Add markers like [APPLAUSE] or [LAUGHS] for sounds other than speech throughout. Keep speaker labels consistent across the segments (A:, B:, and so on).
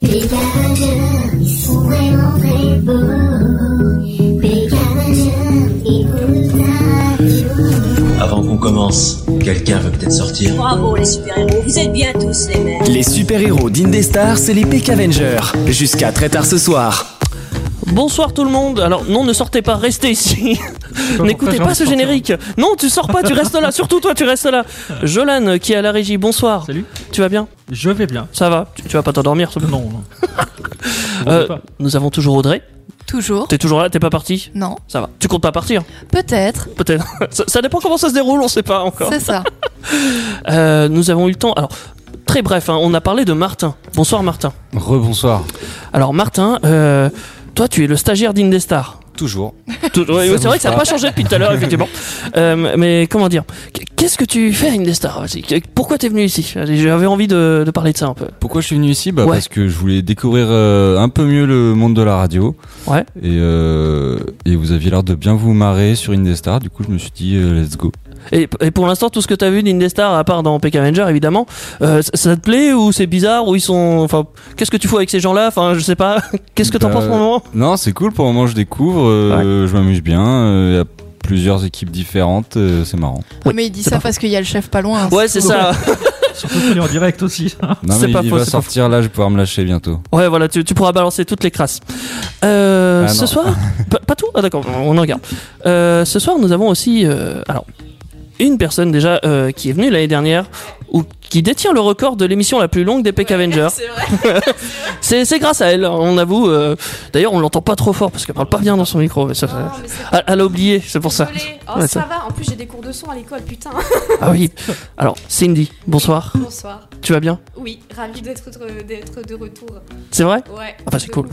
A: Les Carrageurs, ils sont vraiment très beaux. Les Carrageurs, écoute ta
B: Avant qu'on commence, quelqu'un veut peut-être sortir.
C: Bravo les super-héros, vous êtes bien tous les mêmes.
D: Les super-héros d'Indestar, c'est les Peck Avengers. Jusqu'à très tard ce soir.
E: Bonsoir tout le monde. Alors non, ne sortez pas, restez ici. [LAUGHS] N'écoutez pas ce générique. Non, tu sors pas, tu restes là. Surtout toi, tu restes
F: [LAUGHS]
E: là. Jolan qui est à la régie. Bonsoir.
F: Salut.
E: Tu vas bien
F: Je vais bien.
E: Ça va Tu, tu vas pas t'endormir ça va
F: Non, non.
E: Euh,
F: pas.
E: Nous avons toujours Audrey.
G: Toujours.
E: T'es toujours là T'es pas parti
G: Non.
E: Ça va. Tu comptes pas partir
G: Peut-être.
E: Peut-être. [LAUGHS] ça, ça dépend comment ça se déroule. On sait pas encore.
G: C'est
H: [LAUGHS]
G: ça.
E: Euh, nous avons eu le temps. Alors très bref. hein, on a parlé de Martin. Bonsoir Martin.
I: Rebonsoir.
E: Alors Martin, euh, toi tu es le stagiaire d'Indestar.
I: Toujours.
E: Tout- ouais, ouais, c'est
I: Ça
E: vrai
I: bouge
E: que ça n'a
I: pas.
E: pas changé depuis tout à l'heure,
I: [LAUGHS]
E: effectivement. Euh, mais comment dire Qu'est-ce que tu fais à Indestar vas-y Pourquoi t'es venu ici Allez, J'avais envie de, de parler de ça un peu.
I: Pourquoi je suis venu ici bah,
E: Ouais.
I: Parce que je voulais découvrir euh, un peu mieux le monde de la radio.
E: Ouais.
I: Et, euh, et vous aviez l'air de bien vous marrer sur Indestar. Du coup, je me suis dit, euh, let's go.
E: Et, et pour l'instant, tout ce que t'as vu d'Indestar, à part dans PK Avenger, évidemment, euh, ça, ça te plaît ou c'est bizarre ou ils sont. Enfin, qu'est-ce que tu fous avec ces gens-là Enfin, je sais pas. [LAUGHS] Qu'est-ce que t'en
I: Bah,
E: penses pour le moment
I: Non, c'est cool. Pour le moment, je découvre. euh, Je m'amuse bien. euh, Il y a plusieurs équipes différentes. euh, c'est marrant.
E: Oui,
G: mais il dit
E: c'est
G: ça
E: parfait.
G: parce qu'il y a le chef pas loin.
E: [LAUGHS] Ouais, c'est ça.
F: Surtout qu'il est en direct aussi.
I: Non,
E: C'est
I: mais
E: pas
I: il
E: faux,
I: va
E: c'est pas
I: sortir là. Je vais pouvoir me lâcher bientôt.
E: Ouais, voilà, tu, tu pourras balancer toutes les crasses. Euh,
I: Ah,
E: ce
I: non. [LAUGHS]
E: soir, pas, pas tout Ah d'accord, on en regarde. Euh, ce soir, nous avons aussi, euh, alors, une personne déjà euh, qui est venue l'année dernière ou qui détient le record de l'émission la plus longue des Peck Avengers.
G: [LAUGHS] C'est
E: [LAUGHS]
G: vrai.
E: C'est c'est grâce à elle, on avoue. euh, D'ailleurs, on l'entend pas trop fort parce qu'elle parle pas bien dans son micro. Ah, Mais ça, ça- elle, elle a oublié, c'est pour ça. [LAUGHS]
J: Oh,
E: Ouais, ça-
J: ça va, en plus j'ai des cours de son à l'école, putain. [LAUGHS]
E: Ah oui. Alors, Cindy, bonsoir.
J: Bonsoir.
E: Tu vas bien
J: Oui, ravi d'être de, d'être de retour.
E: C'est vrai
J: Ouais.
E: Ah bah, c'est
J: de
E: cool.
J: ouf.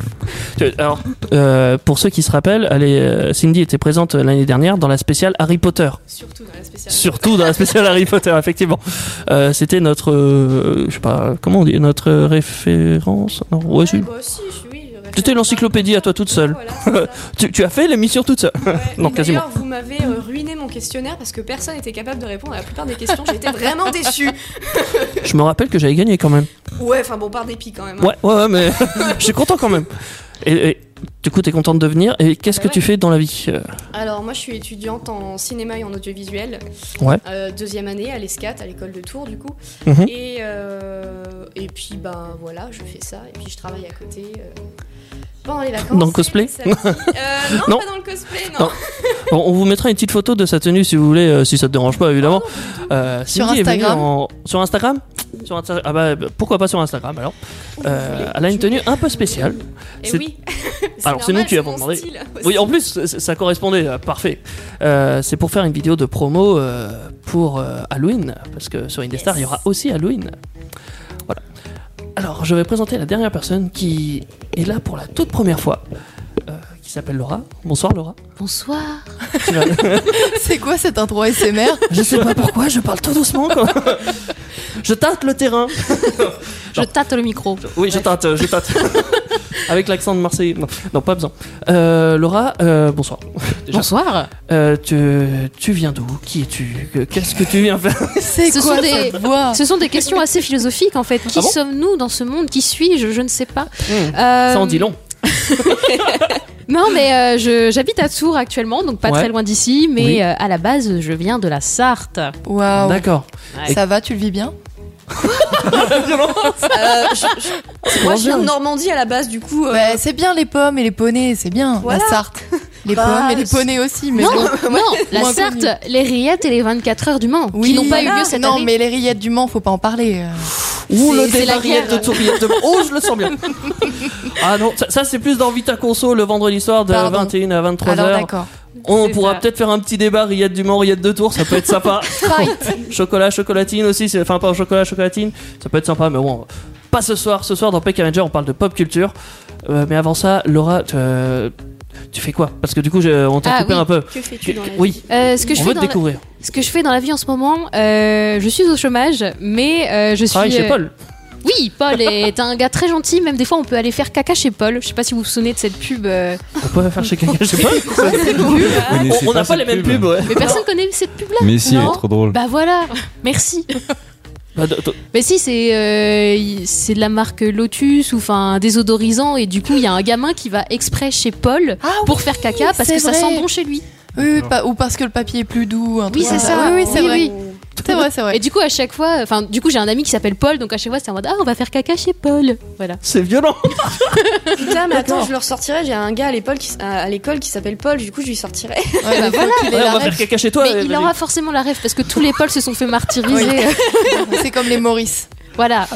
E: Tu- Alors, euh, pour ceux qui se rappellent, elle est, euh, Cindy était présente l'année dernière dans la spéciale Harry Potter.
J: Surtout dans la spéciale.
E: Surtout dans la spéciale Harry Potter, [LAUGHS] effectivement. Euh, C'était notre, euh, je sais pas, comment on dit, notre euh, référence. Non, ouais,
J: Ouais,
E: je-
J: bah, si, je- oui, j'aurais
E: T'étais
J: fait un
E: l'encyclopédie
J: peu.
E: à toi toute seule.
J: Voilà, c'est
E: [LAUGHS]
J: ça.
E: tu, tu as fait l'émission toute seule. [LAUGHS]
J: Ouais.
E: Non,
J: Et
E: quasiment.
J: D'ailleurs, vous m'avez euh, ruiné mon questionnaire parce que personne n'était capable de répondre à la plupart des questions. J'étais vraiment déçue.
E: Je me rappelle que j'avais gagné quand même.
J: Ouais, enfin bon, par dépit quand même. hein.
E: Ouais, ouais, ouais, mais [LAUGHS] je suis content quand même. Et, et du coup, t'es contente de venir. Et qu'est-ce
J: Bah
E: que
J: ouais.
E: tu fais dans la vie Euh,
J: Alors, moi, je suis étudiante en cinéma et en audiovisuel.
E: Ouais.
J: Euh, deuxième année à l'ESCAT, à l'école de Tours, du coup.
E: Mhm.
J: Et, euh, et puis, ben voilà, je fais ça. Et puis, je travaille à côté euh, pendant les vacances.
E: Dans le cosplay
J: et les
E: [LAUGHS]
J: samedis. Euh, non,
E: Non.
J: pas dans le cosplay, non.
E: Non. On, on vous mettra une petite photo de sa tenue si vous voulez, euh, si ça te dérange pas, évidemment.
J: Oh.
E: Euh,
G: Sur
E: Cindy est venue
G: Instagram.
E: en- Sur Instagram Sur Insta- Ah bah, bah, pourquoi pas sur Instagram alors Euh, Elle a une tenue un peu spéciale.
J: Et
E: c'est-
J: Eh
E: [LAUGHS]
J: oui.
E: Alors, c'est nous qui avons demandé. Oui, en plus, c- c- ça correspondait, euh, parfait. Euh, c'est pour faire une vidéo de promo euh, pour euh, Halloween, parce que sur Indestar,
J: Yes.
E: il y aura aussi Halloween. Voilà. Alors, je vais présenter la dernière personne qui est là pour la toute première fois, euh, qui s'appelle Laura. Bonsoir Laura.
G: Bonsoir.
E: Tu vas-
G: [LAUGHS] C'est quoi cet intro SMR
E: je sais pas pourquoi, je parle tout doucement. Quoi. Je tâte le terrain.
H: Je tâte le micro.
E: Oui, je tâte, je
H: [LAUGHS]
E: tâte. Avec l'accent de Marseille. Non, non, pas besoin. Euh, Laura, euh, bonsoir. Déjà.
H: Bonsoir.
E: Euh, tu, tu viens d'où Qui es-tu Que- Qu'est-ce que tu viens faire
G: C'est
H: [LAUGHS] Ce
G: quoi
H: sont des-
G: cette voix
H: Ce sont des
J: [LAUGHS]
H: questions assez philosophiques en fait. Qui
E: Ah bon
H: sommes-nous dans ce monde Qui suis-je Je ne sais pas.
E: Mmh.
H: Euh,
E: Ça en dit long.
H: [LAUGHS] Non, mais euh, je- j'habite à Tours actuellement, donc pas
E: Ouais.
H: très loin d'ici. Mais
E: Oui.
H: euh, à la base, je viens de la Sarthe.
G: Waouh.
E: D'accord.
G: Ça va, tu le vis bien
J: Moi, Euh, je viens de Normandie à la base, du coup. euh,
G: Ouais, Bah, c'est bien les pommes et les poneys, c'est bien.
J: Voilà.
G: La
H: [LAUGHS]
G: Sarthe. Les
J: Bah,
G: pommes et les poneys aussi, mais
H: non, [LAUGHS]
G: bon.
H: non, la
G: moins
H: Sarthe,
G: connu.
H: les rillettes et les 24 heures du Mans, qui n'ont pas eu lieu cette
G: non,
H: année.
G: mais les rillettes du Mans, faut pas en parler. euh.
E: Ouh, le
H: c'est la
E: débarriette de
H: guerre.
E: tourbillette de... Oh, je le sens bien. [LAUGHS] Ah non, ça, ça, c'est plus dans Vita Conso le vendredi soir de
G: Pardon.
E: 21 à 23
G: Alors
E: h
G: d'accord.
E: On
J: C'est
E: pourra
J: ça.
E: peut-être faire un petit débat rillette du Mans, rillette de Tours, ça peut être sympa.
G: Fight.
E: [LAUGHS] chocolat, chocolatine aussi, c'est- enfin pas au chocolat, chocolatine, ça peut être sympa, mais bon, pas ce soir. Ce soir dans Peck Avenger, on parle de pop culture. Euh, mais avant ça, Laura, tu, euh, tu fais quoi Parce que du coup, je- on t'a
H: Ah
E: coupé
H: oui.
E: un peu.
J: Que fais-tu dans la vie
E: Oui,
H: Euh, ce que je
E: on veut
H: fais
E: te
H: dans la-
E: découvrir.
H: ce que je fais dans la vie en ce moment, euh, je suis au chômage, mais euh, je suis.
E: Travaille Ah, chez
H: euh,
E: Paul.
H: Oui, Paul est un gars très gentil. Même des fois, on peut aller faire caca chez Paul. Je sais pas si vous vous souvenez de cette pub. euh,
E: On peut faire
I: [LAUGHS]
E: chez quelqu'un chez Paul.
I: Vous
E: Ah, On-
I: connaissez
E: On n'a pas
I: cette
E: les mêmes
I: pub
E: pubs, ouais.
H: Mais personne connaît cette pub-là.
I: Mais si, elle
H: Non.
I: est trop drôle.
H: Bah voilà, Bah, merci.
E: Bah, de- de-
H: Mais si, c'est euh, y- c'est de la marque Lotus ou enfin un désodorisant et du coup il y a un gamin qui va exprès chez Paul
G: Ah
H: Euh, pour faire caca parce
G: c'est
H: que ça
G: vrai.
H: sent bon chez lui.
G: Oui, oui, pas- ou parce que le papier est plus doux. un truc
H: c'est
G: comme
H: ça.
G: Oui, oui, c'est
H: Oui,
G: vrai.
H: oui.
G: C'est vrai, c'est vrai.
H: Et du coup à chaque fois, enfin du coup j'ai un ami qui s'appelle Paul donc à chaque fois c'est en mode ah on va faire caca chez Paul. Voilà.
E: c'est violent.
J: Putain, mais attends,
E: D'accord.
J: je leur sortirai. J'ai un gars à l'école qui, s- à à l'école qui s'appelle Paul, du coup, je lui sortirai.
H: [LAUGHS]
G: Ouais, bah, faut qu'il ait
E: Ouais,
G: la
E: on va
G: ref.
E: faire caca chez toi.
H: Mais
E: euh,
H: il
E: vas-y.
H: aura forcément la rêve parce que tous les Pauls se sont fait martyriser.
G: C'est comme les Maurice.
H: [LAUGHS] voilà.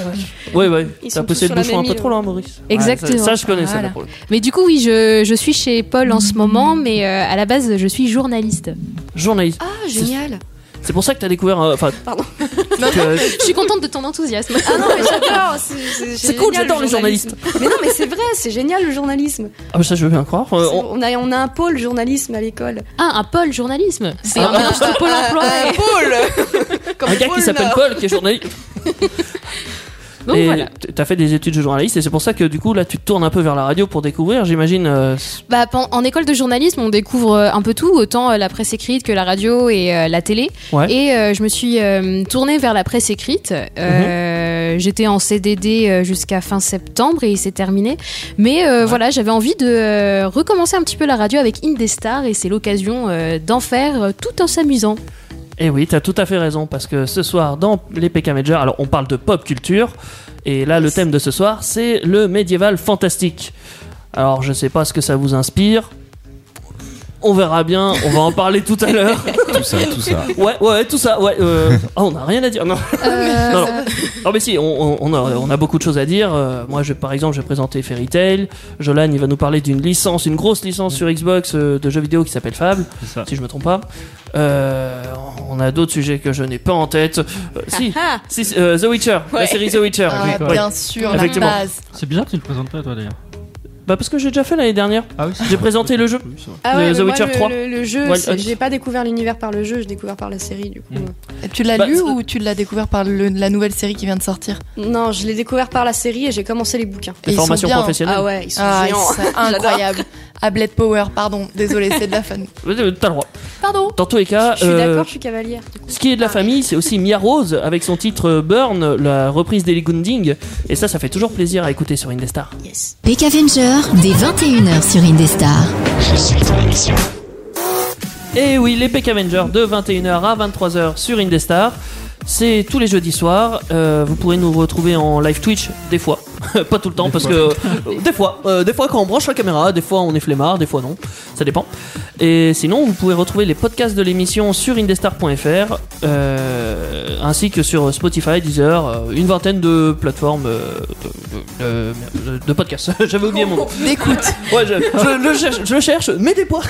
E: Ouais, ouais.
J: Ils
E: T'as
J: sont
E: poussé
J: tous
E: le
J: sur la
E: bouchon un
J: même
E: peu
J: île,
E: trop loin, Maurice.
H: Exactement.
E: Ouais, ça, ça, je connais ça.
H: Voilà.
E: là, pour le coup.
H: Mais du coup oui je, je suis chez Paul en ce moment mais euh, à la base je suis journaliste.
E: Journaliste.
J: Ah, génial.
E: C'est pour ça que t'as découvert. euh, Enfin, [LAUGHS]
J: Pardon.
E: que-
H: Je suis contente de ton enthousiasme.
J: Ah non, mais j'adore. c'est- C'est
E: C'est
J: génial,
E: cool, j'adore
J: le
E: les journalistes.
J: journalisme. Mais non, mais c'est vrai, c'est génial le journalisme.
E: Ah, mais ça, je veux bien croire. Euh,
J: C'est-
E: on-
J: on... a, on a un pôle journalisme à l'école.
H: Ah un Paul journalisme. C'est un mélange de Pôle emploi.
G: Un pôle
E: Un gars qui s'appelle Paul, qui est journaliste.
H: Donc
E: et
H: voilà.
E: t- T'as fait des études de journaliste et c'est pour ça que du coup là tu te tournes un peu vers la radio pour découvrir, j'imagine. euh, c-
H: Bah, pen- en école de journalisme, on découvre euh, un peu tout, autant euh, la presse écrite que la radio et euh, la télé.
E: Ouais.
H: Et euh, je me suis euh, tournée vers la presse écrite. Euh,
E: Mhm.
H: J'étais en CDD euh, jusqu'à fin septembre et c'est terminé. Mais euh, voilà, j'avais envie de euh, recommencer un petit peu la radio avec Indestar et c'est l'occasion euh, d'en faire euh, tout en s'amusant.
E: Et Eh oui, t'as tout à fait raison parce que ce soir dans les PK Major, alors on parle de pop culture et là le thème de ce soir c'est le médiéval fantastique. Alors je sais pas ce que ça vous inspire. On verra bien, on va en parler tout à l'heure.
I: [LAUGHS] Tout ça, tout ça.
E: Ouais, ouais, tout ça, ouais. euh, ah, on n'a rien à dire. Non,
H: Euh,
E: non, non. Non, mais si, on, on- on a, on a beaucoup de choses à dire. Euh, moi, je, par exemple, je vais présenter Fairy Tail. Jolan, il va nous parler d'une licence, une grosse licence sur Xbox euh, de jeux vidéo qui s'appelle Fable,
F: C'est ça.
E: si je me trompe pas. Euh, on a d'autres sujets que je n'ai pas en tête. Euh,
J: [LAUGHS]
E: si,
J: Ah,
E: si, si, euh, The Witcher, la
J: Ouais.
E: série The Witcher.
G: Ah,
E: Ouais.
G: Bien sûr, la
E: Effectivement.
G: base.
F: C'est bizarre que tu le présentes pas, toi d'ailleurs.
E: Bah, parce que j'ai déjà fait l'année dernière.
F: Ah oui,
E: J'ai présenté le jeu.
J: Ah
E: Le-
J: ouais,
E: The
J: mais moi,
E: Witcher
J: le,
E: 3.
J: Le, le jeu,
E: Wild
J: c'est-
E: Hunt.
J: j'ai pas découvert l'univers par le jeu, j'ai découvert par la série du coup.
F: Mm.
G: Tu l'as
E: Bah,
G: lu
E: c'est-
G: ou tu l'as découvert par le- la nouvelle série qui vient de sortir
J: Non, je l'ai découvert par la série et j'ai commencé les bouquins.
G: Et ils sont
E: Formation
G: bien.
E: professionnelle.
J: Ah ouais, ils sont
G: Ah,
J: géants. [LAUGHS]
E: [LAUGHS]
G: c'est incroyable. Ablet Power, pardon, désolé, c'est de la
E: [LAUGHS]
G: fun.
E: Euh, T'as le droit.
G: Pardon.
E: Dans tous les cas,
J: Je suis
E: euh,
J: d'accord, je suis cavalière. Ah. du coup.
E: Ce qui est de la famille, c'est aussi Mia Rose avec son titre euh, Burn, la reprise d'Ellie Goulding. Et ça, ça fait toujours plaisir à écouter sur Indestar.
J: Yes.
K: Peck Avenger, dès 21h sur Indestar.
E: Et oui, les Peck Avengers de 21h à 23h sur Indestar. C'est tous les jeudis soirs. Euh, vous pourrez nous retrouver en live Twitch, des fois. [LAUGHS] Pas tout le temps, parce que. des fois. Euh, des fois, quand on branche la caméra, des fois, on est flemmard, des fois, non. Ça dépend. Et sinon, vous pouvez retrouver les podcasts de l'émission sur indestar.fr, euh, ainsi que sur Spotify, Deezer, euh, une vingtaine de plateformes euh, de, de- de- de podcasts. [LAUGHS] J'avais oublié mon nom.
G: D'écoute.
E: Ouais, je, je le cherche, je le cherche, mais des poids.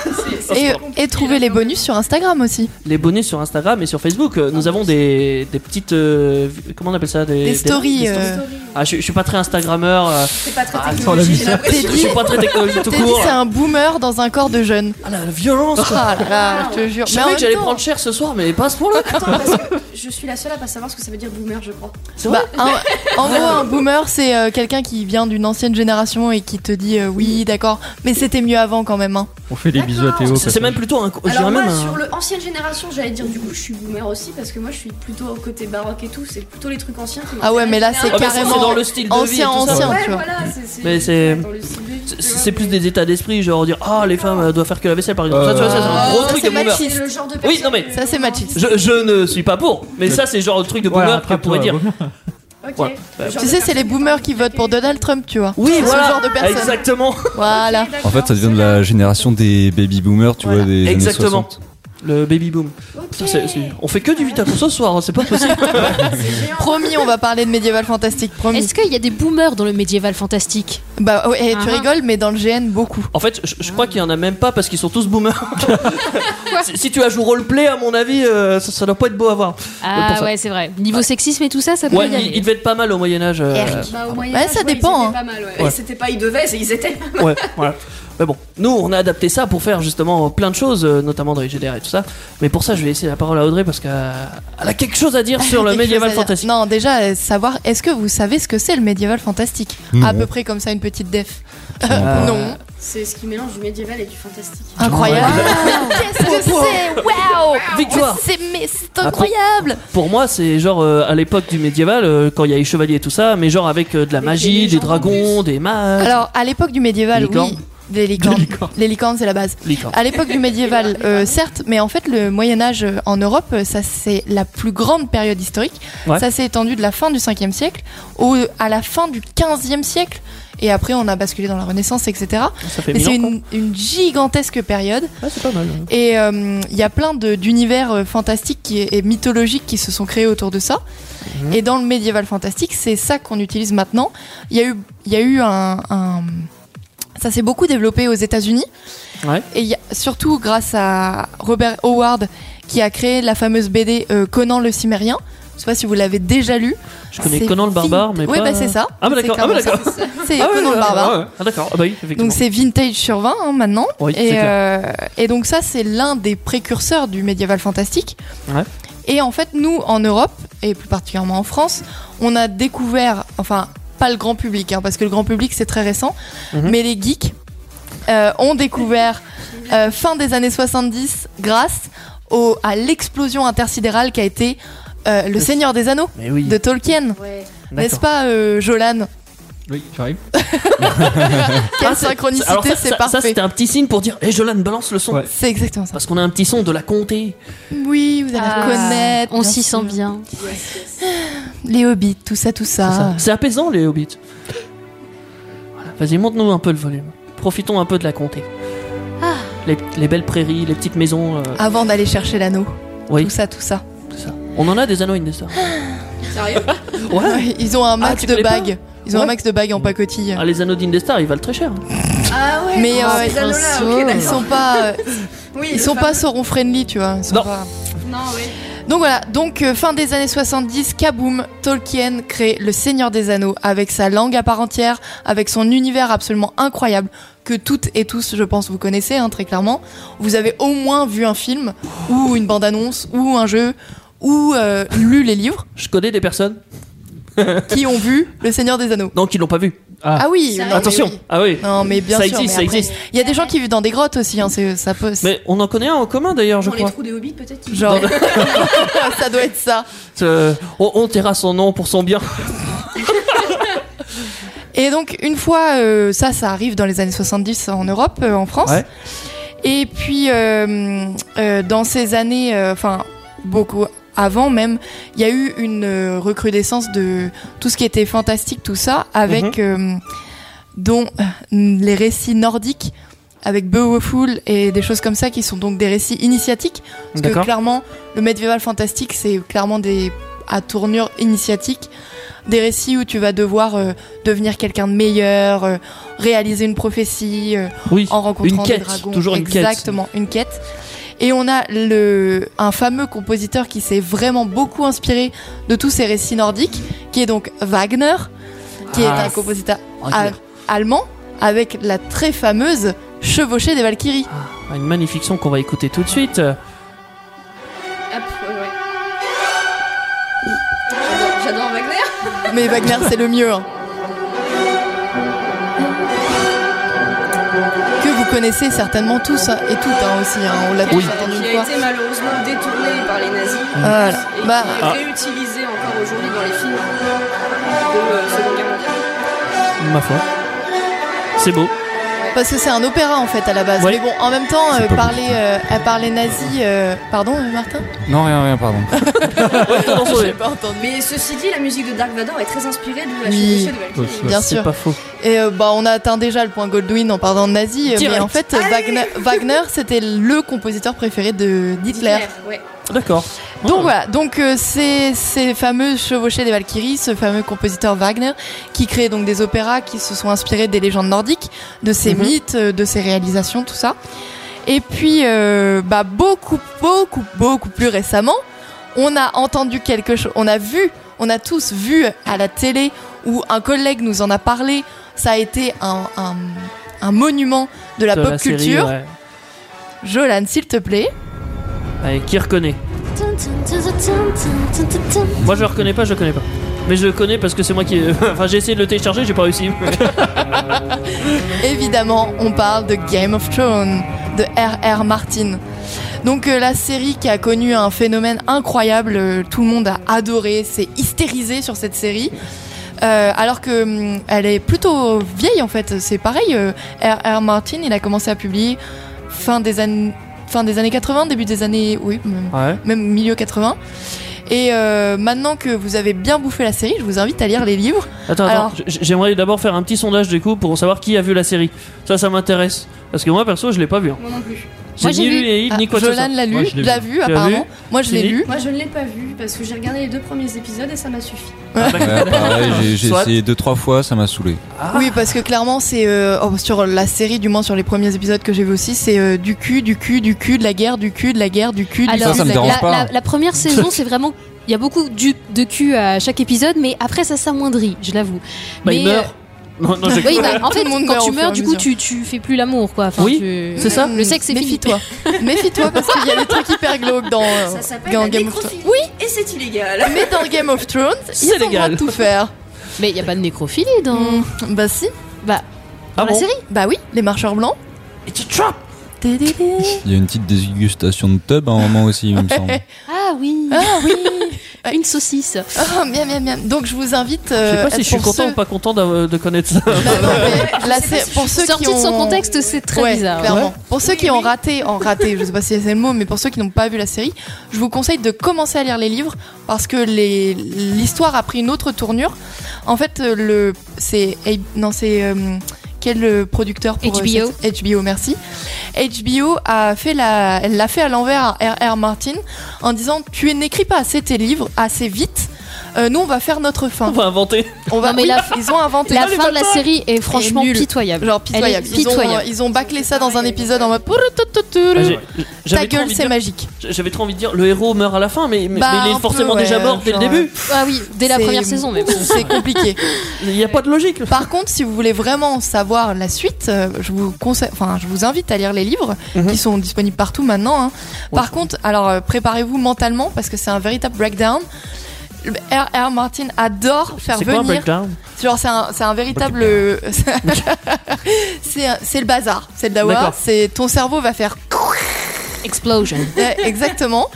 G: Et, et trouver les bonus sur Instagram aussi.
E: les bonnets sur Instagram et sur Facebook. Euh, Nous avons des, des petites. euh, vi- comment on appelle ça
G: Des stories.
E: des
G: euh,
E: Ah, je, je suis pas très Instagrammeur. euh,
J: C'est pas très
E: Ah,
F: sans la
J: technologique, j'ai l'impression.
G: Teddy,
E: je suis pas très technologique tout
G: Teddy,
E: court.
G: c'est un boomer dans un corps de jeune.
E: Ah, la, la violence quoi.
G: Ah là là, je te jure.
E: Je
G: Mais
E: savais
G: en
E: que
G: même
E: j'allais
G: temps, Bah,
E: prendre cher ce soir, mais pas à ce point-là.
J: Attends, parce que je suis la seule à pas savoir ce que ça veut dire boomer, je crois.
E: C'est vrai
G: bah, un- en
E: [LAUGHS]
G: gros, un boomer, c'est euh, quelqu'un qui vient d'une ancienne génération et qui te dit euh, oui, d'accord, mais c'était mieux avant quand même. hein.
F: On fait des bisous à Théo.
E: C'est c'est
F: parce
E: même plutôt hein. un. je
J: Alors
E: dirais
J: moi,
E: même un-
J: sur le ancienne génération, j'allais dire du coup, je suis boomer aussi parce que moi, je suis plutôt au côté baroque et tout. C'est plutôt les trucs anciens. qui
G: Ah ouais, mais là,
E: Ah, mais
J: m'intéressent.
E: ça,
G: carrément
E: C'est dans le style de vie. et
G: ancien,
E: tout ça.
G: ancien,
J: Ouais,
G: tu vois.
J: voilà, c'est- c'est.
E: Mais c'est-
J: dans le style de vie,
E: C'est-
J: tu vois,
E: C'est plus
J: mais-
E: des états d'esprit, genre dire Ah, les femmes euh, doivent faire que la vaisselle par exemple. Ça, tu vois, ça, c'est un
G: Euh,
E: gros
G: ça,
E: truc
G: c'est
E: de boomer.
G: machiste. Oh,
J: C'est le genre de
E: Oui,
J: personne
E: non, mais-
J: que-
G: Ça, c'est machiste.
E: Je, je ne suis pas pour, mais ça, c'est genre le truc de
F: Voilà,
E: boomer que
F: après, euh,
E: pourrait
F: toi,
E: dire.
J: Ok.
E: Voilà.
J: Le genre
G: Tu
J: de
G: sais, c'est les
J: personne qui
G: boomers
J: parle
G: qui
J: de
G: votent pour
J: paquet.
G: Donald Trump, tu vois.
E: Oui,
G: C'est
E: voilà,
G: ce genre de personne.
E: exactement.
G: Voilà.
J: Ok,
I: En fait, ça devient de la génération des baby boomers, tu
G: Voilà.
I: vois, des années
E: Exactement.
I: 60.
E: Le baby boom.
J: d'accord.
E: Putain, c'est- c'est-
J: Ok.
E: On fait que du 8 à pour ce soir, hein, c'est pas possible.
J: C'est géant.
G: Promis, on va parler de médiéval fantastique, promis.
H: Est-ce qu'il y a des boomers dans le médiéval fantastique
G: Bah ouais, tu
H: Ah.
G: rigoles, mais dans le GN, beaucoup.
E: En fait, je, je crois qu'il y en a même pas parce qu'ils sont tous boomers. [LAUGHS] si, si tu as joué au roleplay, à mon avis, euh, ça, ça doit pas être beau à voir. pour
H: Ah
E: ça.
H: ouais, c'est vrai. Niveau sexisme et tout ça, ça peut
E: Ouais,
H: y aller.
E: il, il devait être pas mal au Moyen-Âge. euh,
J: Bah, au moyen
G: Ouais, ça dépend, hein.
J: Pas mal, ouais.
E: Ouais.
J: Et C'était pas, ils devaient, c'est- ils étaient.
E: ouais, voilà. Mais bon, nous, on a adapté ça pour faire justement plein de choses, euh, notamment dans les GDR et tout ça. Mais pour ça, je vais laisser la parole à Audrey parce qu'elle a quelque chose à dire sur le
G: [LAUGHS] Quelque
E: médiéval
G: chose à dire.
E: fantastique.
G: Non, déjà, euh, savoir, est-ce que vous savez ce que c'est le médiéval fantastique
I: Non.
G: À peu près comme ça, une petite def.
I: Sûrement
E: Euh,
I: pas.
G: non.
J: C'est ce qui mélange du médiéval et du fantastique.
E: Incroyable.
G: Qu'est-ce que c'est Waouh
E: Victoire.
G: Mais c'est- Mais c'est incroyable
E: Pour moi, c'est genre euh, à l'époque du médiéval, euh, quand il y a les chevaliers et tout ça, mais genre avec euh, de la magie, des dragons, des mages.
G: Alors, à l'époque du médiéval,
E: Des licornes.
G: oui. Des licornes. Les licornes, c'est la base.
E: Licorne.
G: À l'époque du médiéval, euh, certes, mais en fait, le Moyen Âge euh, en Europe, euh, ça c'est la plus grande période historique.
E: Ouais.
G: Ça s'est étendu de la fin du 5e siècle au, à la fin du 15e siècle. Et après, on a basculé dans la Renaissance, etc.
E: Ça fait
G: Mais
E: mille
G: c'est
E: ans,
G: une, une gigantesque période.
E: c'est pas mal.
G: Et euh, il y a plein de- d'univers euh, fantastiques qui- et mythologiques qui se sont créés autour de ça.
E: Mhm.
G: Et dans le médiéval fantastique, c'est ça qu'on utilise maintenant. Il y a eu, il y a eu un, un- Ça s'est beaucoup développé aux États-Unis.
E: Ouais.
G: Et il y a- surtout grâce à Robert Howard qui a créé la fameuse BD euh, Conan le Cimérien. Je sais pas si vous l'avez déjà lu.
E: Je connais
G: C'est
E: Conan le barbare,
G: vin-
E: mais
G: Ouais,
E: pas-
G: bah c'est ça.
E: Ah, bah
G: C'est
E: d'accord, ah,
G: comme
E: bah
G: ça.
E: d'accord.
G: C'est
E: Ah ouais,
G: Conan le
E: ouais,
G: barbare.
E: ouais, ouais. Ah, d'accord, ah, bah oui, effectivement.
G: Donc c'est vintage sur 20 hein, maintenant.
E: Oui, c'est
G: et,
E: clair.
G: euh, et donc ça, c'est l'un des précurseurs du médiéval fantastique.
E: Ouais.
G: Et en fait, nous, en Europe, et plus particulièrement en France, on a découvert, enfin, pas le grand public, hein, parce que le grand public, c'est très récent,
E: Mhm.
G: mais les geeks euh, ont découvert euh, fin des années 70 grâce au, à l'explosion intersidérale qu'a été euh, Le Seigneur des Anneaux
E: Mais oui.
G: de Tolkien. N'est-ce
E: D'accord.
G: pas, euh, Jolan
F: Oui, j'arrive.
G: Quelle
E: Ah, c'est- alors
G: synchronicité,
E: ça,
G: c'est
E: ça- Ça,
G: parfait.
E: c'était un petit signe pour dire Hé, Jolan, balance le son.
G: C'est exactement ça.
E: Parce qu'on a un petit son de la comté.
G: Oui, vous allez
H: Ah,
G: reconnaître.
H: on
G: bien
H: s'y
G: sûr.
H: sent bien.
G: Les hobbits, tout ça, tout ça.
E: Ça, C'est apaisant, les hobbits. Voilà, vas-y, monte-nous un peu le volume. Profitons un peu de la comté.
H: Ah.
E: Les, les belles prairies, les petites maisons. euh,
G: Avant d'aller chercher l'anneau.
E: Oui.
G: Tout ça, tout ça.
E: tout ça. On en a des anneaux Indestar.
J: Sérieux
E: Ouais.
G: Ah.
E: Ah,
G: Ouais, Ils ont un max
E: tu
G: de
E: connais pas
G: bagues. Ils ont
E: Ouais.
G: un max de bagues en pacotille.
E: Ah, les anneaux d'Indestar, ils valent très cher. hein.
J: Ah ouais
G: Mais
J: oh,
G: euh,
J: ces anneaux-là, ok,
G: ils
J: d'accord.
G: sont
J: [LAUGHS]
G: pas, euh,
J: Oui,
G: ils sont
J: le
G: pas sauron friendly, tu vois. Ils sont
E: Non.
G: pas-
J: fameux- Non, oui.
G: Donc voilà. Donc euh, fin des années 70, kaboom, Tolkien crée le Seigneur des Anneaux avec sa langue à part entière, avec son univers absolument incroyable que toutes et tous, je pense, vous connaissez hein, très clairement. Vous avez au moins vu un film ou une bande-annonce ou un jeu ou euh, lu les livres
E: Je connais des personnes,
G: qui ont vu le Seigneur des Anneaux.
E: non, qui l'ont pas vu.
G: Ah
J: Ça
G: oui, oui,
J: va.
G: oui,
E: Attention.
G: oui.
E: Ah oui.
G: Non, mais bien
E: ça
G: sûr.
E: existe, ça
G: mais après,
E: existe.
G: Il y a des gens qui vivent dans des grottes aussi, hein, c'est- ça peut.
E: Mais on en connaît un en commun d'ailleurs, je
J: Dans les
E: crois.
J: trous des hobbits, peut-être qu'ils-
G: Genre, Ah, ça doit être ça.
E: [LAUGHS] Euh, on, on taira son nom pour son
G: [LAUGHS]
E: bien.
G: Et donc, une fois, euh, ça, ça arrive dans les années 70 en Europe, euh, en France.
E: Ouais.
G: Et puis, euh, euh, dans ces années, euh, enfin, beaucoup avant même, il y a eu une euh, recrudescence de tout ce qui était fantastique, tout ça, avec euh, dont euh, les récits nordiques, avec Beowulf et des choses comme ça, qui sont donc des récits initiatiques. Parce que
E: D'accord.
G: clairement, le médiéval fantastique, c'est clairement des à tournure initiatique, des récits où tu vas devoir euh, devenir quelqu'un de meilleur, euh, réaliser une prophétie, euh,
E: Oui.
G: en rencontrant
E: Une
G: des
E: quête,
G: dragons.
E: toujours une quête.
G: Exactement, une quête. Et on a le, un fameux compositeur qui s'est vraiment beaucoup inspiré de tous ces récits nordiques, qui est donc Wagner, qui
E: Ah,
G: est un compositeur
E: Wagner.
G: a- allemand, avec la très fameuse Chevauchée des Valkyries.
E: Ah, Une magnifique son qu'on va écouter tout de suite. euh,
J: Hop, ouais, ouais. J'adore- J'adore Wagner.
G: Mais Wagner, c'est le mieux. hein. Que vous connaissez certainement tous hein, et toutes hein, aussi. hein, on l'a tous entendu une
J: Qui
G: fois.
J: a été malheureusement détourné par les nazis.
G: Voilà.
J: Et
G: Bah,
J: qui est réutilisé encore aujourd'hui dans les films de euh, Seconde Guerre mondiale.
E: Ma foi. C'est
G: [LAUGHS]
E: beau.
G: Parce que c'est un opéra en fait à la base.
E: Ouais.
G: Mais bon, en même temps,
I: C'est
G: euh,
I: pas
G: parler, euh, à parler nazi. euh, pardon, euh, Martin
E: Bah,
I: Non, rien, rien, pardon.
E: Dans son-
G: pas entendu.
J: Mais ceci dit, la musique de Dark Vador est très inspirée de la
G: Oui.
J: chevauchée de Valkyrie.
G: Bien
E: C'est
G: sûr.
E: pas faux.
G: Et euh, bah, on a atteint déjà le point Godwin en parlant de nazi. euh, Mais
E: Direct.
G: en fait, Wagner, Wagner, c'était le compositeur préféré de d'Hitler.
J: ouais.
E: D'accord.
G: Donc
E: Ah.
G: voilà, donc euh, ces, ces fameux chevauchés des Valkyries, ce fameux compositeur Wagner, qui crée donc des opéras qui se sont inspirés des légendes nordiques, de ces
E: Mhm.
G: mythes, euh, de ces réalisations, tout ça. Et puis, euh, bah beaucoup, beaucoup, beaucoup plus récemment, on a entendu quelque chose, on a vu, on a tous vu à la télé ou un collègue nous en a parlé. Ça a été un, un, un monument de la
E: De
G: pop
E: série,
G: culture.
E: ouais.
G: Jolan, s'il te plaît.
E: Allez, qui reconnaît [LAUGHS]
G: [LAUGHS]
E: Moi je le reconnais pas, je le connais pas. Mais je le connais parce que c'est moi qui. enfin, j'ai essayé de le télécharger, j'ai pas réussi.
G: Évidemment, on parle de Game of Thrones de R.R. Martin. Donc euh, la série qui a connu un phénomène incroyable, euh, tout le monde a adoré, s'est hystérisé sur cette série. Euh, alors que hum, elle est plutôt vieille en fait, c'est pareil. euh, R.R. Martin, il a commencé à publier fin des années fin des années 80, début des années oui, même,
E: Ouais.
G: même milieu 80. Et euh, maintenant que vous avez bien bouffé la série, je vous invite à lire les livres.
E: Attends, attends,
G: Alors-
E: j- j'aimerais d'abord faire un petit sondage du coup pour savoir qui a vu la série. Ça, ça m'intéresse. Parce que moi, perso, je l'ai pas vu. hein.
J: Moi non plus.
E: J'ai ni lu les livres,
G: Ah,
E: ni quoi que ce soit.
G: Jolan l'a lu,
E: Moi, je l'ai
G: l'a
E: vu.
G: vu
E: Tu l'as
G: apparemment.
E: vu
G: Moi je l'ai
E: Sylvie
G: lu.
J: Moi, je ne l'ai pas vu parce que j'ai regardé les deux premiers épisodes et ça m'a suffi.
I: Ouais, pareil, j'ai- j'ai
E: Soit.
I: essayé deux trois fois, ça m'a saoulé.
E: Ah.
G: Oui, parce que clairement, c'est euh, oh, sur la série, du moins sur les premiers épisodes que j'ai vu aussi, c'est euh, du cul, du cul, du cul, de la guerre, du cul, de la guerre, du cul, du
H: Alors,
G: cul, de la
H: la,
G: guerre.
H: la- la première saison, c'est vraiment. Il y a beaucoup du- de cul à chaque épisode, mais après, ça s'amoindrit, je l'avoue.
E: Bah, il
H: Mais,
E: meurt. Non, non, j'ai-
H: Oui, bah, en
G: Ah, Tout
H: fait,
G: le monde
H: quand
G: meurt
H: tu
G: au fur et
H: meurs,
G: à
H: du coup,
G: mesure. Mm.
H: tu, tu fais plus l'amour, quoi. Enfin,
E: Oui,
H: tu-
E: c'est ça
H: Le sexe, c'est fini.
G: Méfie-toi. Méfie-toi parce qu'il y a des trucs hyper glauques dans, euh,
J: Ça s'appelle
G: dans
J: la
G: Game of Thrones.
J: nécrophilie.
G: Oui,
J: Et c'est illégal.
G: mais dans Game of Thrones, ils
E: C'est
G: ont le droit
E: légal.
G: de tout faire.
H: Mais il n'y a pas de nécrophilie dans,
G: Hum, Bah si,
H: bah,
E: Ah
H: dans la
E: bon
H: série.
G: bah oui, les marcheurs blancs.
E: It's a trap.
I: Il y a une petite dégustation de tub à un moment aussi, il me semble.
E: [LAUGHS]
H: Ah oui
G: Ah oui.
H: Une saucisse.
G: Oh, miam, miam, miam. Donc je vous invite.
E: Je sais
G: euh,
E: pas si je suis
G: pour
E: content
G: ceux-
E: ou pas content d'av- de connaître ça.
G: [LAUGHS] Bah non, mais là, c'est pour ceux
H: Sorti
G: qui ont...
H: de son contexte, c'est très
G: Ouais,
H: bizarre.
G: clairement. Pour ceux qui ont raté, en raté, je sais pas si c'est le mot, mais pour ceux qui n'ont pas vu la série, je vous conseille de commencer à lire les livres parce que les- l'histoire a pris une autre tournure. En fait, euh, le c'est eh, non c'est euh, quel euh, producteur pour euh,
H: HBO.
G: cette- HBO, merci. HBO a fait la, elle l'a fait à l'envers à R.R. Martin en disant tu n'écris pas assez tes livres assez vite. Euh, nous on va faire
E: [LAUGHS]
G: notre
E: On
G: fin.
E: va inventer.
G: On va,
H: Non, mais
G: oui,
H: la-
G: ils ont inventé
H: La fin de la série est franchement
G: nulle.
H: pitoyable.
G: genre
H: Elle est
G: pitoyable. Ils ont- euh,
H: pitoyable.
G: Ils, ont, bâclé ça dans un épisode en mode
E: Ah, j'ai-
G: ta
E: j'avais trop
G: gueule,
E: envie de
G: c'est
E: dire-
G: magique.
E: J'avais trop envie de dire le héros meurt à la fin, mais, mais-
G: Bah,
E: mais il
G: un
E: est
G: peu,
E: forcément
G: ouais,
E: déjà mort dès le
G: genre, euh,
E: début.
H: Ah oui, dès la
G: C'est-
H: première saison même.
G: [LAUGHS] C'est compliqué.
E: Il n'y a pas de logique.
G: Par contre, si vous voulez vraiment savoir la suite, euh, je vous conseille, enfin, je vous invite à lire les livres
E: Mhm.
G: qui sont disponibles partout maintenant. hein. Par contre, alors euh, préparez-vous mentalement parce que c'est un véritable breakdown. Le R.R. Martin adore faire
E: C'est quoi un
G: venir.
E: breakdown
G: Genre, c'est un, c'est un véritable. euh, [LAUGHS] c'est un- c'est le bazar. C'est le dawa.
E: D'accord.
G: C'est ton cerveau va faire
H: Explosion.
G: [LAUGHS] Ouais, exactement.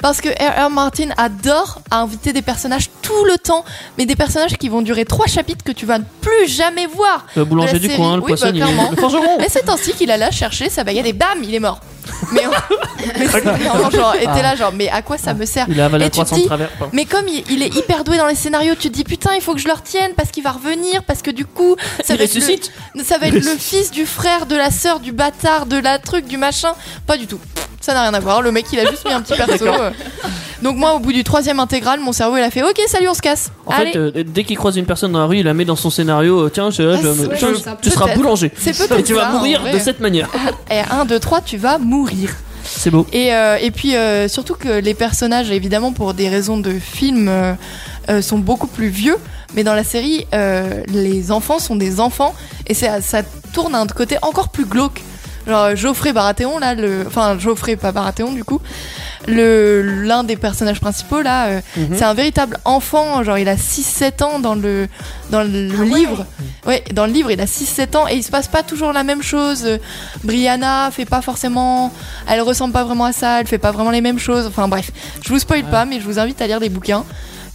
G: Parce que R.R. Martin adore inviter des personnages tout le temps, mais des personnages qui vont durer trois chapitres que tu vas ne plus jamais voir.
E: Le boulanger
G: La
E: du
G: série,
E: coin, le
G: oui,
E: poissonnier,
G: bah, clairement.
E: le
G: [LAUGHS]
E: forgeron.
G: Mais c'est ainsi qu'il alla chercher sa baguette et bam, il est mort. Mais, mais c'est vraiment genre, et t'es là genre, mais à quoi ça me sert
E: Il a avalé
G: Et
E: un
G: tu
E: croissant
G: dis-
E: de travers. pardon.
G: mais comme il, il est hyper doué dans les scénarios, tu te dis putain, il faut que je le retienne parce qu'il va revenir, parce que du coup, ça
E: Il
G: va être le-
E: ressuscite.
G: ça va être le fils du frère, de la sœur, du bâtard, de la truc, du machin. Pas du tout. Ça n'a rien à voir. Le mec, il a juste mis
E: [LAUGHS]
G: un petit perso. euh. Donc moi, au bout du troisième intégral, mon cerveau, il a fait OK, salut, on se casse.
E: En
G: Allez. Ah,
E: fait, euh, dès qu'il croise une personne dans la rue, il la met dans son scénario. euh, Tiens, je- je-
G: c'est-
E: tiens,
J: ouais,
E: tu
J: c'est un peu
E: seras
G: peut-être.
E: boulanger.
G: C'est peut-être
E: Et [LAUGHS] tu vas
G: ça, en
E: mourir
G: vrai.
E: de cette manière.
G: et 1, 2, 3, tu vas mourir.
E: C'est beau.
G: Et, euh, et puis euh, surtout que les personnages, évidemment, pour des raisons de film, euh, euh, sont beaucoup plus vieux. Mais dans la série, euh, les enfants sont des enfants et c'est- ça tourne à un côté encore plus glauque. Genre euh, Geoffrey Baratheon, là, le... enfin Geoffrey, pas Baratheon du coup, le- l'un des personnages principaux, là, euh,
E: Mhm.
G: c'est un véritable enfant. Genre il a 6-7 ans dans le, dans le livre. Ouais, dans le livre, il a 6-7 ans et il se passe pas toujours la même chose. Euh, Brianna fait pas forcément. Elle ressemble pas vraiment à ça, elle fait pas vraiment les mêmes choses. Enfin bref, je vous spoil pas, mais je vous invite à lire des bouquins.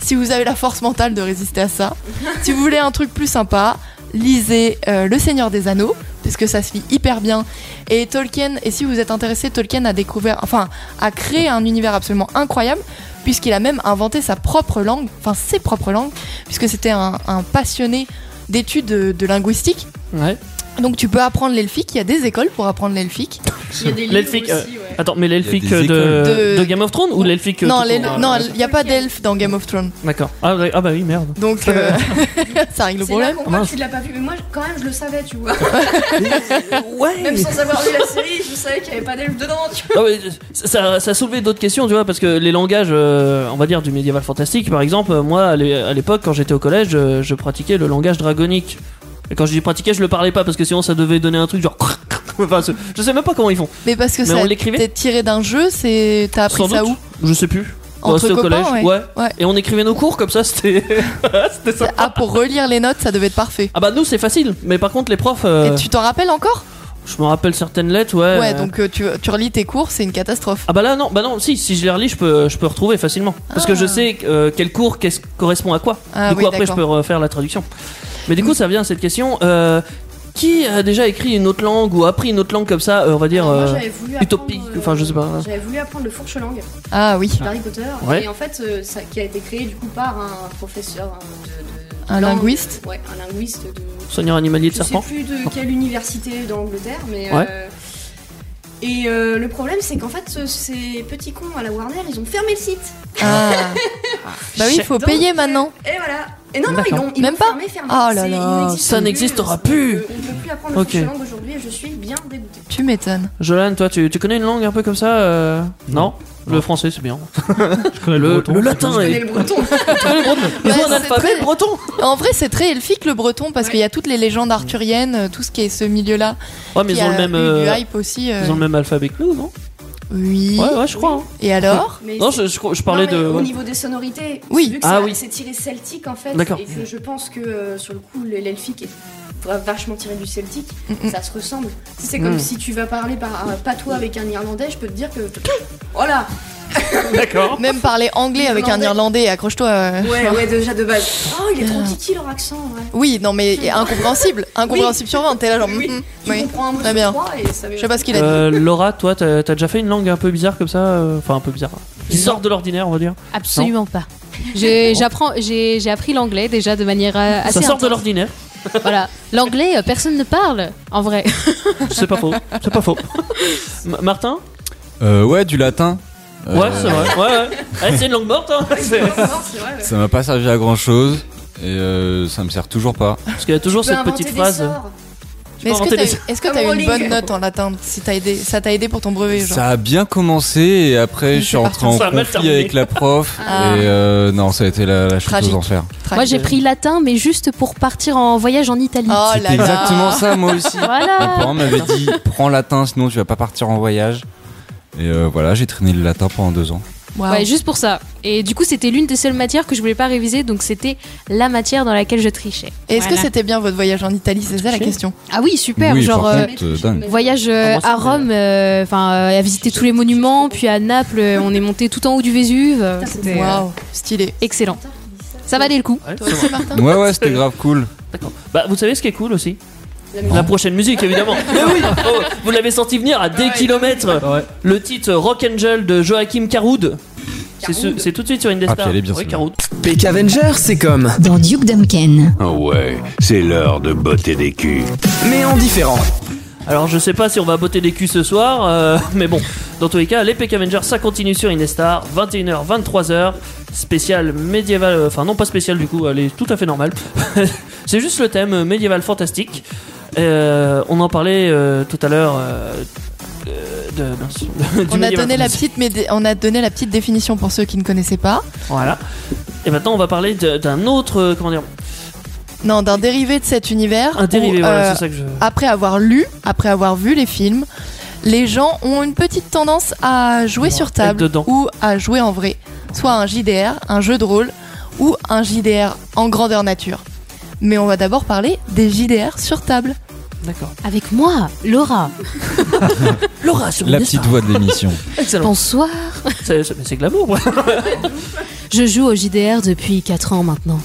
G: Si vous avez la force mentale de résister à ça, si vous voulez un truc plus sympa, lisez euh, Le Seigneur des Anneaux, parce que ça se lit hyper bien. Et Tolkien, et si vous êtes intéressé, Tolkien a découvert, enfin, a créé un univers absolument incroyable, puisqu'il a même inventé sa propre langue, enfin ses propres langues, puisque c'était un, un passionné d'études de- de linguistique.
E: Ouais.
G: Donc tu peux apprendre l'elfique, il y a des écoles pour apprendre l'elfique.
J: Il y a des livres
E: L'elfique,
J: aussi,
E: euh,
J: ouais.
E: Attends, mais l'elfique
I: Il y a
E: de,
I: des
G: écoles.
E: de Game of Thrones ou l'elfique euh,
G: non,
E: tout
G: les-
E: court,
G: non,
E: euh,
G: il n'y a pas d'elfe dans Game of Thrones.
E: D'accord. Ah, ouais, ah bah oui,
G: [LAUGHS]
E: merde.
G: Donc euh, [LAUGHS] ça règle le
J: C'est là
G: problème.
J: qu'on voit
E: Mince.
J: que tu l'as pas vu, mais moi quand même je le savais, tu vois. Même sans avoir vu la série, je savais qu'il n'y avait pas d'elfe dedans, tu vois.
E: Non, mais ça, ça a soulevé d'autres questions, tu vois, parce que les langages, euh, on va dire, du médiéval fantastique, par exemple, euh, moi, à l'é- à l'époque, quand j'étais au collège, euh, je pratiquais le langage dragonique. Et quand je dis pratiquais, je le parlais pas, parce que sinon ça devait donner un truc genre. [LAUGHS] Enfin, ce- je sais même pas comment ils font.
G: Mais parce que
E: Mais on
G: ça
E: l'écrivait
G: t'es tiré d'un jeu, c'est t'as appris
E: Sans
G: ça
E: doute.
G: où
E: Je sais plus. Quand
G: entre
E: c'était au
G: copains,
E: collège,
G: ouais.
E: Et on écrivait nos cours comme ça, c'était [LAUGHS] c'était sympa.
G: Ah, pour relire les notes, ça devait être parfait.
E: Ah bah nous c'est facile, mais par contre les profs. euh,
G: Et tu t'en rappelles encore
E: Je me rappelle certaines lettres, ouais.
G: Ouais, donc euh, tu, tu relis tes cours, c'est une catastrophe.
E: Ah bah là non, bah non, si, si je les relis, je peux, je peux retrouver facilement. Parce que je sais euh, quel cours qu'est-ce- correspond à quoi.
G: Ah
E: du coup
G: oui,
E: après je
G: d'accord.
E: peux refaire la traduction. Mais du coup ça vient à cette question. euh, qui a déjà écrit une autre langue ou appris une autre langue comme ça, euh, on va
G: Ah,
E: dire
J: Moi,
E: euh,
J: j'avais voulu
E: utopique,
J: apprendre, euh,
E: enfin je sais pas.
J: J'avais voulu apprendre le fourche-langue.
G: Ah oui.
J: Harry Potter.
E: Ouais.
J: Et en fait, euh, ça, qui a été créé du coup par un professeur hein, de, de-
E: Un
J: langue-
E: linguiste
J: Ouais, un linguiste de.
E: Soigneur animalier de
J: Je sais
E: serpent.
J: plus de quelle université d'Angleterre, mais.
E: Ouais.
J: euh, et euh, le problème, c'est qu'en fait, ce- ces petits cons à la Warner, ils ont fermé le site.
G: Ah.
J: [LAUGHS]
G: bah oui, il
J: Chef.
G: faut payer maintenant.
J: Et voilà. Et non, non, ils
G: D'accord.
J: l'ont ils
G: Même
J: l'ont
G: pas
J: fermé, fermé.
G: Ah là
J: C'est- il n'existe
E: ça
G: là,
J: plus,
E: n'existera
J: on
E: plus.
J: peut- On ne peut plus apprendre le
E: Ok.
J: fourche-langue aujourd'hui et je suis bien dégoûtée.
G: Tu m'étonnes.
E: Jolan, toi tu, tu connais une langue un peu comme ça euh, non, Le français c'est bien. je connais le, le latin.
G: Je
E: et-
G: connais le
E: [LAUGHS]
G: breton.
E: Tu connais le breton. Ils ont un alphabet breton.
G: En vrai, c'est très elfique le breton parce qu'il y a toutes les légendes arthuriennes, euh, tout ce qui est ce milieu-là.
E: Ouais, mais
G: qui
E: ils ont le
G: a
E: même,
G: eu du
E: euh,
G: hype aussi. euh.
E: Ils ont le même alphabet que nous, non
G: Oui.
E: Ouais, ouais, je crois. hein.
G: Et alors
J: Mais
E: Non,
J: c'est-
E: je, je, je parlais
J: Non, mais
E: de.
J: Au
E: ouais.
J: niveau des sonorités,
E: Oui.
J: vu que
E: Ah
J: ça-
E: oui.
J: c'est tiré celtique en fait,
E: D'accord.
J: et que je pense que euh, sur le coup, le- l'elfique est vra- vachement tiré du celtique, ça se ressemble. Tu sais, C'est comme
E: Mm.
J: si tu vas parler par un patois avec un irlandais, je peux te dire
E: [COUGHS]
J: que. Voilà
E: D'accord.
G: Même parler anglais avec un irlandais, accroche-toi. euh.
J: Ouais, ouais, déjà de base. Oh, il est
E: Ah.
J: trop kiki leur accent, ouais.
G: Oui, non,
J: [LAUGHS]
G: mais incompréhensible. Incompréhensible sur 20. T'es là, genre. mm, Oui.
J: Tu comprends un mot
G: Très
J: sur
G: bien.
J: trois et ça
G: Je sais pas ce qu'il a dit.
H: [LAUGHS]
E: Euh, Laura, toi, t'as t'as déjà fait une langue un peu bizarre comme ça euh, Enfin, un peu bizarre. Qui sort de l'ordinaire, on va dire
H: Absolument
E: Non
H: pas.
E: [LAUGHS]
H: J'ai j'apprends- j'ai- j'ai appris l'anglais déjà de manière euh, assez.
E: Ça sort de
H: intense.
E: l'ordinaire.
H: [LAUGHS] Voilà. L'anglais, euh, personne ne parle, en vrai.
E: [LAUGHS] C'est pas faux. C'est pas
H: [LAUGHS]
E: faux. M- Martin
I: Euh, ouais, du latin. Euh,
E: Ouais, c'est vrai. Ouais, ouais. Eh, c'est une langue morte, hein [LAUGHS] C'est-
I: Ça m'a pas servi à grand chose et euh, ça me sert toujours pas.
E: Parce qu'il y a toujours
G: Tu peux cette petite inventer des phrase. sorts. Mais est-ce que t'as eu- est-ce que
J: Comme
G: t'as eu une
J: Rowling.
G: bonne note en latin Si t'as aidé, ça t'a aidé pour ton brevet, genre.
I: Ça a bien commencé et après
E: [LAUGHS]
I: je suis rentré en
E: Ah, Ça a mal
I: conflit
E: terminé.
I: avec
E: [LAUGHS]
I: la prof
H: Ah.
I: et euh, non ça a été la, la chute
H: Tragique.
I: aux enfers.
E: euh,
H: Moi, j'ai pris latin, mais juste pour partir en voyage en Italie.
J: Oh.
G: Oh
I: C'est exactement
E: [LAUGHS]
I: ça moi aussi. Mes
H: Voilà.
I: parents m'avaient dit prends latin sinon tu vas pas partir en voyage. Et euh, voilà j'ai traîné le latin pendant deux ans.
H: Ouais, juste pour ça. Et du coup, c'était l'une des seules matières que je voulais pas réviser, donc c'était la matière dans laquelle je trichais.
G: Et est-ce que c'était bien votre voyage en Italie C'est ça la question.
H: Ah oui, super.
I: Oui,
H: genre
I: par
H: euh,
I: contre, euh, dingue.
H: voyage euh,
G: Ah, moi, ça
H: à Rome, euh, enfin euh, à visiter tous les monuments, puis à Naples, euh, on est monté tout en haut du Vésuve. euh, C'était euh,
G: Waouh, stylé.
H: excellent. Ça valait le coup.
I: Ouais ouais c'était grave cool.
E: Bah, vous savez ce qui est cool aussi la prochaine musique, [LAUGHS] évidemment. Mais oui, oh, vous l'avez senti venir à des kilomètres. Le titre Rock Angel de Joachim Caroud. C'est ce- C'est tout de suite sur Indestar.
D: Ah, puis elle est bien,
E: Ouais,
D: celle-là.
E: Caroud.
D: PK Avenger, c'est comme.
K: Dans Duke Duncan.
L: Oh ouais, c'est l'heure de botter des culs.
D: Mais en différent.
E: Alors je sais pas si on va botter des culs ce soir, euh, [LAUGHS] mais bon, dans tous les cas, les PK Avengers ça continue sur Inestar, 21h, 23h, spécial médiéval, euh, enfin non pas spécial du coup, elle est tout à fait normale. [LAUGHS] C'est juste le thème euh, médiéval fantastique. Euh, on en parlait euh, tout à l'heure euh, de, euh, mince, [LAUGHS] du
G: On a,
E: médiéval
G: donné la
E: fantastique.
G: petite, médé- on a donné la petite définition pour ceux qui ne connaissaient pas.
E: Voilà. Et maintenant on va parler de- d'un autre, euh, comment dire,
G: Non, d'un dérivé de cet univers.
E: Un dérivé,
G: où,
E: voilà, c'est ça que je-
G: Après avoir lu, après avoir vu les films, les gens ont une petite tendance à jouer sur table ou à jouer en vrai. Soit un JDR, un jeu de rôle, ou un JDR en grandeur nature. Mais on va d'abord parler des JDR sur table.
E: D'accord.
H: Avec moi,
E: [LAUGHS]
H: Laura.
E: Laura sur
I: La petite voix de l'émission.
H: Bonsoir.
E: C'est c'est- mais c'est glamour.
H: [LAUGHS]
E: ouais.
H: Je joue au JDR depuis 4 ans maintenant.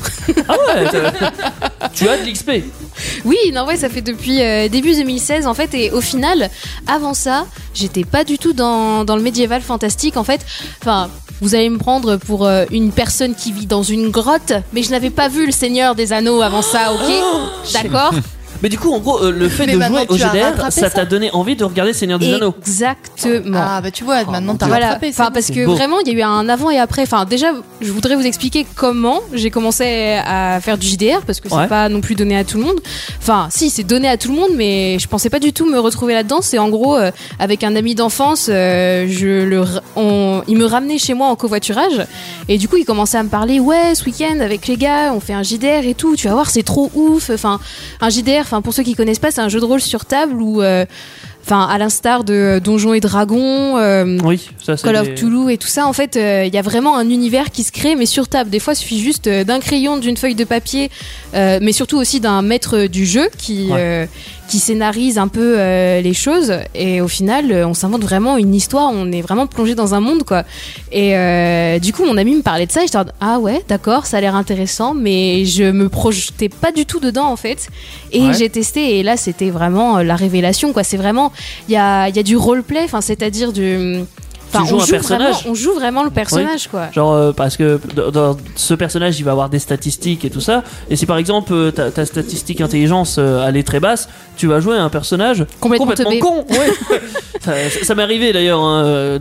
E: Ah ouais, t'as- tu as de l'XP.
H: Oui, non, ouais, ça fait depuis euh, début 2016 en fait. Et au final, avant ça, j'étais pas du tout dans, dans le médiéval fantastique en fait. Enfin, vous allez me prendre pour euh, une personne qui vit dans une grotte, mais je n'avais pas vu le Seigneur des Anneaux avant ça,
E: Oh
H: ok D'accord
E: Mais du coup, en gros, euh, le fait
H: Mais
E: de
H: maintenant,
E: jouer au
H: tu as
E: GDR,
H: rattrapé
E: ça
H: ça
E: t'a donné envie de regarder Seigneur des Anneaux.
H: Exactement.
G: Ah bah tu vois,
E: Oh,
G: maintenant t'as
H: Voilà.
G: rattrapé.
H: Enfin, parce
E: c'est
H: que
E: beau.
H: vraiment, il y a eu un avant et après. Enfin, déjà, je voudrais vous expliquer comment j'ai commencé à faire du JDR parce que c'est
E: Ouais.
H: pas non plus donné à tout le monde. Enfin, si, c'est donné à tout le monde, mais je pensais pas du tout me retrouver là-dedans. C'est en gros euh, avec un ami d'enfance, euh, je le, ra- on- il me ramenait chez moi en covoiturage et du coup, il commençait à me parler. Ouais, ce week-end avec les gars, on fait un JDR et tout. Tu vas voir, c'est trop ouf. Enfin, un JDR. Enfin, pour ceux qui connaissent pas, c'est un jeu de rôle sur table où euh, enfin à l'instar de Donjons et Dragons, euh,
E: Oui, ça c'est.
H: Call of
E: des-
H: Toulouse et tout ça, en fait, euh, il y a vraiment un univers qui se crée, mais sur table. Des fois, il suffit juste euh, d'un crayon, d'une feuille de papier, euh, mais surtout aussi d'un maître du jeu qui, euh, qui scénarise un peu euh, les choses. Et au final, euh, on s'invente vraiment une histoire, on est vraiment plongé dans un monde, quoi. Et euh, du coup, mon ami me parlait de ça, et j'étais en mode, ah ouais, d'accord, ça a l'air intéressant, mais je me projetais pas du tout dedans, en fait. Et
M: Ouais.
H: j'ai testé et là c'était vraiment euh, la révélation quoi c'est vraiment il y a, il y a du roleplay enfin c'est-à-dire du enfin
E: Tu joues
H: on
E: un
H: joue
E: personnage.
H: vraiment on joue vraiment le personnage
E: Oui.
H: quoi
E: Genre euh, parce que dans, dans ce personnage il va avoir des statistiques et tout ça. Et si par exemple euh, ta, ta statistique intelligence euh, elle est très basse, tu vas jouer un personnage
H: Complètement teubé.
E: con. ouais. [LAUGHS] ça ça m'est arrivé d'ailleurs hein, euh,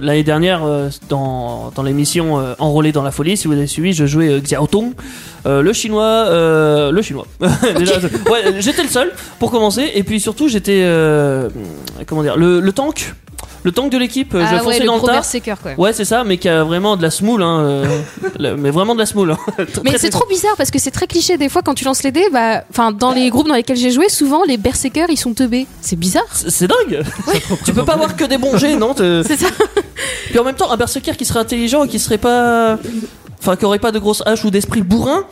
E: de- l'année dernière euh, dans, dans l'émission euh, Enrôlé dans la folie. Si vous avez suivi, je jouais euh, Xiao Tong, euh, le chinois, euh, le chinois. [LAUGHS] Déjà, je- ouais, j'étais le seul pour commencer. Et puis surtout j'étais euh, comment dire le, le tank. Le tank de l'équipe, euh,
H: Ah
E: je
H: ouais,
E: fonçais
H: le
E: dans le
H: gros
E: tas.
H: berserker, quoi.
E: Ouais, c'est ça, mais qui a vraiment de la smoule, hein, euh, [LAUGHS] la- mais vraiment de la smoule. hein. Très,
H: mais
E: très,
H: c'est
E: très-
H: trop bizarre parce que c'est très cliché des fois quand tu lances les dés bah enfin dans les groupes dans lesquels j'ai joué souvent les berserkers ils sont teubés c'est bizarre
E: C'est- C'est dingue Tu peux pas avoir que des bons jets, non [LAUGHS] C'est
H: ça
E: Puis en même temps, un berserker qui serait intelligent et qui serait pas. Enfin, qui aurait pas de grosses haches ou d'esprit bourrin.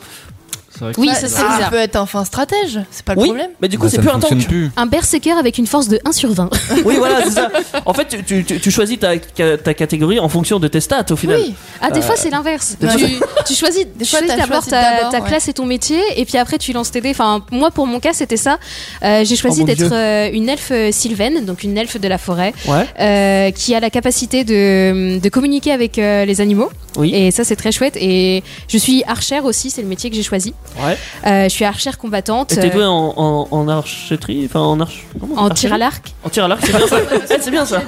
G: Oui, ça, c'est bizarre. peut être un fin stratège, c'est pas le
E: Oui,
G: problème.
E: mais du coup, Bah, c'est ça plus ne un tank. fonctionne plus.
H: un berserker avec une force de 1 sur 20
E: [LAUGHS] Oui, voilà, c'est ça. En fait, tu- tu, tu- tu choisis ta, ca- ta catégorie en fonction de tes stats au final.
H: Oui. Ah, des fois,
E: Euh,
H: c'est l'inverse.
E: des fois,
H: Tu,
E: c'est-
H: tu choisis,
G: Des
H: tu
G: fois,
H: choisis
G: t'as
H: d'abord
G: choisi
H: ta,
G: d'abord,
H: ta
G: ouais.
H: classe et ton métier, et puis après, tu lances tes dés. Enfin, moi, pour mon cas, c'était ça. Euh, J'ai choisi
M: mon Dieu.
H: d'être euh, une elfe euh, sylvaine, donc une elfe de la forêt,
M: Ouais.
H: euh, qui a la capacité de, de communiquer avec euh, les animaux.
M: Oui.
H: Et ça, c'est très chouette. Et je suis archère aussi, c'est le métier que j'ai choisi.
E: Ouais.
H: Euh, je suis archère combattante.
E: Et t'es doué
H: euh,
E: en, en, en archeterie Enfin, en arche. comment
H: En
E: archerie
H: tir à l'arc. euh,
E: En tir à l'arc, c'est bien ça.
H: [LAUGHS]
E: Eh, c'est bien ça.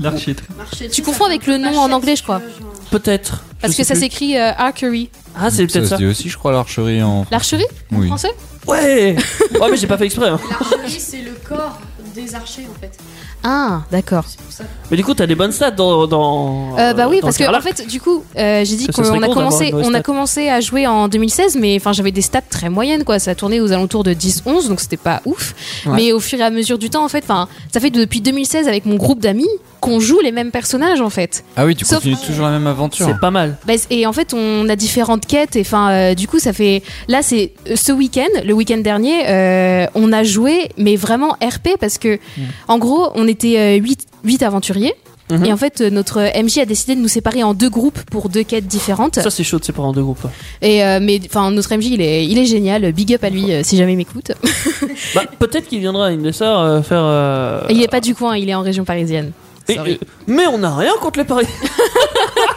F: L'architecte.
H: Tu confonds avec le nom en anglais, je crois.
E: Peut-être.
H: Parce que ça s'écrit euh, archery.
E: Ah, c'est peut-être
I: Ça
E: ça.
I: se dit aussi, je crois, l'archerie en.
H: L'archerie en
I: Oui.
H: français
E: Ouais [LAUGHS] Ouais, mais j'ai pas fait exprès. hein.
J: L'archerie, c'est le corps des archers en fait.
H: Ah, d'accord.
E: Mais du coup, t'as des bonnes stats dans. dans
H: Euh, bah oui,
E: dans
H: parce
E: tir à
H: que en
E: l'arc.
H: fait, du coup, euh, j'ai dit
E: Ça
H: qu'on
E: serait
H: on
E: con
H: a
E: d'avoir une
H: commencé,
E: mauvaise
H: on a
E: stat.
H: commencé à jouer en 2016, mais enfin j'avais des stats très moyennes quoi. Ça tournait aux alentours de 10-11, donc c'était pas ouf.
M: Ouais.
H: Mais au fur et à mesure du temps, en fait, enfin, ça fait depuis 2016 avec mon groupe d'amis qu'on joue les mêmes personnages en fait.
I: Ah oui, tu
H: Sauf-
I: continues toujours la même aventure.
E: C'est pas mal.
H: Bah, c- et en fait, on a différentes quêtes. Et enfin, euh, du coup, ça fait. Là, c'est euh, ce week-end, le week-end dernier, euh, on a joué, mais vraiment RP, parce que, en gros, on était 8, aventuriers.
E: Mhm.
H: Et en fait, euh, notre MJ a décidé de nous séparer en deux groupes pour deux quêtes différentes.
E: Ça, c'est chaud de séparer en deux groupes.
H: Et euh, mais enfin, notre MJ, il est, il est génial. Big up à lui, euh, si jamais il m'écoute.
E: Bah, peut-être qu'il viendra à une des sœurs euh, faire. euh,
H: Il est pas du coin, il est en région parisienne.
E: et- euh, mais on n'a rien contre
J: [LAUGHS]
E: les paris.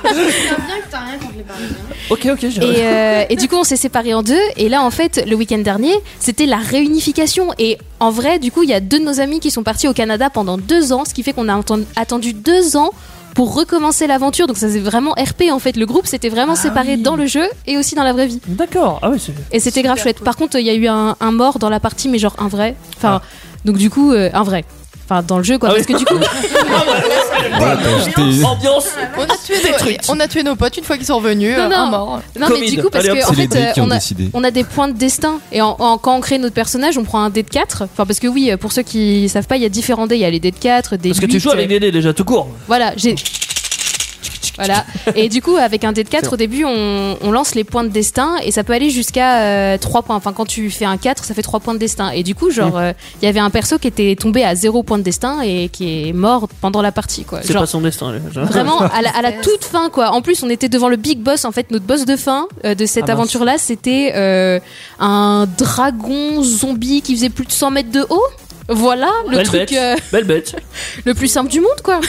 J: Bien que t'as rien contre les hein. parisiens.
E: ok, ok, j'ai
H: Et, euh, et du coup, on s'est séparés en deux. Et là, en fait, le week-end dernier, c'était la réunification. Et en vrai, du coup, il y a deux de nos amis qui sont partis au Canada pendant deux ans, ce qui fait qu'on a atten- attendu deux ans pour recommencer l'aventure. Donc ça, c'est vraiment RP en fait. Le groupe s'était vraiment séparé dans le jeu et aussi dans la vraie vie.
E: D'accord. Ah oui, c'est.
H: Et c'était grave chouette. Par contre, il y a eu un, un mort dans la partie, mais genre un vrai. Enfin, donc du coup, euh, un vrai. Enfin, dans le jeu, quoi.
E: Ah
H: parce
E: oui.
H: que du coup,
E: Ambiance.
G: On a,
E: [LAUGHS]
G: tué nos, on a tué nos potes une fois qu'ils sont venus,
H: Non,
G: euh,
H: non.
G: un mort.
H: Non, mais
G: Covid.
H: du coup, parce
G: Allez,
H: que
G: hop,
H: en
G: c'est les
H: fait,
G: dés qui
H: euh,
G: ont
H: on, a,
G: décidé.
H: on a des points de destin. Et en, en- quand on crée notre personnage, on prend un dé de 4. Enfin, parce que oui, euh, pour ceux qui savent pas, il y a différents dés. Il y a les dés de 4, des
E: Parce que
H: 8,
E: tu joues avec
H: euh,
E: des dés déjà, tout court.
H: Voilà, j'ai. Voilà. Et du coup, avec un dé de 4, au début, on, on lance les points de destin et ça peut aller jusqu'à 3 points. Enfin, quand tu fais un 4, ça fait 3 points de destin. Et du coup, genre,
E: Mm.
H: euh, il y avait un perso qui était tombé à 0 points de destin et qui est mort pendant la partie, quoi.
E: C'est
H: Genre,
E: pas son destin. les-
H: Vraiment à la, à la toute fin quoi. En plus on était devant le big boss en fait notre boss de fin euh, de cette
E: Ah, mince.
H: aventure là c'était euh, un dragon zombie qui faisait plus de 100 mètres de haut. Voilà le
E: Belle
H: truc
E: bête.
H: euh,
E: Belle bête.
H: le plus simple du monde quoi.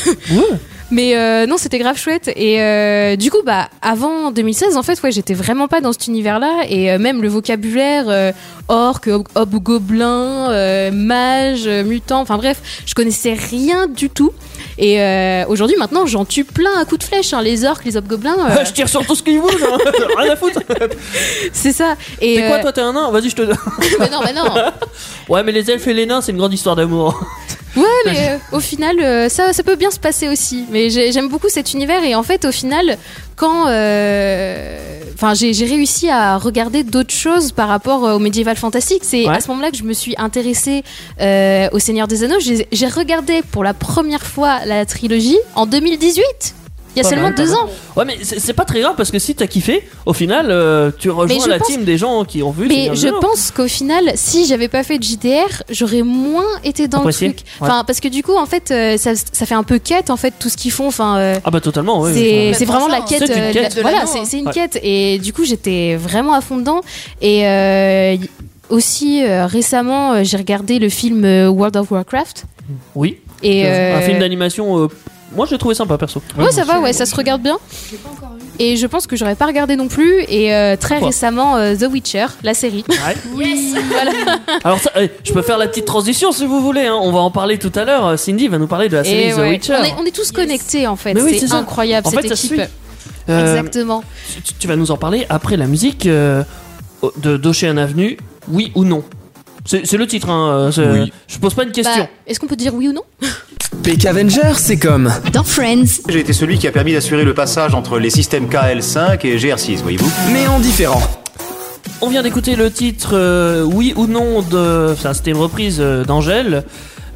H: Mais euh, non c'était grave chouette et euh, du coup bah avant 2016 en fait ouais j'étais vraiment pas dans cet univers là et euh, même le vocabulaire euh, orc, hob- hobgoblin, euh, mage, euh, mutant, enfin bref je connaissais rien du tout. Et euh, aujourd'hui, maintenant, j'en tue plein à coups de flèche, hein, les orques, les hobgoblins.
E: [LAUGHS] [LAUGHS]
H: euh,
E: Je tire sur tout ce qui bouge. hein. [LAUGHS] Rien à foutre.
H: c'est ça. Et
E: T'es quoi,
H: euh,
E: toi T'es un nain Vas-y, je te.
H: [LAUGHS]
E: [LAUGHS]
H: mais non, mais non.
E: Ouais, mais les elfes et les nains, c'est une grande histoire d'amour.
H: Ouais, mais euh, au final, euh, ça, ça peut bien se passer aussi. Mais j'ai- j'aime beaucoup cet univers et en fait, au final, quand, euh, enfin, j'ai j'ai réussi à regarder d'autres choses par rapport euh, au médiéval fantastique. C'est
M: Ouais.
H: à ce moment-là que je me suis intéressée euh, au Seigneur des Anneaux. J'ai j'ai regardé pour la première fois la trilogie en 2018. Il y a
E: Pas
H: seulement
E: mal, pas
H: deux
E: mal.
H: ans.
E: Ouais, mais c'est c'est pas très grave parce que si t'as kiffé, au final, euh, tu rejoins
H: je
E: la
H: pense-
E: team des gens qui ont vu.
H: Mais
E: Seigneur des
H: je
E: Anneaux.
H: pense qu'au final, si j'avais pas fait de JDR, j'aurais moins été dans
E: Apprécié,
H: le truc.
E: ouais.
H: Enfin, parce que du coup, en fait, euh, ça, ça fait un peu quête, en fait, tout ce qu'ils font. Enfin, euh,
E: Ah bah totalement. ouais,
H: c'est
E: ouais.
H: c'est vraiment la quête.
E: C'est
H: euh,
E: une
H: de la-
E: quête.
H: voilà, c'est c'est une
E: Ouais.
H: quête. Et du coup, j'étais vraiment à fond dedans. Et euh, y- aussi, euh, récemment, euh, j'ai regardé le film euh, World of Warcraft.
E: Oui.
H: Et,
E: Euh, Un
H: euh,
E: film d'animation. euh, Moi, je l'ai trouvé sympa perso.
H: Ouais, ça va, ouais, ça se regarde bien. Et je pense que j'aurais pas regardé non plus. Et euh, très
E: Pourquoi
H: récemment, euh, The Witcher, la série.
J: Yes
H: [LAUGHS] Voilà.
E: Alors, ça, eh, je peux faire la petite transition si vous voulez. hein. On va en parler tout à l'heure. Euh, Cindy va nous parler de la série
H: Et
E: The
H: ouais.
E: Witcher.
H: On, est, on est tous connectés en fait.
E: Mais oui, c'est
H: c'est
E: ça.
H: incroyable
E: En
H: cette
E: fait, ça se
H: équipe.
E: suit. Euh,
H: Exactement.
E: Tu, tu vas nous en parler après la musique euh, de d'Ocean Avenue, oui ou non C'est c'est le titre, hein, euh, c'est- je pose pas une question.
H: Bah, Est-ce qu'on peut dire oui ou non
D: PK Avenger, c'est comme.
K: Dans Friends.
N: J'ai été celui qui a permis d'assurer le passage entre les systèmes KL5 et GR6, voyez-vous.
D: Mais en différent.
E: On vient d'écouter le titre euh, Oui ou non de. enfin, C'était une reprise euh, d'Angèle.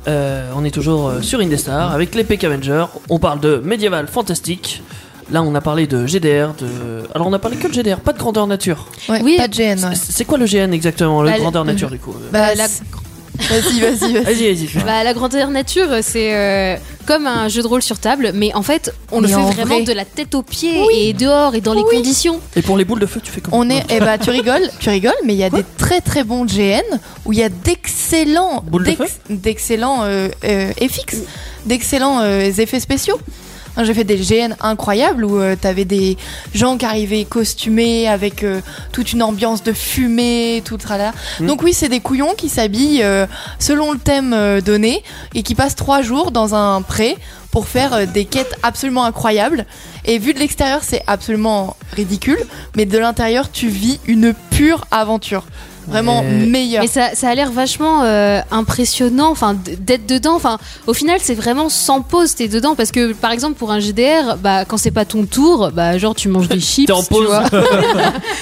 E: Euh, on est toujours euh, sur Indestar avec les Peck Avengers. On parle de médiéval fantastique. Là, on a parlé de GDR. De... Alors, on a parlé que de GDR, pas de grandeur nature.
G: oui. Pas de GN. ouais.
E: C'est quoi le GN exactement Le
H: Bah, le-
E: grandeur nature, du coup
G: Bah,
H: la-
G: c'est- Vas-y, vas-y, vas-y.
E: Vas-y, vas-y.
H: Bah, la grandeur nature, c'est euh, comme un jeu de rôle sur table, mais en fait, on le
G: Mais
H: fait
G: en
H: vraiment
G: vrai.
H: de la tête aux pieds et dehors et dans les conditions.
E: Et pour les boules de feu, tu fais comment
G: On est, eh bah, tu rigoles, tu rigoles, mais il y a des très très bons GN où il y a d'excellents,
E: Boules de
G: d'ex-
E: feu
G: d'excellents euh, euh, FX, d'excellents euh, effets spéciaux. Hein, J'ai fait des GN incroyables où euh, t'avais des gens qui arrivaient costumés avec euh, toute une ambiance de fumée, tout le tralala.
M: Mm.
G: Donc oui, c'est des couillons qui s'habillent euh, selon le thème euh, donné et qui passent trois jours dans un pré pour faire euh, des quêtes absolument incroyables. Et vu de l'extérieur, c'est absolument ridicule, mais de l'intérieur, tu vis une pure aventure. Vraiment
H: Mais-
G: meilleure.
H: Mais ça, ça a l'air vachement euh, impressionnant, enfin d- d'être dedans. Enfin, au final, c'est vraiment sans pause, t'es dedans parce que par exemple pour un GDR, bah quand c'est pas ton tour, bah genre
E: [LAUGHS]
H: tu manges des chips.
E: T'es en
H: tu
E: pause.
H: vois.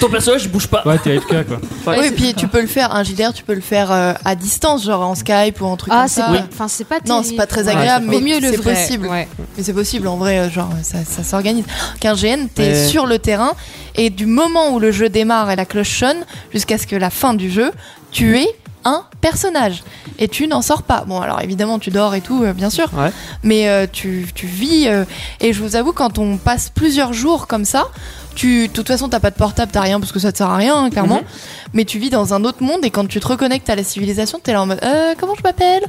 E: Ton personnage, il bouge pas.
O: Ouais, t'es AFK
E: [LAUGHS]
O: quoi.
G: oui, et puis tu peux le faire, un JDR, tu peux le faire euh, à distance, genre en Skype ou en truc
H: Ah,
G: comme
H: c'est
G: ça.
H: pas- Oui. enfin, c'est pas
G: Non,
H: terrible.
G: c'est pas très
H: Ouais,
G: agréable,
H: c'est pas-
G: mais
H: Vaut mieux le
G: c'est
H: vrai,
G: possible. Mais c'est possible, en vrai, euh, genre, ça, ça s'organise. Qu'un GN, t'es
M: Ouais.
G: sur le terrain, et du moment où le jeu démarre et la cloche sonne, jusqu'à ce que la fin du jeu, tu es un personnage. Et tu n'en sors pas. Bon, alors évidemment, tu dors et tout, euh, bien sûr. Mais euh, tu, tu vis. euh, et je vous avoue, quand on passe plusieurs jours comme ça, tu, de toute façon, t'as pas de portable, t'as rien parce que ça te sert à rien, hein, clairement.
E: Mhm.
G: Mais tu vis dans un autre monde et quand tu te reconnectes à la civilisation, t'es là en mode euh, comment je m'appelle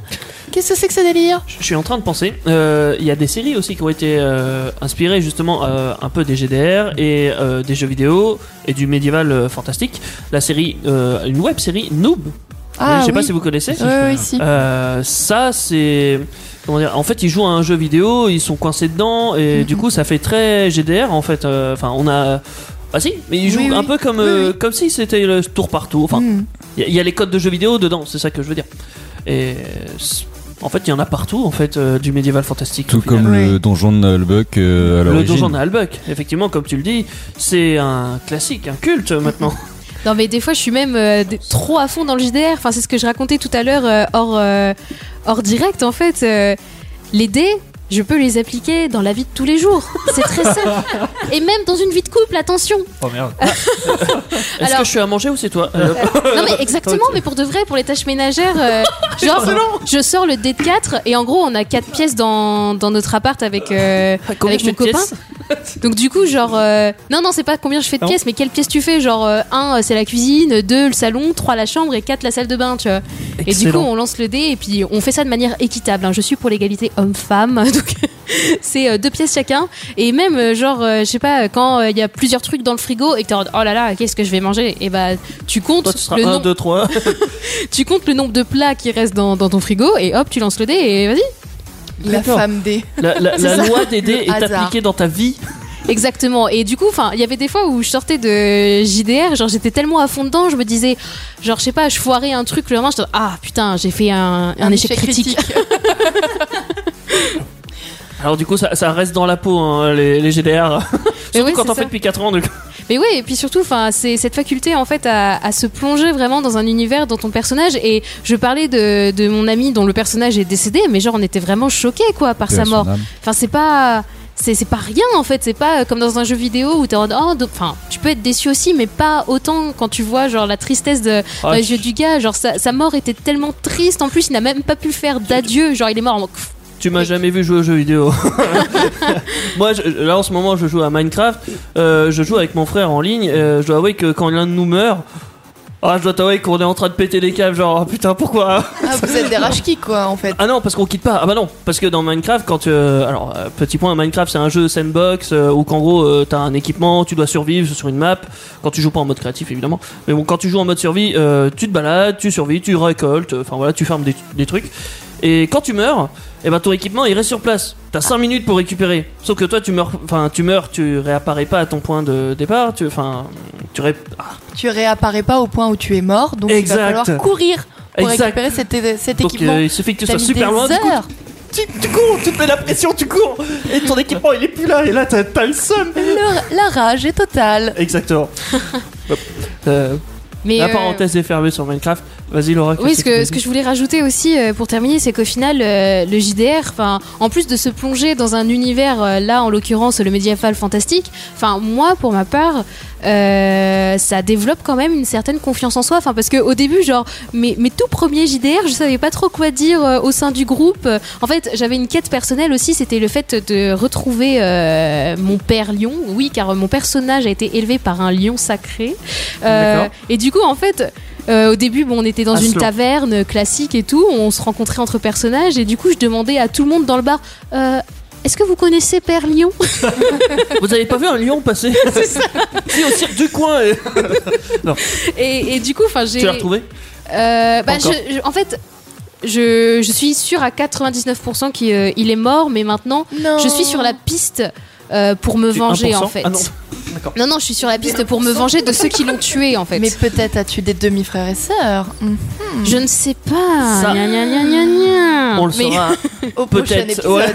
G: Qu'est-ce que c'est que ce délire
E: Je suis en train de penser, euh, il y a des séries aussi qui ont été euh, inspirées justement euh, un peu des GDR et euh, des jeux vidéo et du médiéval euh, fantastique. La série, euh, une web série Noob.
G: Ah,
E: je sais pas
G: oui.
E: si vous connaissez.
G: Si, je Ouais, connais. oui, si.
E: Euh, ça, c'est. Comment dire En fait, ils jouent à un jeu vidéo, ils sont coincés dedans, et
G: Mm-hmm.
E: du coup, ça fait très GDR en fait. Euh, Enfin, on a. Ah si, mais ils jouent
G: Oui,
E: un
G: oui.
E: peu comme, euh, comme si c'était le tour par tour. Enfin,
G: Mhm.
E: il y, a- il y a les codes de jeux vidéo dedans, c'est ça que je veux dire. Et c'est- en fait, il y en a partout en fait euh, du médiéval fantastique.
I: Tout comme le donjon de Nullbuck euh, à
E: le
I: l'origine.
E: donjon de Halbuck, effectivement, comme tu le dis, c'est un classique, un culte
H: [LAUGHS]
E: maintenant.
H: Non mais des fois je suis même euh, des- trop à fond dans le JDR. Enfin c'est ce que je racontais tout à l'heure euh, hors euh, hors direct en fait. Euh, les dés, je peux les appliquer dans la vie de tous les jours. C'est
O: [LAUGHS]
H: très simple. Et même dans une vie de couple, attention.
O: Oh
H: [LAUGHS]
O: merde.
E: Est-ce que je suis à manger ou c'est toi
H: Euh,
E: Euh,
H: Non mais exactement, mais pour de vrai, pour les tâches ménagères,
E: [LAUGHS]
H: euh, genre je sors le dé de 4 et en gros on a 4 pièces dans, dans notre appart avec, euh,
E: Ah, Combien
H: avec
E: je fais
H: mon
E: de
H: copain.
E: pièces Ah
H: Donc du coup genre euh, non non c'est pas combien je fais de
E: Non.
H: pièces mais quelle pièce tu fais genre 1 c'est la cuisine, 2 le salon, 3 la chambre et 4 la salle de bain tu vois. Et du coup
M: Excellent.
H: on lance le dé et puis on fait ça de manière équitable. hein. Je suis pour l'égalité homme-femme [LAUGHS] donc c'est euh, deux pièces chacun et même euh, genre euh, je sais pas quand euh, il y a plusieurs trucs dans le frigo et que t'es en mode, oh là là qu'est-ce que je vais manger et bah tu comptes
E: Toi, tu seras
H: le
E: 1,
H: nombre-
E: 2,
H: [LAUGHS]
E: 3.
H: tu comptes le nombre de plats qui restent dans, dans ton frigo et hop, tu lances le dé et vas-y.
G: La femme des.
E: La, la- la
H: C'est ça.
E: loi des dés
H: Le
E: est
H: hasard.
E: appliquée dans ta vie.
H: Exactement. Et du coup, enfin, il y avait des fois où je sortais de JDR, genre j'étais tellement à fond dedans, je me disais, genre je sais pas, je foirais un truc le lendemain, je disais, ah putain, j'ai fait un, un échec, critique.
E: Alors du coup, ça, ça reste dans la peau, hein, les, les [LAUGHS] GDR.
H: Mais
E: Surtout
H: oui,
E: quand
H: c'est
E: on
H: ça.
E: fait depuis 4 ans. du coup.
H: Mais oui, et puis surtout, enfin, c'est cette faculté en fait à, à se plonger vraiment dans un univers, dans ton personnage. Et je parlais de, de mon ami dont le personnage est décédé, mais genre on était vraiment choqués quoi par
M: Paix à
H: sa
M: son
H: mort.
M: âme.
H: Enfin, c'est pas. C'est c'est pas rien en fait, c'est pas euh, comme dans un jeu vidéo où t'es en mode, oh, donc- enfin, tu peux être déçu aussi, mais pas autant quand tu vois genre la tristesse de,
E: Ah,
H: dans les
E: tu-
H: yeux du gars. Genre sa, sa mort était tellement triste, en plus il n'a même pas pu faire d'adieu, genre il est mort en mode, pff,
E: Tu m'as jamais vu jouer aux jeux vidéo. [LAUGHS] Moi, je- là en ce moment, je joue à Minecraft. Euh, je joue avec mon frère en ligne. Euh, je dois avouer que quand l'un de nous meurt, ah, je dois t'avouer qu'on est en train de péter les câbles. Genre, Ah, putain, pourquoi
G: Ah, vous êtes des rachis quoi en fait.
E: Ah non, parce qu'on quitte pas. Ah bah non, parce que dans Minecraft, quand tu. euh, alors, euh, petit point, Minecraft c'est un jeu sandbox euh, où qu'en gros euh, t'as un équipement, tu dois survivre sur une map. Quand tu joues pas en mode créatif évidemment, mais bon, quand tu joues en mode survie, euh, tu te balades, tu survis, tu récoltes, euh, enfin voilà, tu farmes des, des trucs. Et quand tu meurs, eh ben ton équipement il reste sur place. T'as 5 minutes pour récupérer. Sauf que toi tu meurs, enfin tu meurs, tu réapparais pas à ton point de départ. Tu, enfin, tu ré- ah,
G: Tu réapparais pas au point où tu es mort, donc il va
E: Exact.
G: falloir courir pour
E: Exact.
G: récupérer cet, cet
E: Donc,
G: équipement.
E: euh, il suffit que tu
G: T'as
E: sois
G: mis
E: super
G: des
E: loin, du coup,
G: heures.
E: tu, tu cours, tu te mets la pression, tu cours. Et ton équipement il est plus là. Et là t'as t'as le seum.
G: Le- la rage est totale.
H: [LAUGHS]
E: Exactement. Hop. Euh,
H: Mais
E: la
H: euh,
E: parenthèse est fermée sur Minecraft. Vas-y Laura.
H: Oui,
E: qu'est-ce
H: ce
E: tu
H: que,
E: veux
H: ce que je voulais rajouter aussi euh, pour terminer, c'est qu'au final, euh, le JDR, 'fin, en plus de se plonger dans un univers, euh, là en l'occurrence le médiéval fantastique, 'fin, moi pour ma part, euh, ça développe quand même une certaine confiance en soi. 'Fin, Parce qu'au début, genre, mes, mes tout premiers JDR, je savais pas trop quoi dire euh, au sein du groupe. Euh, En fait, j'avais une quête personnelle aussi, c'était le fait de retrouver euh, mon père lion. Oui, car euh, mon personnage a été élevé par un lion sacré. Euh,
M: D'accord.
H: et du coup, en fait. euh, au début, bon, on était dans
M: Ah,
H: une
M: slow.
H: taverne classique et tout, on se rencontrait entre personnages et du coup je demandais à tout le monde dans le bar Euh, Est-ce que vous connaissez Père Lion [LAUGHS]
E: Vous avez pas vu un lion passer Si, au cirque du coin. et- non.
H: et, et du coup, enfin j'ai.
E: Tu l'as retrouvé
H: Euh, bah,
E: Encore.
H: je- je- En fait. Je, je suis sûre à 99% qu'il euh, il est mort, mais maintenant je suis sur la piste euh, pour me
G: Tu-
H: venger
G: 1%?
H: en fait.
G: Ah non.
H: non, non, je suis sur la piste pour me venger de ceux qui l'ont tué en fait.
G: Mais peut-être as-tu des demi-frères et sœurs.
H: Je ne sais pas.
G: Ça-
H: Gna, gna, gna, gna, gna.
E: On le saura.
G: Au prochain
E: Peut-être.
G: épisode.
J: [LAUGHS]
E: ouais.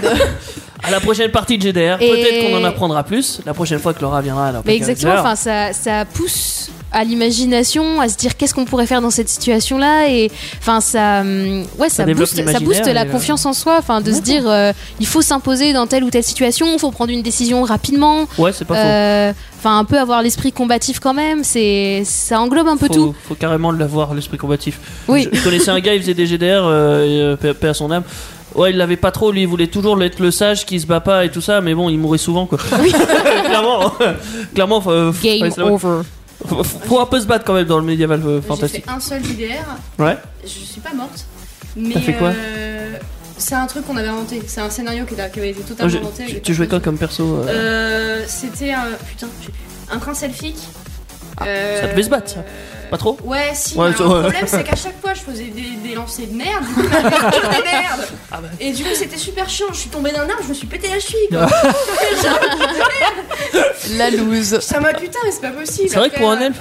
E: À la prochaine partie de GDR.
H: Et-
E: Peut-être qu'on en apprendra plus la prochaine fois que Laura viendra. à la
H: Mais
E: Podcast
H: exactement,
E: Hour.
H: enfin, ça, ça pousse à l'imagination, à se dire qu'est-ce qu'on pourrait faire dans cette situation-là, et enfin ça, hum, ouais,
M: Ça
H: ça,
M: développe
H: booste, ça booste
M: l'imaginaire,
H: la
M: et, euh,
H: confiance en soi, enfin de se dire euh, il faut s'imposer dans telle ou telle situation, il faut prendre une décision rapidement.
E: Ouais, c'est pas faux.
H: Euh, Enfin un peu avoir l'esprit combatif quand même, c'est ça englobe un peu
E: faut,
H: tout.
E: faut carrément l'avoir, l'esprit combatif.
H: Oui.
E: Je, je connaissais un gars, il faisait des GDR, euh, et, euh, paix- paix à son âme. Ouais, il l'avait pas trop, lui, il voulait toujours être le sage qui se bat pas et tout ça, mais bon, il mourait souvent,
H: [LAUGHS]
E: quoi. [LAUGHS] clairement, hein. clairement, faut- faut-
H: Game
E: faut-
H: over.
E: Faut, faut un peu se battre quand même dans le médiéval euh,
J: J'ai fait
E: fantastique.
J: un seul JDR.
E: Ouais.
J: Je suis pas morte. Mais
E: T'as fait quoi
J: euh, c'est un truc qu'on avait inventé. C'est un scénario qui, était- qui avait été
E: Ah,
J: totalement
E: je-
J: inventé.
E: tu,
J: avec-
E: tu jouais quoi comme perso euh
J: Euh, C'était un putain, je sais plus. un prince elfique. Euh,
E: Ça devait se battre, ça. Pas trop
J: Ouais, si.
E: Ouais, euh,
J: mais
E: ça-
J: alors, le problème, c'est qu'à chaque fois, je faisais des, des lancers de merde. Du coup, j'avais des merdes. Et du coup, c'était super chiant. Je suis tombée d'un arbre, je me suis pété la cheville. quoi.
G: La loose.
J: Ça m'a putain, mais c'est pas possible.
E: C'est vrai que
J: Après,
E: pour un
J: euh,
E: elfe,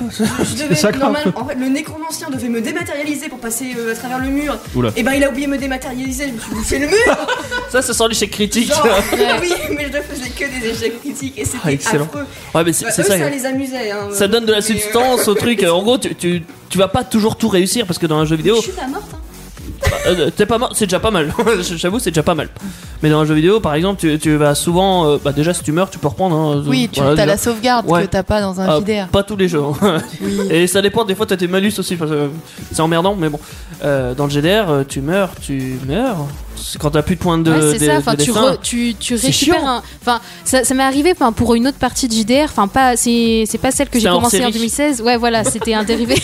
J: je devais,
E: ça craint un
J: normal-
E: peu.
J: en fait, le nécromancien devait me dématérialiser pour passer euh, à travers le mur.
E: Oula.
J: Et ben il a oublié de me dématérialiser, je me suis bouffé le
E: [LAUGHS]
J: mur.
E: Ça, ça sent l'échec critique.
J: Genre, oui, mais je faisais que des échecs critiques et
E: [LAUGHS] Ah,
J: c'était
E: excellent.
J: affreux.
E: Ouais, mais c'est
J: Bah,
E: c'est
J: eux,
E: ça.
J: les amusait. hein.
E: Ça donne de la
J: Mais, euh,
E: substance au truc. En gros, tu, tu, tu vas pas toujours tout réussir parce que dans un jeu vidéo,
J: Je suis pas morte. hein.
E: bah, euh, t'es pas mort, c'est déjà pas mal. [LAUGHS] J'avoue, c'est déjà pas mal. Mais dans un jeu vidéo, par exemple, tu, tu vas souvent. euh, bah, déjà, si tu meurs, tu peux reprendre. hein.
G: Oui, tu
E: Voilà,
G: as la
E: déjà.
G: sauvegarde
E: Ouais.
G: que t'as pas dans un
E: Ah,
G: JDR.
E: Pas tous les jeux. hein. [LAUGHS] Et ça dépend, des fois t'as tes malus aussi. parce que C'est emmerdant, mais bon. Euh, dans le GDR, euh, tu meurs, tu meurs. C'est Quand t'as plus de points de.
H: Ouais,
E: de-
H: c'est ça.
E: de
H: Enfin, tu,
E: destin. [LAUGHS]
H: re- tu, tu
E: C'est
H: récupères.
E: chiant.
H: un- Enfin, ça, ça m'est arrivé enfin, pour une autre partie de JDR. Enfin, pas. C'est c'est pas celle que j'ai
E: C'est un
H: commencé en
E: hors-série.
H: 2016. Ouais, voilà, c'était
E: [LAUGHS]
H: un dérivé.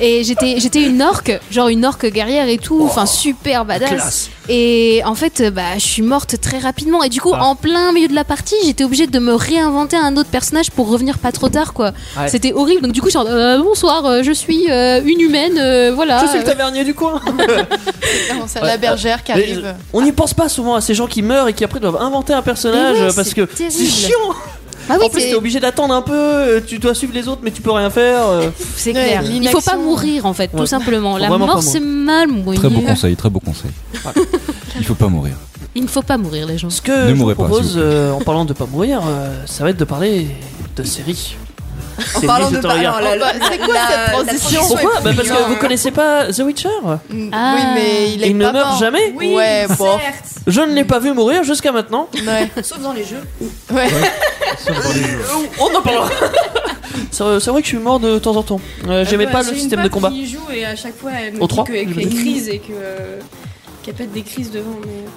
H: et j'étais j'étais une orque, genre une orque guerrière et tout. Enfin, super badass.
M: classe.
H: Et en fait, euh, bah, je suis morte très rapidement. Et du coup,
M: Ah.
H: en plein milieu de la partie, j'étais obligée de me réinventer un autre personnage pour revenir pas trop tard, quoi.
M: Ouais.
H: C'était horrible. Donc du coup, genre, euh, bonsoir, euh, je suis euh, une humaine. euh, voilà.
E: Je suis le tavernier du coin. [LAUGHS]
G: C'est la
E: Ouais.
G: bergère qui
E: Mais,
G: arrive.
E: euh, On n'y pense pas souvent à ces gens qui meurent et qui après doivent inventer un personnage
G: Mais ouais,
E: euh, parce
G: c'est
E: que
G: terrible.
E: c'est chiant.
H: Ah oui,
E: en plus,
H: c'est-
E: t'es obligé d'attendre un peu, euh, tu dois suivre les autres, mais tu peux rien faire. euh.
H: C'est clair. Il faut pas mourir en fait, tout
E: Ouais.
H: simplement.
E: Faut
H: La
E: vraiment pas
H: mort, c'est mal mourir. [LAUGHS]
I: Très beau conseil, très beau conseil. Il faut pas mourir.
H: Il ne faut pas mourir, les gens.
E: Ce que je vous propose, euh, en parlant de pas mourir, euh, ça va être de parler de séries.
G: En
E: Séries,
G: parlant
E: je
G: de
E: te
G: pas-
E: regarde.
G: alors, la- la- Oh, bah, C'est quoi la- cette la transition transition
E: Pourquoi
G: est
E: Bah, Parce
G: brillante.
E: que vous connaissez pas The Witcher
G: Ah. oui, mais il est
E: ne
G: pas
E: meurt
G: mort.
E: jamais
G: Oui, Ouais, certes. bon.
E: Je ne l'ai pas vu mourir jusqu'à maintenant.
J: Sauf dans les jeux.
G: Ouais. Oh,
E: On en parlera. [LAUGHS] C'est c'est vrai que je suis mort de temps en temps.
G: Ah,
E: Euh, J'aimais
G: bah,
J: Euh,
E: pas
J: j'ai
E: le
J: une
E: système de
J: pote
E: combat.
J: qui y joue et à chaque fois elle me dit
E: Au trois,
J: que- qu'elle
E: je me dis.
J: crise et que euh, qu'elle pète des crises devant. Mais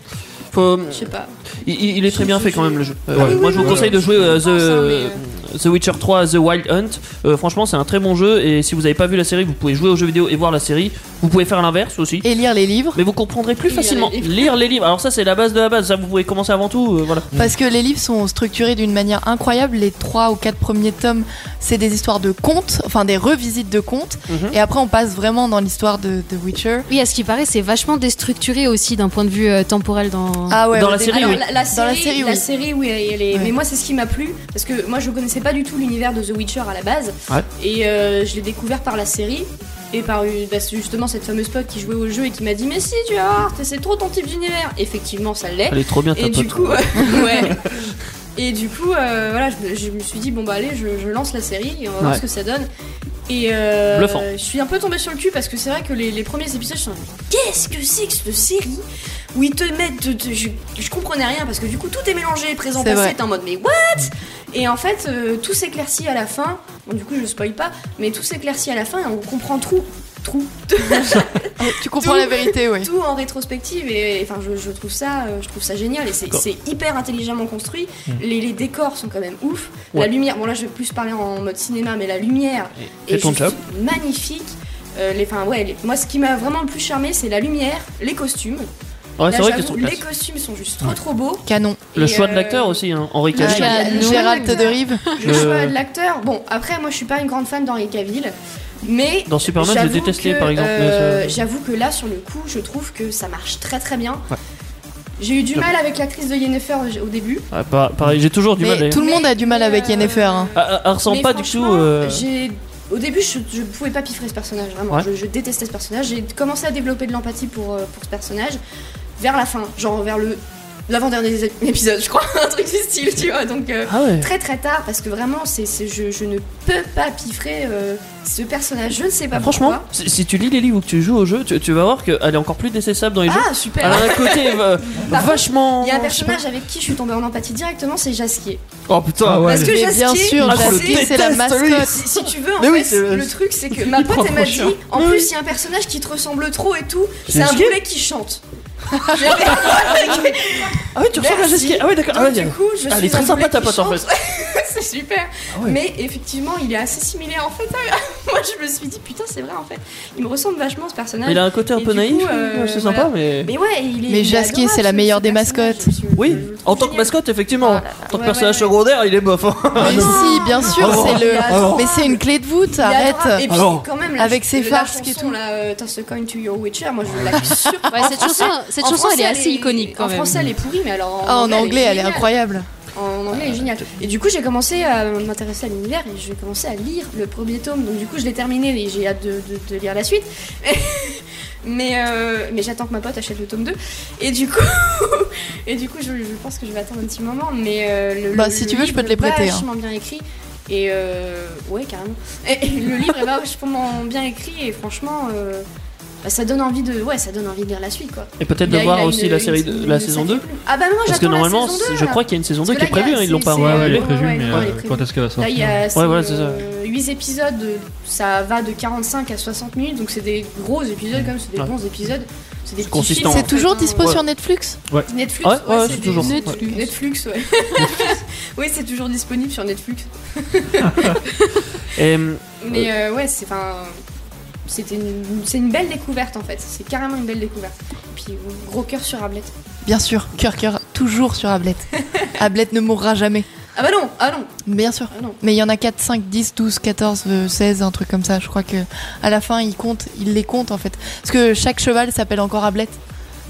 E: Faut-
J: je sais pas.
E: Il, il- il est très bien fait quand même le jeu. Euh,
M: Ah oui,
E: moi
M: oui,
E: je vous
M: oui,
E: conseille
M: oui.
E: de jouer euh, The, The Witcher 3 The Wild Hunt. Euh, franchement c'est un très bon jeu et si vous n'avez pas vu la série vous pouvez jouer aux jeux vidéo et voir la série. Vous pouvez faire l'inverse aussi.
G: Et lire les livres.
E: Mais vous comprendrez plus facilement. Lire les livres. Alors ça c'est la base de la base. Ça vous pouvez commencer avant tout. euh, voilà.
G: Parce que les livres sont structurés d'une manière incroyable. Les trois ou quatre premiers tomes, c'est des histoires de contes, enfin des revisites de contes.
E: Mhm.
G: Et après, on passe vraiment dans l'histoire de, de Witcher.
H: Oui, à ce qui paraît, c'est vachement déstructuré aussi d'un point de vue euh, temporel dans.
G: Ah ouais,
J: Alors, la, la série,
G: Dans la série, oui.
J: oui, elle est-
G: Ouais.
J: Mais moi, c'est ce qui m'a plu parce que moi, je connaissais pas du tout l'univers de The Witcher à la base,
E: Ouais.
J: et euh, je l'ai découvert par la série. Et par une- bah, c'est justement cette fameuse pote qui jouait au jeu et qui m'a dit Mais si, tu vas voir, t'es- c'est trop ton type d'univers. Effectivement, ça l'est.
E: Elle est
G: Ah,
E: trop bien, ta
J: et du
E: pote.
J: coup, [LAUGHS]
G: [LAUGHS]
J: ouais. Et du coup, euh, voilà, je, je me suis dit Bon, bah allez, je, je lance la série et on va voir
E: Ouais.
J: ce que ça donne. Et euh,
E: Bluffant.
J: je suis un peu tombée sur le cul parce que c'est vrai que les, les premiers épisodes, je me suis dit, Mais Qu'est-ce que c'est que cette série où ils te mettent. de- de- je, je comprenais rien parce que du coup tout est mélangé, présent,
G: C'est vrai.
J: passé, t'es en mode mais what Et en fait euh, tout s'éclaircit à la fin, bon du coup je spoil pas, mais tout s'éclaircit à la fin et on comprend tout. Trou.
G: tu comprends la vérité, ouais.
J: Tout en rétrospective et et, enfin je, je trouve ça euh, je trouve ça génial et c'est
G: D'accord.
J: c'est hyper intelligemment construit.
G: Mm.
J: Les, les décors sont quand même ouf.
E: Mmh. Ouais.
J: La lumière, bon là je vais plus parler en mode cinéma mais la lumière
E: Et-
J: est
E: et ton
J: juste
E: job.
J: magnifique. Euh, les, enfin, ouais, les- moi ce qui m'a vraiment le plus charmé c'est la lumière, les costumes.
E: Ouais,
J: Là,
E: Ah, c'est vrai
J: j'avoue,
E: qu'ils sont
J: les
E: classe.
J: costumes sont juste trop trop beaux.
G: Canon. Euh,
E: Le
J: Et,
E: choix de
J: euh,
E: l'acteur aussi, hein, Henri
J: le
E: Cavill.
J: choix- le choix
G: Gérald
J: l'acteur.
G: Derive.
J: Le
E: Euh,
J: choix de l'acteur. Bon, après, moi, je suis pas une grande fan d'Henri Cavill, mais
E: Dans Superman, je
J: j'avoue
E: détestais,
J: que,
E: par exemple,
J: euh,
E: mais ça-
J: J'avoue que là, sur le coup, je trouve que ça marche très très bien.
E: Ouais.
J: J'ai eu du
E: J'avoue.
J: mal avec l'actrice de Yennefer au- au début.
E: Ah, par- pareil, j'ai toujours du mal.
G: Mais
E: d'ailleurs.
G: tout le monde a du mal
J: euh,
G: avec Yennefer. hein.
E: Ah, ah, Elle ressemble
J: Mais
E: pas du tout.
J: franchement,
E: euh,
J: j'ai- Au début, je, je pouvais pas piffrer ce personnage, vraiment.
E: Ouais.
J: Je, je détestais ce personnage. J'ai commencé à développer de l'empathie pour, euh, pour ce personnage vers la fin, genre vers le. L'avant-dernier é- épisode, je crois, [LAUGHS] un truc du style, tu vois. Donc, euh,
E: Ah ouais.
J: très très tard, parce que vraiment, c'est c'est- je, je ne peux pas piffrer euh, ce personnage, je ne sais pas
E: Ah, Franchement, si, si tu lis les livres ou que tu joues au jeu, tu, tu vas voir qu'elle est encore plus décessable dans les
J: Ah,
E: jeux.
J: super.
E: Elle
J: [LAUGHS]
E: a un côté euh,
J: pourquoi. Par contre,
E: vachement.
J: Il y a un personnage avec qui je suis tombée en empathie directement, c'est Jaskier.
E: Oh putain,
J: Parce que Jasquier,
G: bien sûr,
J: ah,
G: Jasquier,
J: je le
G: c'est la
J: déteste,
G: mascotte.
J: lui. Si, si tu veux, en
G: Mais oui, c'est-
J: fait, le truc, c'est que ma
G: Il prend
J: pote, elle m'a
G: trop
J: dit,
G: cher.
J: en
G: Oui.
J: plus, il y a un personnage qui te ressemble trop et tout. C'est un
E: Jasquier
J: boulet qui chante.
E: Ah oui, tu ressembles à
J: Merci.
E: Jasquier. Ah oui, d'accord.
J: Donc,
E: Ah ouais,
J: du coup, je
E: Elle
J: suis
E: est très
J: un
E: sympa
J: boulet
E: ta
J: qui
E: pote en fait.
J: [LAUGHS] c'est super.
E: Ah ouais.
J: Mais effectivement, il est assez similaire en fait. [LAUGHS] Moi, je me suis dit, putain, c'est vrai en fait. Il me ressemble vachement ce personnage.
E: Il a un côté un
J: Et
E: peu
J: du
E: naïf,
J: coup, euh,
E: ouais, c'est
J: voilà.
E: sympa, mais.
J: Mais ouais, il est. il
G: Mais
J: est
G: Jasquier, c'est la meilleure des mascottes.
E: Oui, en tant que mascotte, effectivement. En tant que
J: Ouais,
E: personnage secondaire, il est bof. hein.
G: Mais si, bien sûr,
E: Ah non.
G: c'est le.
E: Ah non.
G: Mais c'est une clé de voûte,
J: Il est
G: arrête.
J: adorable. Et puis, quand même, la-
G: avec ses
J: la
G: farces et
J: chanson,
G: tout.
J: Là, euh, Toss the coin to your witcher, moi je la kiffe.
H: Ouais,
J: En
H: cette chanson- cette
J: en
H: chanson, elle est
J: français,
H: assez iconique, quand
J: en
H: même.
J: français, elle est pourrie, mais alors.
G: Ah, en anglais, elle est
J: géniale.
G: incroyable.
J: En anglais,
G: Ah,
J: elle est géniale. Et du coup, j'ai commencé à m'intéresser à l'univers et j'ai commencé à lire le premier tome. Donc, du coup, je l'ai terminé et j'ai hâte de, de- de lire la suite. [LAUGHS] mais euh, mais j'attends que ma pote achète le tome 2. Et du coup, [LAUGHS] et du coup je, je pense que je vais attendre un petit moment. Mais euh, le,
G: Bah,
J: le-
G: si
J: le
G: tu veux, je peux te les
J: livre est
G: prêter, hein.
J: vachement bien écrit. Et euh, ouais, carrément. Et, et le livre est vachement bien écrit et franchement. euh, bah, ça donne envie de ouais ça donne envie de lire la suite quoi
E: Et
J: Il
E: peut-être
J: y
E: de
J: a- il y
E: voir
J: a
E: aussi
J: une-
E: la série de
J: une-
E: la
J: une
E: saison 2.
J: ah bah non,
E: Parce que
J: j'attends la
E: normalement,
J: saison deux,
E: je
J: là.
E: crois qu'il y a une saison 2
J: Parce
E: qui est
J: que là, il
E: prévue,
J: y a-
E: hein, ils l'ont
J: c'est-
E: pas
J: c'est-
F: Ouais, elle est
J: ouais,
F: prévue,
J: ouais,
F: mais
J: ouais,
F: euh,
J: elle est prévue.
F: quand est-ce qu'elle va
J: Là,
F: sortir
J: il y a
E: Ouais, voilà, c'est ça.
J: 8 épisodes, de- ça va de 45 à 60 minutes, donc c'est des gros épisodes quand même, c'est des
E: Mm. Ouais.
J: bons épisodes. C'est des petits films,
E: consistant. C'est
J: en fait,
G: Toujours
J: hein.
G: dispo sur Netflix
E: Ouais.
J: Netflix,
E: Ouais, ouais,
J: c'est
E: c'est
J: des-
E: toujours.
J: Netflix, Netflix, ouais. oui, c'est toujours disponible sur Netflix.
E: Et, hum,
J: Mais euh, ouais, c'est enfin, c'était une, c'est une belle découverte en fait. C'est carrément une belle découverte. Et puis gros cœur sur Ablette.
G: Bien sûr, cœur cœur, toujours sur Ablette. Ablette ne mourra jamais.
J: Ah bah non, ah non.
G: Bien sûr.
J: non.
G: Mais il y en a 4, 5, 10, 12, 14, euh, 16, un truc comme ça. Je crois que à la fin, il compte, il les compte en fait. Parce que chaque cheval s'appelle encore Ablette.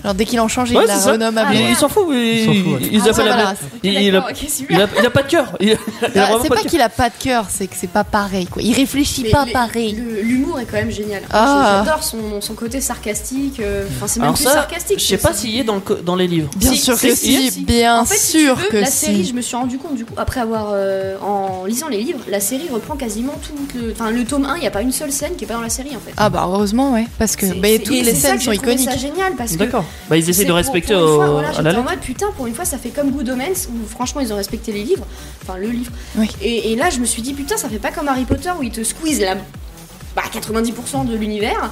G: Alors dès qu'il en change,
E: Ouais,
G: il la
E: c'est ça.
G: renomme à
J: Ah,
E: Il-
G: Blanc.
E: il s'en fout. Il,
M: s'en fout, ouais.
E: il
G: Ah,
E: appelle
G: voilà,
E: la même-
G: ok,
E: il- il a-
G: d'accord, ok, super.
E: il a- il a pas de cœur.
J: [LAUGHS]
E: Il a- il a
G: Ah,
E: vraiment
G: c'est
E: pas
G: pas
E: de cœur.
G: qu'il a pas de cœur, c'est que c'est pas pareil. Quoi. Il réfléchit
J: Mais
G: pas
J: les-
G: pareil.
J: le- L'humour est quand même génial.
G: Ah.
J: J'adore son, son côté sarcastique. euh, Enfin, c'est même
E: Alors
J: plus
E: ça,
J: sarcastique.
E: je sais
J: c'est-
E: pas s'il est dans, le co- dans les livres.
G: Bien sûr que si, bien
J: En fait, si tu
G: sûr
J: veux,
G: que
J: la
G: si.
J: série, je me suis rendu compte du coup après avoir euh, en lisant les livres, la série reprend quasiment tout le enfin le tome 1, il y a pas une seule scène qui est pas dans la série en fait.
G: Ah bah heureusement ouais, parce que bah,
J: Et
G: toutes
J: c'est
G: les
J: ça
G: scènes
J: que
G: sont
J: j'ai trouvé
G: iconiques.
J: ça génial parce que
E: D'accord. Bah, ils essaient
J: c'est
E: de
J: pour-
E: respecter
J: pour une fois,
E: au-
J: voilà,
E: à la
J: j'étais en
E: lettre.
J: mode putain pour une fois ça fait comme Good Omens où franchement ils ont respecté les livres, enfin le livre. Et, et là je me suis dit putain ça fait pas comme Harry Potter où ils te squeezent la bah, 90% de l'univers.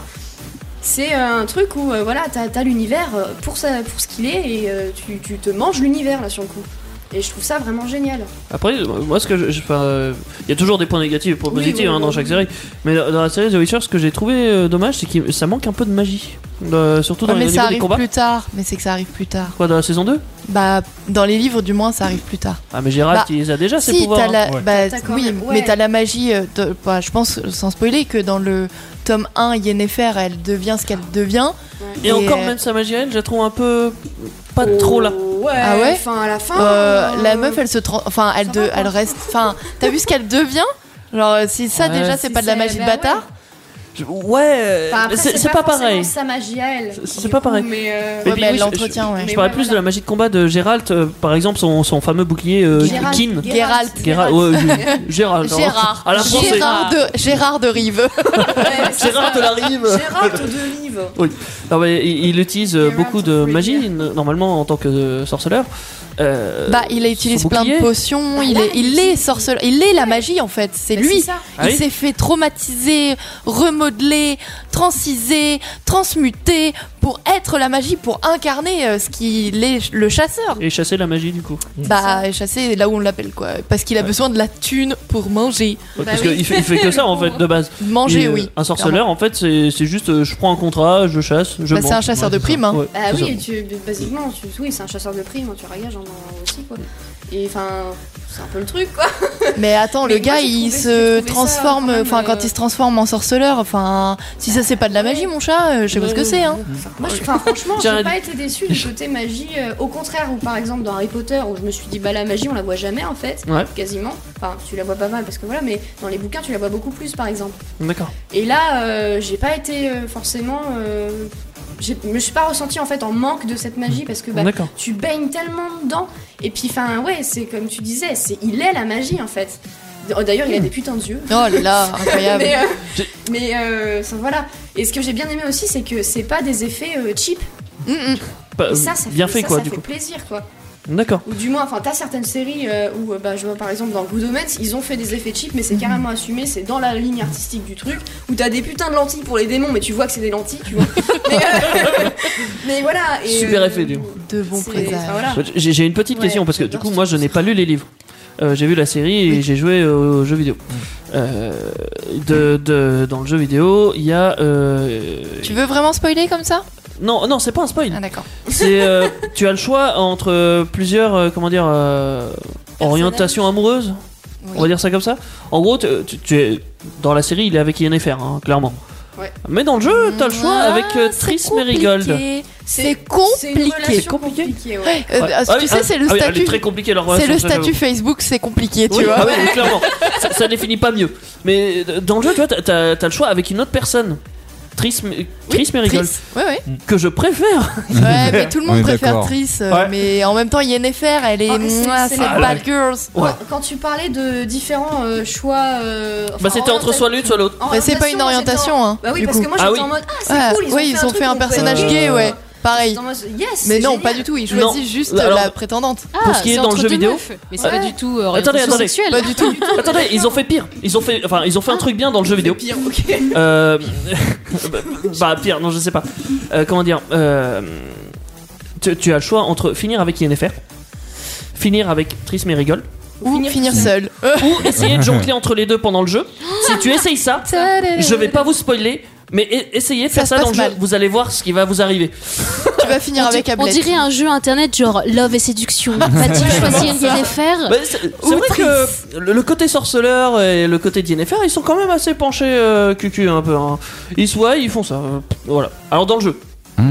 J: C'est un truc où euh, voilà t'as t'as l'univers euh, pour ça pour ce qu'il est et euh, tu, tu te manges l'univers là sur le coup. Et je trouve ça vraiment génial.
E: Après, euh, moi, ce que je. je- enfin, euh, Il y a toujours des points négatifs et des points
J: Oui,
E: positifs
J: oui,
E: hein,
J: oui,
E: dans
J: oui.
E: chaque série. Mais dans dans la série The Witcher, ce que j'ai trouvé euh, dommage, c'est que ça manque un peu de magie. Euh, surtout dans
G: Ouais,
E: les
G: mais
E: au niveau
G: ça
E: des
G: arrive
E: combats.
G: plus tard. Mais c'est que ça arrive plus tard.
E: Quoi, dans la saison 2
G: Bah dans les livres du moins ça arrive plus tard.
E: Ah, mais Gérald,
G: Bah,
E: il les a déjà, ses
G: si,
E: pouvoirs.
G: t'as
E: hein.
G: la- bah,
J: T'as quand
G: oui,
J: même- ouais.
G: mais t'as la magie. euh, de- bah, je pense, sans spoiler, que dans le tome 1, Yennefer, elle devient ce qu'elle devient.
E: Et, encore,
G: euh, Oh.
E: même sa magie, à elle, je la trouve un peu. pas trop là.
J: Oh, Ouais,
G: Ah ouais
J: enfin à la fin.
G: euh,
J: euh,
G: la meuf, elle se, tran- enfin, elle, de- elle reste. Enfin, t'as vu ce qu'elle devient Genre, euh, si ça
E: Ouais.
G: déjà, c'est
E: Si
G: pas de la
J: c'est-
G: magie de
J: bah ouais.
G: bâtard.
E: Je-
G: Bah,
E: Ouais,
J: Enfin,
E: mais
J: après,
E: c'est c'est pas,
J: forcément
E: pareil.
J: Sa magie à elle.
E: C'est
J: du
E: pas
J: coup,
E: pareil.
J: Mais euh,
G: bah,
E: Et puis, oui, je- je- Je,
J: Mais
E: parlais
J: ouais,
E: plus de la magie de combat de Gérald, euh, par exemple, son, son fameux bouclier euh,
G: Gérald.
E: Kin.
G: Gérald.
E: Gérald. ouais,
J: [LAUGHS]
E: je- Gérald, hein.
G: Gérard.
E: À la française.
G: Gérard de, Gérard de Rive.
E: Gérard de la
G: [LAUGHS]
E: Rive.
J: Gérard de Rive.
E: Oui. Non, mais il, il utilise euh, beaucoup de magie, n- normalement, en tant que euh, sorceleur. Euh,
G: Bah, il a utilisé
E: son
G: plein de
E: bouclier.
G: potions, il est, il est sorceleur, il est la magie en fait, c'est
J: Bah,
G: lui.
J: c'est ça.
E: Ah
G: Il
E: oui
G: s'est fait traumatiser, remodeler, transiser, transmuter pour être la magie, pour incarner euh, ce qu'il est, le chasseur.
E: Et chasser la magie, du coup.
G: Bah, chasser là où on l'appelle quoi, parce qu'il a besoin de la thune pour manger.
E: Ouais, Parce qu'il fait, il fait que ça, en fait, de base.
G: Bah Manger,
E: Et, euh,
G: oui,
E: Un sorceleur, en fait, c'est c'est juste euh, je prends un contrat, je chasse, je
G: Bah, c'est
E: mange.
G: un chasseur de
E: Ouais,
G: primes, hein.
E: ouais,
J: Bah
E: c'est
J: oui,
E: ça.
J: tu, basiquement, tu, oui, c'est un chasseur de primes, hein, tu ragages en, en- aussi quoi. Et enfin, c'est un peu le truc quoi.
G: Mais attends, le
J: Mais moi,
G: gars,
J: j'ai trouvé- j'ai
G: il se
J: trouvé ça, quand
G: transforme,
J: même,
G: enfin quand
J: euh,
G: il se transforme en sorceleur, enfin si ça c'est pas de la magie mon chat, euh, je sais pas ce que c'est hein.
J: Moi, je- enfin, franchement, j'ai
G: Jared-
J: pas été déçu du côté magie. euh, au contraire, ou par exemple dans Harry Potter, où je me suis dit, bah la magie, on la voit jamais en fait,
E: Ouais.
J: quasiment. Enfin, tu la vois pas mal parce que voilà, mais dans les bouquins, tu la vois beaucoup plus par exemple.
E: D'accord.
J: Et là, euh, j'ai pas été euh, forcément. euh, j'ai- je me suis pas ressenti en fait en manque de cette magie parce que bah,
E: D'accord.
J: tu baignes tellement dedans. Et puis, enfin, ouais, c'est comme tu disais, c'est il est la magie en fait. Oh, D'ailleurs,
E: Hmm.
J: il a des putains de yeux.
G: Oh là là,
E: Ah,
J: [LAUGHS]
G: incroyable.
J: mais euh, mais, euh, ça, voilà. Et ce que j'ai bien aimé aussi, c'est que c'est pas des effets euh, cheap.
G: Mm,
E: Pas-
J: Et ça, ça
E: Bah, Euh, bien
J: fait,
E: fait,
J: ça,
E: quoi,
J: ça
E: du
J: fait
E: coup.
J: plaisir, quoi.
E: D'accord.
J: Ou du moins, enfin, t'as certaines séries euh, où, euh, bah, je vois par exemple dans Good Omens, ils ont fait des effets cheap, mais c'est
E: Hmm.
J: carrément assumé, c'est dans la ligne artistique du truc, où t'as des putains de lentilles pour les démons, mais tu vois que c'est des lentilles,
E: [LAUGHS]
J: tu vois. mais, euh, [LAUGHS] mais voilà. Et,
E: Super
J: euh,
E: effet, du coup.
G: De bons
J: c'est-
G: présages.
J: enfin, voilà.
E: Bah, J'ai j'ai une petite
J: Ah. Ouais,
E: question parce que du
J: j'adore
E: coup, moi, je n'ai pas lu les livres. Euh, j'ai vu la série et j'ai joué au jeu vidéo. Euh, de, de- dans le jeu vidéo, il y a. euh,
G: Tu veux vraiment spoiler comme ça
E: Non, non, c'est pas un spoil.
G: Ah d'accord.
E: c'est, euh, tu as le choix entre euh, plusieurs, euh, comment dire, euh, orientations amoureuses. On va dire ça comme ça. En gros, tu, tu- tu es dans la série, il est avec Yennefer, hein, clairement.
J: Ouais.
E: Mais dans le jeu, t'as le choix
G: Ah,
E: avec euh,
G: c'est
E: Triss Merigold.
G: compliqué. Euh, C'est
J: C'est une
G: compliqué.
J: relation compliquée. ouais.
G: Euh,
E: Ouais.
G: ah,
E: Ah
G: tu
E: oui,
G: sais,
E: ah,
G: c'est le
E: ah oui, elle est
G: statut.
E: très compliquée, leur
G: C'est
E: relation,
G: le
E: ça,
G: statut
E: j'avoue.
G: Facebook, c'est compliqué, tu
E: Oui,
G: vois.
E: ah oui, mais clairement. ça, ça définit pas mieux. Mais euh, dans le jeu, tu vois, t'as, t'as- t'as le choix avec une autre personne. Tris, euh, Tris Merigold.
G: Triss. Ouais,
E: [LAUGHS]
G: ouais.
E: Que je préfère.
G: Ouais, mais tout le
E: On est
G: monde préfère
E: d'accord.
G: Triss. euh,
E: Ouais.
G: Mais en même temps, Yennefer, elle est.
J: Ah, c'est-
G: Mouah,
J: c'est
G: C'est
E: la-
G: Bad
E: Ouais.
G: Girls.
J: Quand-
E: Ouais.
J: Quand tu parlais de différents euh, choix. euh, enfin,
E: Bah,
G: Oh,
E: c'était entre
J: orienta-
E: soit l'une, soit l'autre.
J: en
G: Mais Bah, c'est pas une
J: j'étais en-
G: orientation, hein,
J: Bah oui,
G: du
J: parce
G: coup.
J: que moi
E: Ah
J: j'étais
E: oui.
J: en mode Ah, c'est
G: Ouais,
J: cool, ils
G: ouais, ils ont
J: truc où
G: fait un
J: on peut
G: personnage
J: être-
G: gay, ouais.
J: J'étais
G: Pareil.
J: en mode, Yes,
G: Mais
J: c'est
G: non,
J: génial.
G: pas du tout. Ils
E: Non.
G: choisissent juste
E: Alors-
G: la prétendante.
H: Ah,
E: Pour ce qui est
H: c'est
E: dans le
H: entre
E: jeu
H: deux
E: vidéo.
H: meufs, Mais c'est pas du tout. euh,
E: attendez,
H: orientation
E: attendez.
H: sexuelle.
G: Pas du tout.
E: Attendez, ils ont fait pire. Ils ont fait, enfin, ils ont fait un truc bien dans le jeu vidéo.
J: Pire, [LAUGHS] ok.
E: Euh, [LAUGHS] bah, bah, pire, non, je sais pas. Euh, comment dire euh, tu, tu as le choix entre finir avec Yennefer, finir avec Tris Merigold,
G: Ou finir, seul.
E: ou essayer de jongler entre les deux pendant le jeu. Si tu essayes ça, je vais pas vous spoiler. Mais e- essayez de
G: Ça
E: faire
G: se
E: ça dans
G: passe
E: le jeu,
G: mal.
E: vous allez voir ce qui va vous arriver.
G: [LAUGHS] Tu vas finir
H: On, di-
G: avec
H: on
G: Ablette.
H: dirait un jeu internet genre Love
E: [LAUGHS]
H: et séduction.
G: [LAUGHS]
H: Va-t-il choisir Yennefer
E: Bah, c'est c'est vrai que le, le côté sorceleur et le côté d'INFR, ils sont quand même assez penchés euh, cucu un peu. hein. Ils se voient, ils font ça. euh, voilà. Alors dans le jeu.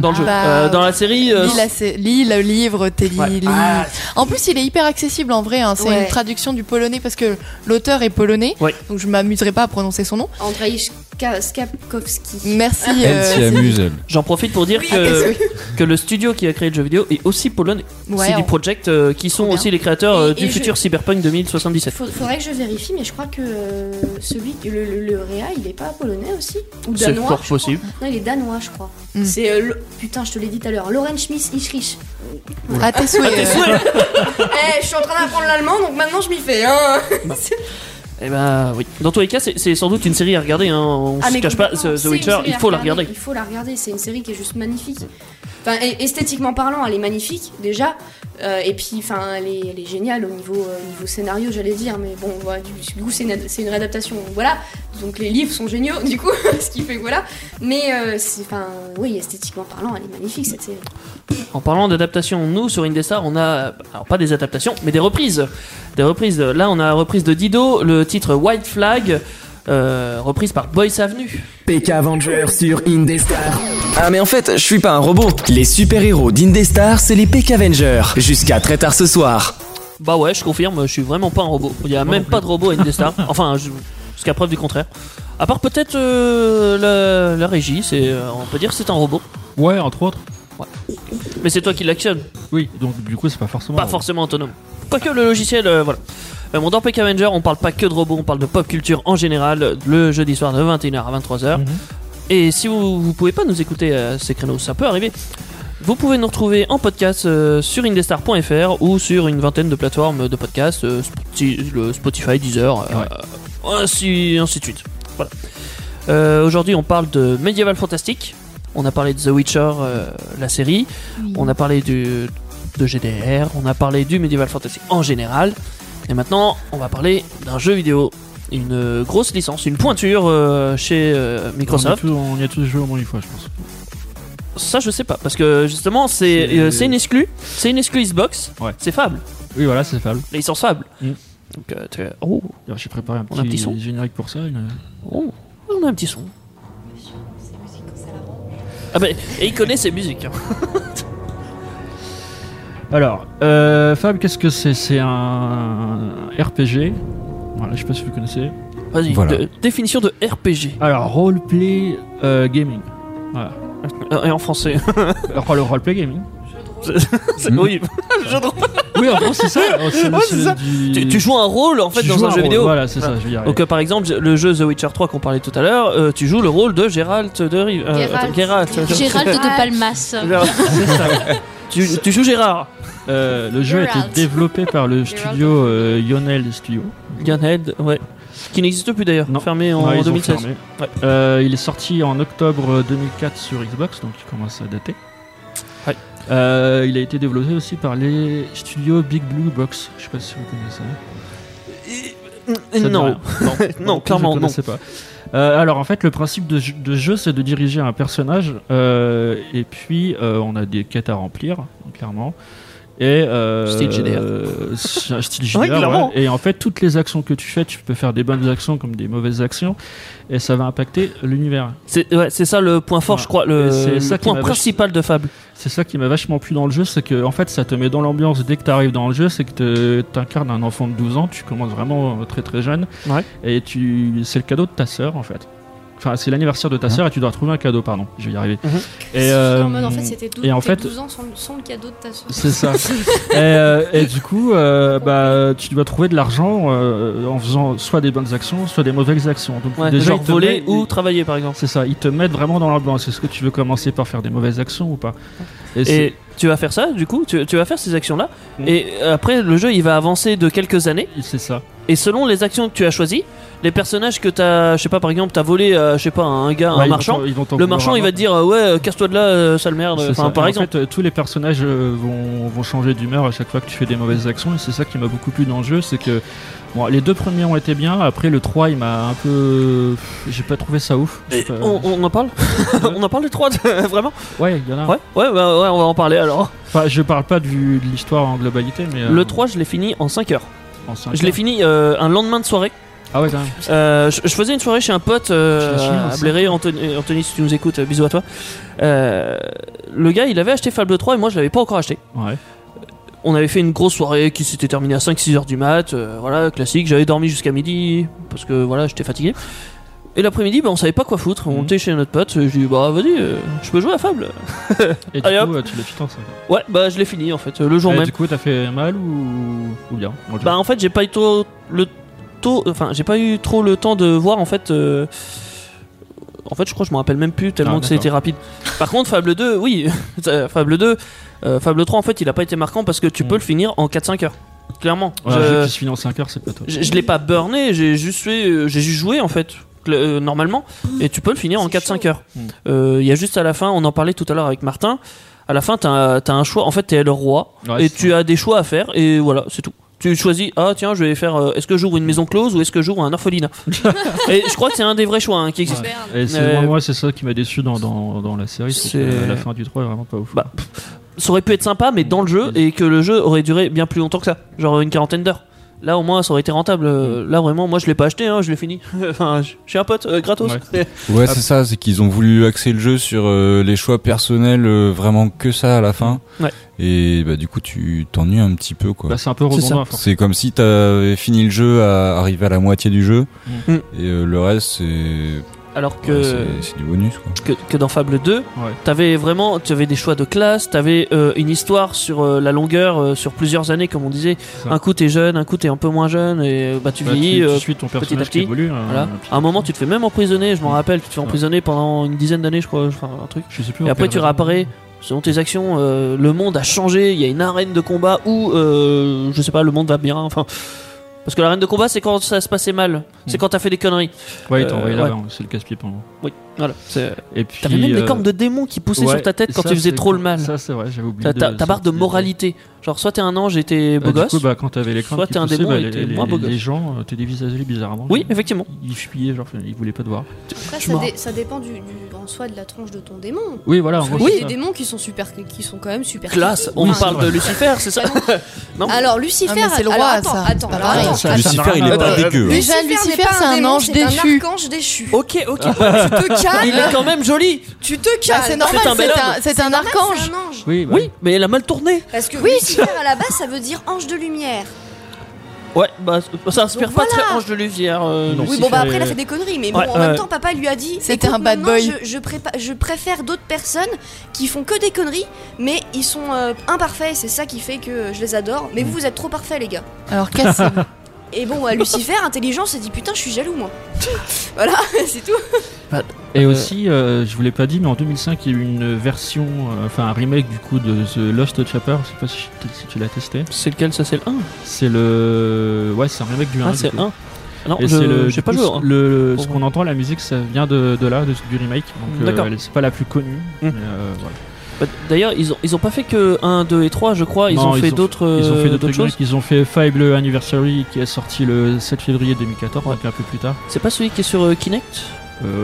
E: dans le jeu.
J: Ah,
G: Bah,
E: Euh, dans la série. euh,
G: lis, la sé- lis le livre, Teddy. lis.
E: Ah,
G: en plus, il est hyper accessible en vrai. hein. C'est
J: Ouais.
G: une traduction du polonais parce que l'auteur est polonais.
E: Ouais.
G: Donc je m'amuserai pas à prononcer son nom.
J: Andrzej Ska- Skapkowski.
E: Ah.
G: Merci. euh,
I: Elle s'y
H: euh,
I: amuse, elle.
E: J'en profite pour dire
J: Oui,
E: que,
J: désolé.
E: que le studio qui a créé le jeu vidéo est aussi polonais.
J: Ouais,
E: c'est des
J: on-
E: projects euh, qui sont
J: bien.
E: aussi les créateurs euh,
J: Et-
E: du
J: et je-
E: futur Cyberpunk 2077.
J: Faut- Faudrait que je vérifie, mais je crois que euh, celui, le, le, le Réa, il est pas polonais aussi Ou
E: C'est
J: danois
E: fort
J: je crois.
E: possible.
J: Non, il est danois, je crois.
G: Hmm.
J: C'est. euh, le- Putain, je te l'ai dit tout à l'heure. Lorenz Schmitz, ich riche.
G: À
E: Ah,
G: tes souhaits.
J: [LAUGHS]
G: euh, bah,
J: Eh, je suis en train d'apprendre l'allemand, donc maintenant je m'y fais. Hein.
E: Eh ben oui. Dans tous les cas, c'est c'est sans doute une série à regarder. hein. On
J: Ah,
E: se
J: mais
E: cache pas.
J: complètement,
E: The- The
J: c'est une
E: Witcher,
J: série
E: il
J: à
E: faut la regarder.
J: Il faut la regarder, c'est une série qui est juste magnifique. Enfin, et- esthétiquement parlant, elle est magnifique déjà. Euh, et puis, enfin, elle est, elle est géniale au niveau, euh, niveau scénario, j'allais dire. Mais bon, voilà, du, du coup, c'est une, ad- c'est une réadaptation. Voilà. Donc les livres sont géniaux, [LAUGHS] du coup, ce qui fait que voilà. Mais euh, c'est- enfin, oui, esthétiquement parlant, elle est magnifique cette série.
E: En parlant d'adaptation, nous sur Indestar, on a alors pas des adaptations, mais des reprises. Des reprises. Là, on a la reprise de Dido, le titre White Flag, euh, reprise par Boyce Avenue.
D: PK Avenger sur Indestar. Ah mais en fait, je suis pas un robot. Les super-héros d'Indestar, c'est les PK Avengers. Jusqu'à très tard ce soir.
E: Bah ouais, je confirme, je suis vraiment pas un robot. Il y a même pas de robot à Indestar. enfin, je- jusqu'à preuve du contraire. À part peut-être euh, la, la régie, c'est, euh, on peut dire que c'est un robot.
F: Ouais, entre autres.
E: Mais c'est toi qui l'actionnes.
F: Oui, donc du coup, c'est pas forcément.
E: Pas forcément autonome. Quoique le logiciel, euh, voilà. Euh, bon, dans Peck Avenger, on parle pas que de robots, on parle de pop culture en général, le jeudi soir de 21h à 23h. Et si vous, vous pouvez pas nous écouter à ces créneaux, ça peut arriver. Vous pouvez nous retrouver en podcast euh, sur indestar.fr ou sur une vingtaine de plateformes de podcasts, euh, Spoti- le Spotify, Deezer, euh, ainsi, ainsi de suite. Voilà. Euh, Aujourd'hui, on parle de médiéval fantastique. On a parlé de The Witcher, euh, la série.
M: Oui.
E: On a parlé du, de GDR. On a parlé du médiéval fantastique en général. Et maintenant, on va parler d'un jeu vidéo. Une euh, grosse licence, une pointure euh, chez euh, Microsoft.
F: On y a tous- On y a tous joué au moins une fois, je pense.
E: Ça, je sais pas, parce que justement, c'est euh, c'est une exclue. C'est une exclue Xbox. C'est Fable.
F: Oui, voilà, c'est Fable.
E: La licence Fable.
F: Mm.
E: Donc, euh, t'es- oh,
F: Alors, j'ai préparé un petit,
E: On a un petit son
F: générique pour ça. une-
E: oh, on a un petit son. Ah bah, et il connaît ses musiques. hein.
F: Alors, euh, Fable, qu'est-ce que c'est C'est un RPG. Voilà, je sais pas si vous connaissez.
E: Vas-y, de- définition de RPG.
F: Alors, roleplay euh, gaming. Voilà.
E: Euh, Et en français [LAUGHS]
F: Alors, le roleplay gaming.
E: C'est-
F: Hmm.
E: Oui, jeu de rôle.
F: Oui, en gros,
E: [LAUGHS]
F: c'est ça. Oh, c'est-
E: Ouais,
F: c'est
E: c'est ça.
F: du-
E: Tu, tu joues un rôle en fait
F: Tu
E: dans
F: joues
E: un,
F: un
E: jeu
F: rôle,
E: vidéo.
F: voilà, c'est ça, je vais y arriver.
E: Donc, euh, par exemple, le jeu The Witcher 3 qu'on parlait tout à l'heure, euh, tu joues le rôle de Gérald de Rive. euh,
H: Gérald.
E: attends, Gérald.
H: Gérald de Palmas.
E: C'est ça. tu, tu joues Gérard.
F: Euh, le jeu a été
H: Geralt.
F: développé par le studio euh, Yonel Studio.
E: Gunhead, ouais. Qui n'existe plus d'ailleurs, fermé en
F: Ouais, ils ont
E: 2016.
F: fermé. Euh, il est sorti en octobre euh, 2004 sur Xbox, donc il commence à dater. Euh, il a été développé aussi par les studios Big Blue Box. Je sais pas si vous connaissez. Ça dit
E: euh, non.
F: rien. [LAUGHS]
E: Non,
F: moi plus,
E: clairement, non.
F: je connaissais pas. Euh, alors en fait, le principe de, jeu- de jeu, c'est de diriger un personnage, euh, et puis euh, on a des quêtes à remplir, clairement. Et euh,
E: Style GDR.
F: euh, c'est
E: [LAUGHS]
F: un style
E: Ouais,
F: GDR,
E: clairement.
F: ouais. Et en fait, toutes les actions que tu fais, tu peux faire des bonnes actions comme des mauvaises actions, et ça va impacter l'univers.
E: C'est ouais, c'est ça le point fort,
F: Ouais.
E: je crois, le,
F: Et c'est ça
E: le
F: qui
E: point
F: m'a vach-
E: principal de Fable.
F: C'est ça qui m'a vachement plu dans le jeu, c'est que en fait ça te met dans l'ambiance dès que tu arrives dans le jeu, c'est que te- t'incarnes un enfant de 12 ans, tu commences vraiment euh, très très jeune,
E: Ouais.
F: et tu c'est le cadeau de ta sœur en fait. Enfin, c'est l'anniversaire de ta sœur et tu dois trouver un cadeau, pardon, je vais y arriver.
E: Mhm.
F: Et, euh,
J: en mode, en fait, c'était 12,
F: et en
J: tes
F: fait,
J: 12 ans sans, sans le cadeau de ta soeur. [LAUGHS]
F: c'est ça. et, euh, et du coup, euh, bah, tu dois trouver de l'argent euh, en faisant soit des bonnes actions, soit des mauvaises actions. Donc,
E: Ouais,
F: déjà,
E: genre
F: ils te
E: voler
F: mettent-
E: ou travailler par exemple.
F: C'est ça, ils te mettent vraiment dans l'ambiance. Est-ce que tu veux commencer par faire des mauvaises actions ou pas c'est-
E: Et tu vas faire ça, du coup, tu, tu vas faire ces actions-là, et après le jeu il va avancer de quelques années.
F: C'est ça.
E: Et selon les actions que tu as choisies, les personnages que t'as, je sais pas, par exemple, t'as volé, euh, je sais pas, un gars, un
F: Ouais, ils vont
E: marchand,
F: t'en- ils vont t'en
E: le
F: vouloir
E: marchand il va
F: avoir.
E: te dire euh, ouais, euh, casse-toi de là, euh, sale merde,
F: C'est
E: enfin
F: ça.
E: par
F: Et en
E: exemple.
F: fait, euh, tous les personnages euh, vont, vont changer d'humeur à chaque fois que tu fais des mauvaises actions, et c'est ça qui m'a beaucoup plu dans le jeu, c'est que bon, les deux premiers ont été bien, après le 3 il m'a un peu... J'ai pas trouvé ça ouf. J'ai pas-
E: On, on en parle [LAUGHS] On en parle des trois, [LAUGHS] vraiment
F: Ouais, il y en a.
E: Ouais, ouais, bah, ouais, on va en parler alors.
F: Enfin, je parle pas du- de l'histoire en globalité, mais... euh, Ah.
E: Le 3, je l'ai fini en 5 heures.
F: en cinq
E: Je l'ai
F: heures.
E: fini euh, un lendemain de soirée.
F: Ah ouais, quand même.
E: Euh, je, je faisais une soirée chez un pote euh,
F: Chez la Chine,
E: à
F: ça.
E: Bléré, Anthony, Anthony, si tu nous écoutes, euh, bisous à toi. Euh, le gars, il avait acheté Fable 3 et moi, je l'avais pas encore acheté.
F: Ouais.
E: On avait fait une grosse soirée qui s'était terminée à 5-6 heures du mat, euh, voilà, classique. J'avais dormi jusqu'à midi parce que voilà, j'étais fatigué. Et l'après-midi, bah, on savait pas quoi foutre.
F: Mhm.
E: On était chez notre pote, je lui ai dit, bah vas-y, euh, je peux jouer à Fable.
F: Et du
E: Allez, hop.
F: coup, euh, tu l'as fini en 5
E: Ouais, bah je l'ai fini en fait, euh, le jour
F: Et
E: même.
F: Eh, du coup, t'as fait mal ou, ou bien Bon, le jour.
E: Bah en fait j'ai pas eu trop le tôt- enfin j'ai pas eu trop le temps de voir en fait. euh, En fait je crois que je me rappelle même plus tellement
F: Ah,
E: que ça a été
F: d'accord.
E: rapide. Par contre Fable 2 oui [LAUGHS] ça- Fable 2 euh, Fable 3 en fait il a pas été marquant parce que tu peux le finir en 4-5 heures. Clairement.
F: Hmm. Ouais,
E: Je-
F: Un jeu qui se finit en 5 heures, c'est pas toi.
E: je, je l'ai pas burné, j'ai juste, fait, euh, j'ai juste joué en fait. cl- euh, normalement, et tu peux le finir en 4-5 heures.
F: Hmm.
E: Euh, Il y a juste à la fin, on en parlait tout à l'heure avec Martin, à la fin, t'as as un choix. En fait, t'es le roi,
F: Ouais,
E: et tu as des choix à faire, et voilà, c'est tout. Tu choisis, ah tiens, je vais faire, euh, est-ce que j'ouvre une maison close ou est-ce que j'ouvre un
F: [LAUGHS]
E: orphelinat Et je crois que c'est un des vrais choix hein, qui existe.
F: Et c'est,
E: Euh,
F: moi, moi, c'est ça qui m'a déçu dans, dans, dans la série. C'est, que
E: C'est- Bah,
F: la fin du 3 est vraiment pas ouf.
E: ça aurait pu être sympa, mais dans le jeu, et que le jeu aurait duré bien plus longtemps que ça, genre une quarantaine d'heures. Là, au moins, ça aurait été rentable. Euh,
F: Mm.
E: Là, vraiment, moi, je l'ai pas acheté, hein, je l'ai fini. [LAUGHS] enfin, je- chez un pote, euh, gratos.
I: Ouais, c'est ça, c'est qu'ils ont voulu axer le jeu sur euh, les choix personnels, euh, vraiment que ça à la fin.
E: Ouais.
I: Et bah, du coup, tu t'ennuies un petit peu, quoi.
F: Bah, c'est un peu C'est redondant, ça. à
E: hein,
F: force.
I: C'est comme si t'avais fini le jeu à arriver à la moitié du jeu.
E: Mm.
I: Et euh, le reste, c'est.
E: [LAUGHS] Alors que-
I: Ouais, c'est- c'est du bonus, quoi.
E: que, que dans Fable 2, t'avais vraiment, tu avais des choix de classe, t'avais euh, une histoire sur euh, la longueur, euh, sur plusieurs années, comme on disait.
F: ça.
E: Un coup t'es jeune, un coup t'es un peu moins jeune, et euh, bah tu
F: Bah,
E: vieillis
F: tu- tu
E: euh,
F: suis ton
E: petit à
F: personnage
E: petit.
F: qui évolue, euh,
E: Voilà.
F: puis-
E: À un moment tu te fais même emprisonner, je m'en rappelle, tu te fais emprisonner pendant une dizaine d'années, je crois, enfin un truc.
F: Je sais plus
E: et
F: en
E: après
F: quelle
E: tu
F: raison.
E: réapparais. Selon tes actions, euh, le monde a changé. Il y a une arène de combat où, euh, je sais pas, le monde va bien. Enfin, parce que l'arène de combat, c'est quand ça se passait mal.
F: Hmm.
E: C'est quand t'as fait des conneries.
F: Ouais, il
E: Euh,
F: t'a envoyé là,
E: ouais.
F: c'est le casse-pied pendant.
E: Oui, voilà. c'est-
F: Et puis.
E: T'avais même des
F: euh,
E: cornes de démon qui poussaient
F: ouais,
E: sur ta tête quand
F: ça,
E: tu faisais
F: c'est-
E: trop le mal.
F: Ça, c'est vrai, j'avais oublié.
E: Ta, ta- ta barre de moralité. Genre, soit t'es un ange et t'es beau
F: Bah,
E: gosse.
F: Du coup, bah, quand t'avais les cornes
E: soit
F: qui
E: t'es un
F: poussaient,
E: démon
F: bah,
E: et
F: les,
E: t'es
F: les-
E: moins beau
F: les
E: gosse.
F: gens euh, te dévisageaient bizarrement.
E: Oui, effectivement.
F: Ils fuyaient, genre, ils voulaient pas te voir.
J: Après,
F: Je
J: ça,
F: m'en-
J: dé- ça dépend du, du- en soi de la tronche de ton démon.
F: Oui, voilà, en
J: Parce que
F: gros,
J: oui,
F: c'est
J: des
F: ça.
J: démons qui sont super, qui sont quand même super.
E: Classe,
J: creepy.
E: on
J: Enfin,
E: parle de Lucifer, c'est ça Non
J: Alors Lucifer,
G: Ah, mais c'est le
J: alors,
G: roi,
J: attends,
G: ça.
J: attends,
G: Bah,
J: alors,
G: pareil.
J: attends.
G: Ah,
I: Lucifer,
G: ça n'a
I: il est
G: rien à
I: pas
E: Euh,
G: voir.
I: dégueu. hein.
G: Lucifer,
J: n'est pas
G: Lucifer, c'est un
J: démon,
G: ange
J: c'est
G: déchu.
J: Un archange déchu.
E: [LAUGHS] Ok, ok.
J: tu [LAUGHS] te calmes.
E: Il est quand même joli.
J: Tu te
G: Bah,
J: calmes.
G: c'est normal,
E: C'est un bel
G: c'est
E: homme.
G: un, c'est un archange.
J: C'est un ange.
F: Oui,
E: mais elle a mal tourné.
J: Parce que
E: Oui.
J: Lucifer à la base, ça veut dire ange de lumière.
E: Ouais, bah ça inspire
J: Donc
E: pas
J: voilà.
E: très ange de luvière. euh,
J: oui,
E: Lucifer
J: bon, bah après,
E: et-
J: elle a fait des conneries, mais bon,
E: Ouais,
J: en
E: ouais.
J: même temps, papa lui a dit
G: C'était
J: écoute,
G: un bad
J: maintenant,
G: boy.
J: Je, je, prépa- je préfère d'autres personnes qui font que des conneries, mais ils sont euh, imparfaits, c'est ça qui fait que je les adore.
E: Mm.
J: Mais vous, vous êtes trop parfaits, les gars.
G: Alors, cassez
J: Et bon, bah,
E: [LAUGHS]
J: Lucifer, intelligent, s'est dit putain, je suis jaloux, moi. [LAUGHS] voilà, [LAUGHS] c'est tout.
F: Et aussi, euh, je vous l'ai pas dit, mais en 2005, il y a eu une version, euh, enfin un remake du coup de The Lost Chapter. Je sais pas si, si tu l'as testé.
E: C'est lequel ça C'est le 1
F: C'est le. Ouais, c'est un remake du 1.
E: Ah, c'est
F: du
E: le
F: coup.
E: 1. Ah non,
F: Et
E: je-
F: c'est le-
E: j'ai
F: du
E: pas hein.
F: coup,
E: joué au 1.
F: le-
E: Pour
F: ce
E: moi.
F: qu'on entend, la musique, ça vient de, de là, de, du remake. Donc, euh,
E: D'accord.
F: elle- c'est pas la plus connue.
E: Mm.
F: mais, euh, voilà.
E: Bah, D'ailleurs, ils ont, ils ont pas fait que 1, 2 et 3, je crois. Ils
F: Non,
E: ont fait d'autres euh,
F: Ils ont fait
E: d'autres
F: d'autres
E: choses.
F: remakes. Ils ont fait Fable Anniversary qui est sorti le 7 février 2014, donc un peu plus tard.
E: C'est pas celui qui est sur euh, Kinect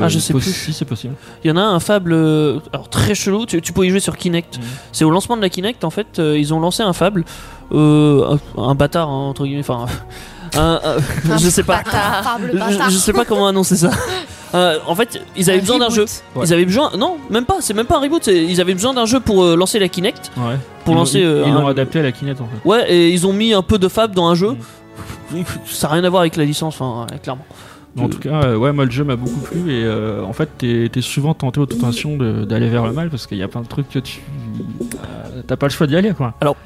E: Ah, je sais
F: possi-
E: plus.
F: Si, c'est possible.
E: Il y en a un fable euh, alors très chelou, tu, tu pouvais y jouer sur
F: Mhm.
E: Kinect. C'est au lancement de la Kinect en fait, euh, ils ont lancé un fable euh, un, un bâtard hein, entre guillemets enfin [LAUGHS] un-
J: [LAUGHS]
E: un- je sais pas.
A: bâtard. Fable
E: Je-
A: bâtard.
E: Je, sais pas comment
A: [LAUGHS]
E: annoncer ça. Euh, en fait, ils avaient
A: Un
E: besoin d'un jeu.
A: reboot.
E: Ils avaient besoin non, même pas, c'est même pas un reboot, c'est- ils avaient besoin d'un jeu pour euh, lancer la Kinect.
F: Ouais.
E: Pour
F: Ils l'ont-
E: lancer,
F: Ils
E: euh,
F: ils l'ont
E: un-
F: adapté à la Kinect en fait.
E: Ouais, et ils ont mis un peu de fable dans un jeu. Mm. Ça a rien à voir avec la licence enfin ouais, clairement.
F: Mais en tout cas, euh, ouais, moi le jeu m'a beaucoup plu et euh, en fait, t'es es souvent tenté aux tentations de- d'aller vers le mal parce qu'il y a plein de trucs que tu. euh, T'as pas le choix d'y aller quoi.
E: Alors.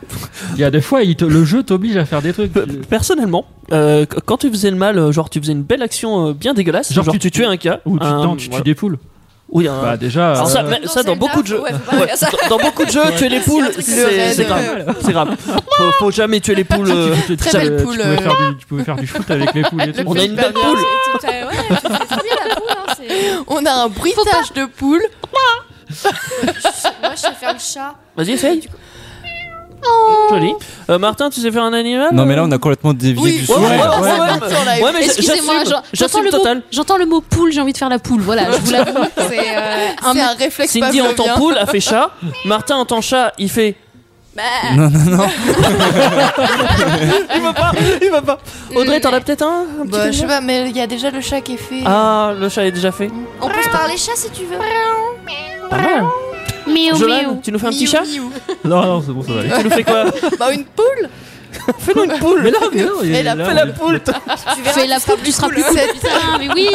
F: Il y a des fois, il te- le jeu t'oblige à faire des trucs.
E: Personnellement, euh, qu- quand tu faisais le mal, euh, genre tu faisais une belle action euh, bien déguelasses, genre,
F: Genre
E: tu,
F: tu-
E: tuais un cas,
F: Ou tu,
E: un-
F: non, tu,
E: voilà.
F: tu dépoules.
E: Oui, un-
F: Bah, déjà,
E: euh, Alors ça,
F: euh,
E: mais- ça, dans beaucoup de jeux,
A: ouais, faut pas faire ça.
E: dans, dans beaucoup de jeux,
A: Ouais.
E: tuer les
A: C'est un
E: poules,
A: truc de
E: c'est
A: raid,
E: c'est
A: euh,
E: grave,
A: [LAUGHS]
E: c'est grave. Faut, faut jamais tuer les poules. euh,
F: Tu,
E: ça-
F: tu- tu pouvais faire du, tu pouvais faire du foot avec les
H: [LAUGHS]
F: poules et tout.
E: On a une belle poule.
J: hein,
G: On a un bruitage de poule.
J: Moi, je sais faire le chat.
E: Vas-y, essaye. Joli. Euh, Martin, tu sais faire un animal
I: Non, mais là, on a complètement dévié du
E: Ouais,
I: sujet.
E: ouais, ouais,
I: là.
E: ouais, ouais, ouais, mais j'a-
H: Excusez-moi,
E: j'assume,
H: j'en- j'entends
E: j'assume
H: le,
E: total.
H: mot- j'entends le mot poule, j'ai envie de faire la poule. Voilà, je vous l'avoue. C'est euh,
G: C'est un réflexe
E: Cindy
G: pavlovien.
E: entend poule, a fait chat. Martin entend chat, il fait
G: Bah,
I: Non, non, non.
E: il va pas, il va pas. Audrey, t'en as peut-être un, un petit
G: Bah, je sais
E: exemple
G: pas, mais il y a déjà le chat qui est fait.
E: Ah, le chat est déjà fait.
J: On peut se parler chat si tu veux.
E: Pas mal.
J: Miou,
E: Jolan,
J: miou.
E: tu nous fais un petit
J: Miou,
E: chat
J: miou.
F: Non, non, c'est bon, ça va aller.
E: Tu nous fais quoi
G: Bah, une poule
E: [LAUGHS] Fais-nous une poule Mais là, mais non,
G: Fais la
E: Fais la poule toi.
H: Fais la poule, tu seras plus cool.
G: Cette-
H: Putain, mais oui